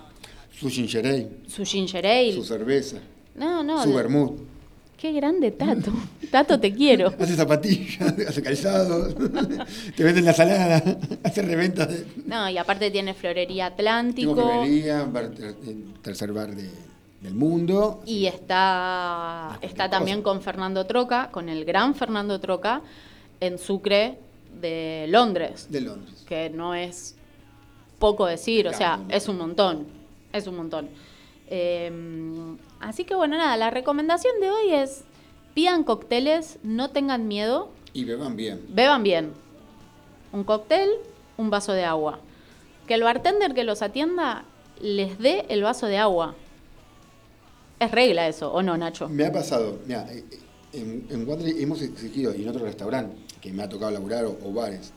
S5: Su ginger ale,
S4: su ginger ale.
S5: su cerveza,
S4: no, no.
S5: su vermut.
S4: Qué grande Tato. Tato, te quiero.
S5: Hace zapatillas, hace calzados, te venden la salada, hace reventas. de-
S4: No, y aparte tiene florería
S5: Tengo
S4: Atlántico
S5: librería, bar ter- eh, tercer bar de- del mundo.
S4: y está, está también con Fernando Troca, con el gran Fernando Troca, en Sucre de Londres,
S5: De Londres.
S4: que no es poco decir, o sea,
S5: Grande.
S4: es un montón, es un montón. Eh, así que bueno, nada, la recomendación de hoy es pidan cócteles, no tengan miedo,
S5: Y beban bien.
S4: Beban bien. Un cóctel, un vaso de agua. Que el bartender que los atienda les dé el vaso de agua. Es regla eso, ¿o no, Nacho?
S5: Me ha pasado, mira, eh, en, en Guadalajara hemos exigido, y en otro restaurante que me ha tocado laburar o, o bares,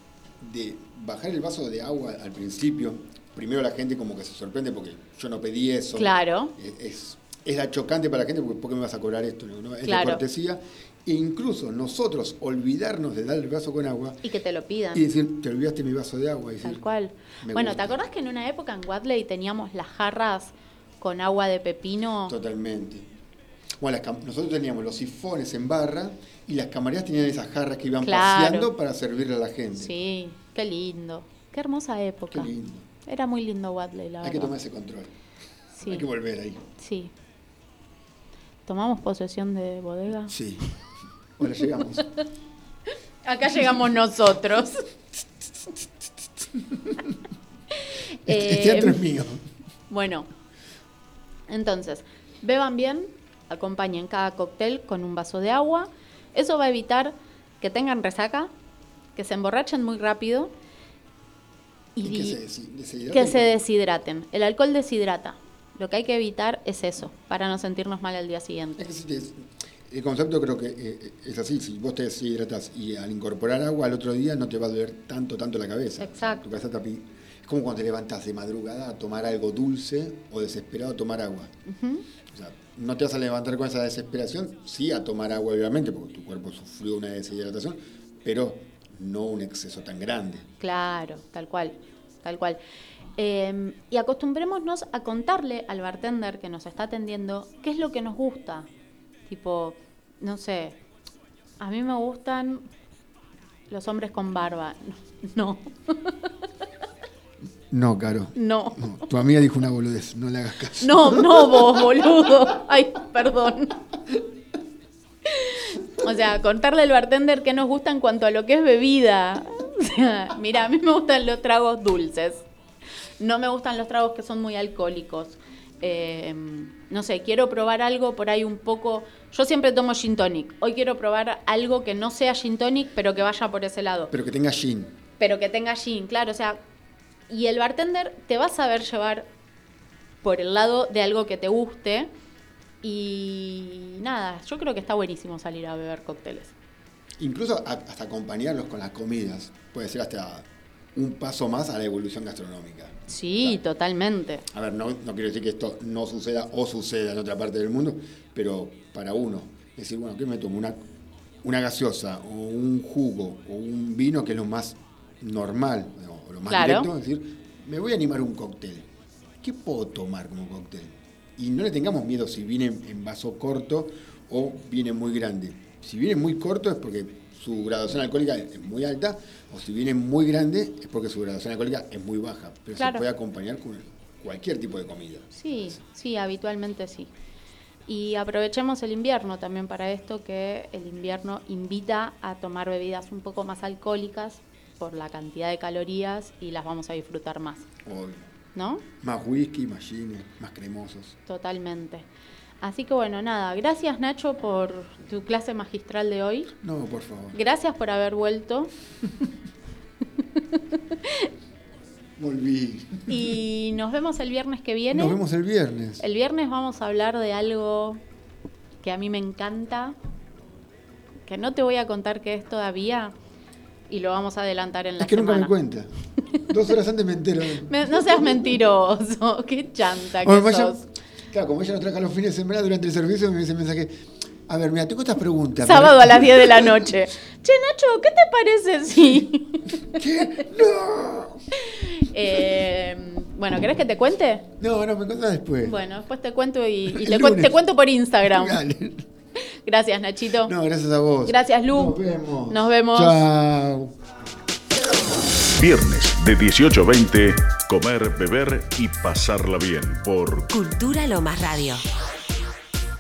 S5: de bajar el vaso de agua al principio. Primero la gente como que se sorprende porque yo no pedí eso.
S4: Claro.
S5: Es, es, era chocante para la gente porque ¿por qué me vas a cobrar esto? No, es
S4: Claro.
S5: de cortesía. E incluso nosotros olvidarnos de dar el vaso con agua
S4: Y que te lo pidan.
S5: y decir, te olvidaste mi vaso de agua. Y decir,
S4: Ah. Tal cual.
S5: me
S4: Bueno,
S5: gusta.
S4: ¿te acordás que en una época en Wadley teníamos las jarras con agua de pepino?
S5: Totalmente. Bueno, las cam- nosotros teníamos los sifones en barra y las camareras tenían esas jarras que iban
S4: Claro.
S5: paseando para servirle a la gente.
S4: Sí, qué lindo. Qué hermosa época.
S5: Qué lindo.
S4: Era muy lindo Wadley, la
S5: Hay que
S4: verdad.
S5: tomar ese control.
S4: Sí, Ah.
S5: Hay que volver ahí.
S4: sí. ¿Tomamos posesión de bodega?
S5: Sí. Ahora llegamos.
S4: Acá llegamos nosotros.
S5: Este, este
S4: Eh,
S5: teatro es mío.
S4: bueno, entonces, beban bien, acompañen cada cóctel con un vaso de agua. Eso va a evitar que tengan resaca, que se emborrachen muy rápido y,
S5: Y que
S4: di-
S5: se desi- deshidraten.
S4: que se deshidraten. El alcohol deshidrata. Lo que hay que evitar es eso, para no sentirnos mal al día siguiente.
S5: Es que si te- El concepto creo que eh, es así, si vos te deshidratas y al incorporar agua al otro día no te va a doler tanto, tanto la cabeza.
S11: Exacto.
S5: Tu cabeza está pi- es como cuando te levantas de madrugada a tomar algo dulce o desesperado a tomar agua.
S11: Ujú.
S5: O sea, no te vas a levantar con esa desesperación, sí a tomar agua obviamente, porque tu cuerpo sufrió una deshidratación, pero no un exceso tan grande.
S4: Claro, tal cual, tal cual. Eh, y acostumbrémonos a contarle al bartender que nos está atendiendo qué es lo que nos gusta. Tipo, no sé, a mí me gustan los hombres con barba. No,
S5: No, Caro.
S4: no,
S5: Tu amiga dijo una boludez, no le hagas caso.
S4: no, no vos, boludo. Ay, perdón. O sea, contarle al bartender qué nos gusta en cuanto a lo que es bebida. O sea, mira, a mí me gustan los tragos dulces. No me gustan los tragos que son muy alcohólicos. Eh, no sé, quiero probar algo por ahí un poco. Yo siempre tomo gin tonic. Hoy quiero probar algo que no sea gin tonic, pero que vaya por ese lado.
S5: Pero que tenga gin.
S4: Pero que tenga gin, claro. O sea, y el bartender te va a saber llevar por el lado de algo que te guste. Y nada, yo creo que está buenísimo salir a beber cócteles.
S5: Incluso a- hasta acompañarlos con las comidas. Puede ser hasta un paso más a la evolución gastronómica.
S4: Sí, totalmente.
S5: A ver, no, no quiero decir que esto no suceda o suceda en otra parte del mundo, pero para uno, decir, bueno, ¿qué me tomo? Una, una gaseosa o un jugo o un vino que es lo más normal o lo más
S4: Claro.
S5: directo, es decir, me voy a animar a un cóctel. ¿Qué puedo tomar como cóctel? Y no le tengamos miedo si viene en vaso corto o viene muy grande. Si viene muy corto es porque su graduación alcohólica es muy alta, o si viene muy grande es porque su graduación alcohólica es muy baja, pero
S4: Claro.
S5: se puede acompañar con cualquier tipo de comida.
S4: Sí, sí, habitualmente sí. Y aprovechemos el invierno también para esto, que el invierno invita a tomar bebidas un poco más alcohólicas por la cantidad de calorías y las vamos a disfrutar más,
S5: O
S4: ¿no?
S5: más whisky, más gin, más cremosos.
S4: Totalmente. Así que bueno, nada, gracias Nacho por tu clase magistral de hoy.
S5: No, por favor.
S4: Gracias por haber vuelto.
S5: Volví.
S4: Y nos vemos el viernes que viene.
S5: Nos vemos el viernes.
S4: El viernes vamos a hablar de algo que a mí me encanta, que no te voy a contar qué es todavía y lo vamos a adelantar en la
S5: Es que nunca
S4: semana.
S5: me cuenta. Dos horas antes me entero.
S4: Me- no seas mentiroso, qué chanta que
S5: Bueno, vaya-
S4: sos.
S5: claro, como ella nos trabaja los fines de semana durante el servicio, me dice el mensaje. A ver, mira, tengo estas preguntas.
S4: Sábado a las 10 de la noche. Che, Nacho, ¿qué te parece si...? Eh, bueno, ¿querés que te cuente?
S5: No, no, me contás después.
S4: Bueno, después te cuento y, y
S5: El
S4: te, cuen-
S5: lunes.
S4: te cuento por Instagram.
S5: Dale.
S4: Gracias, Nachito.
S5: No, gracias a vos.
S4: Gracias, Lu. Nos
S5: vemos.
S4: Nos vemos.
S5: Chao.
S1: Viernes de 18 a 20, comer, beber y pasarla bien por
S12: Cultura Lomas Radio.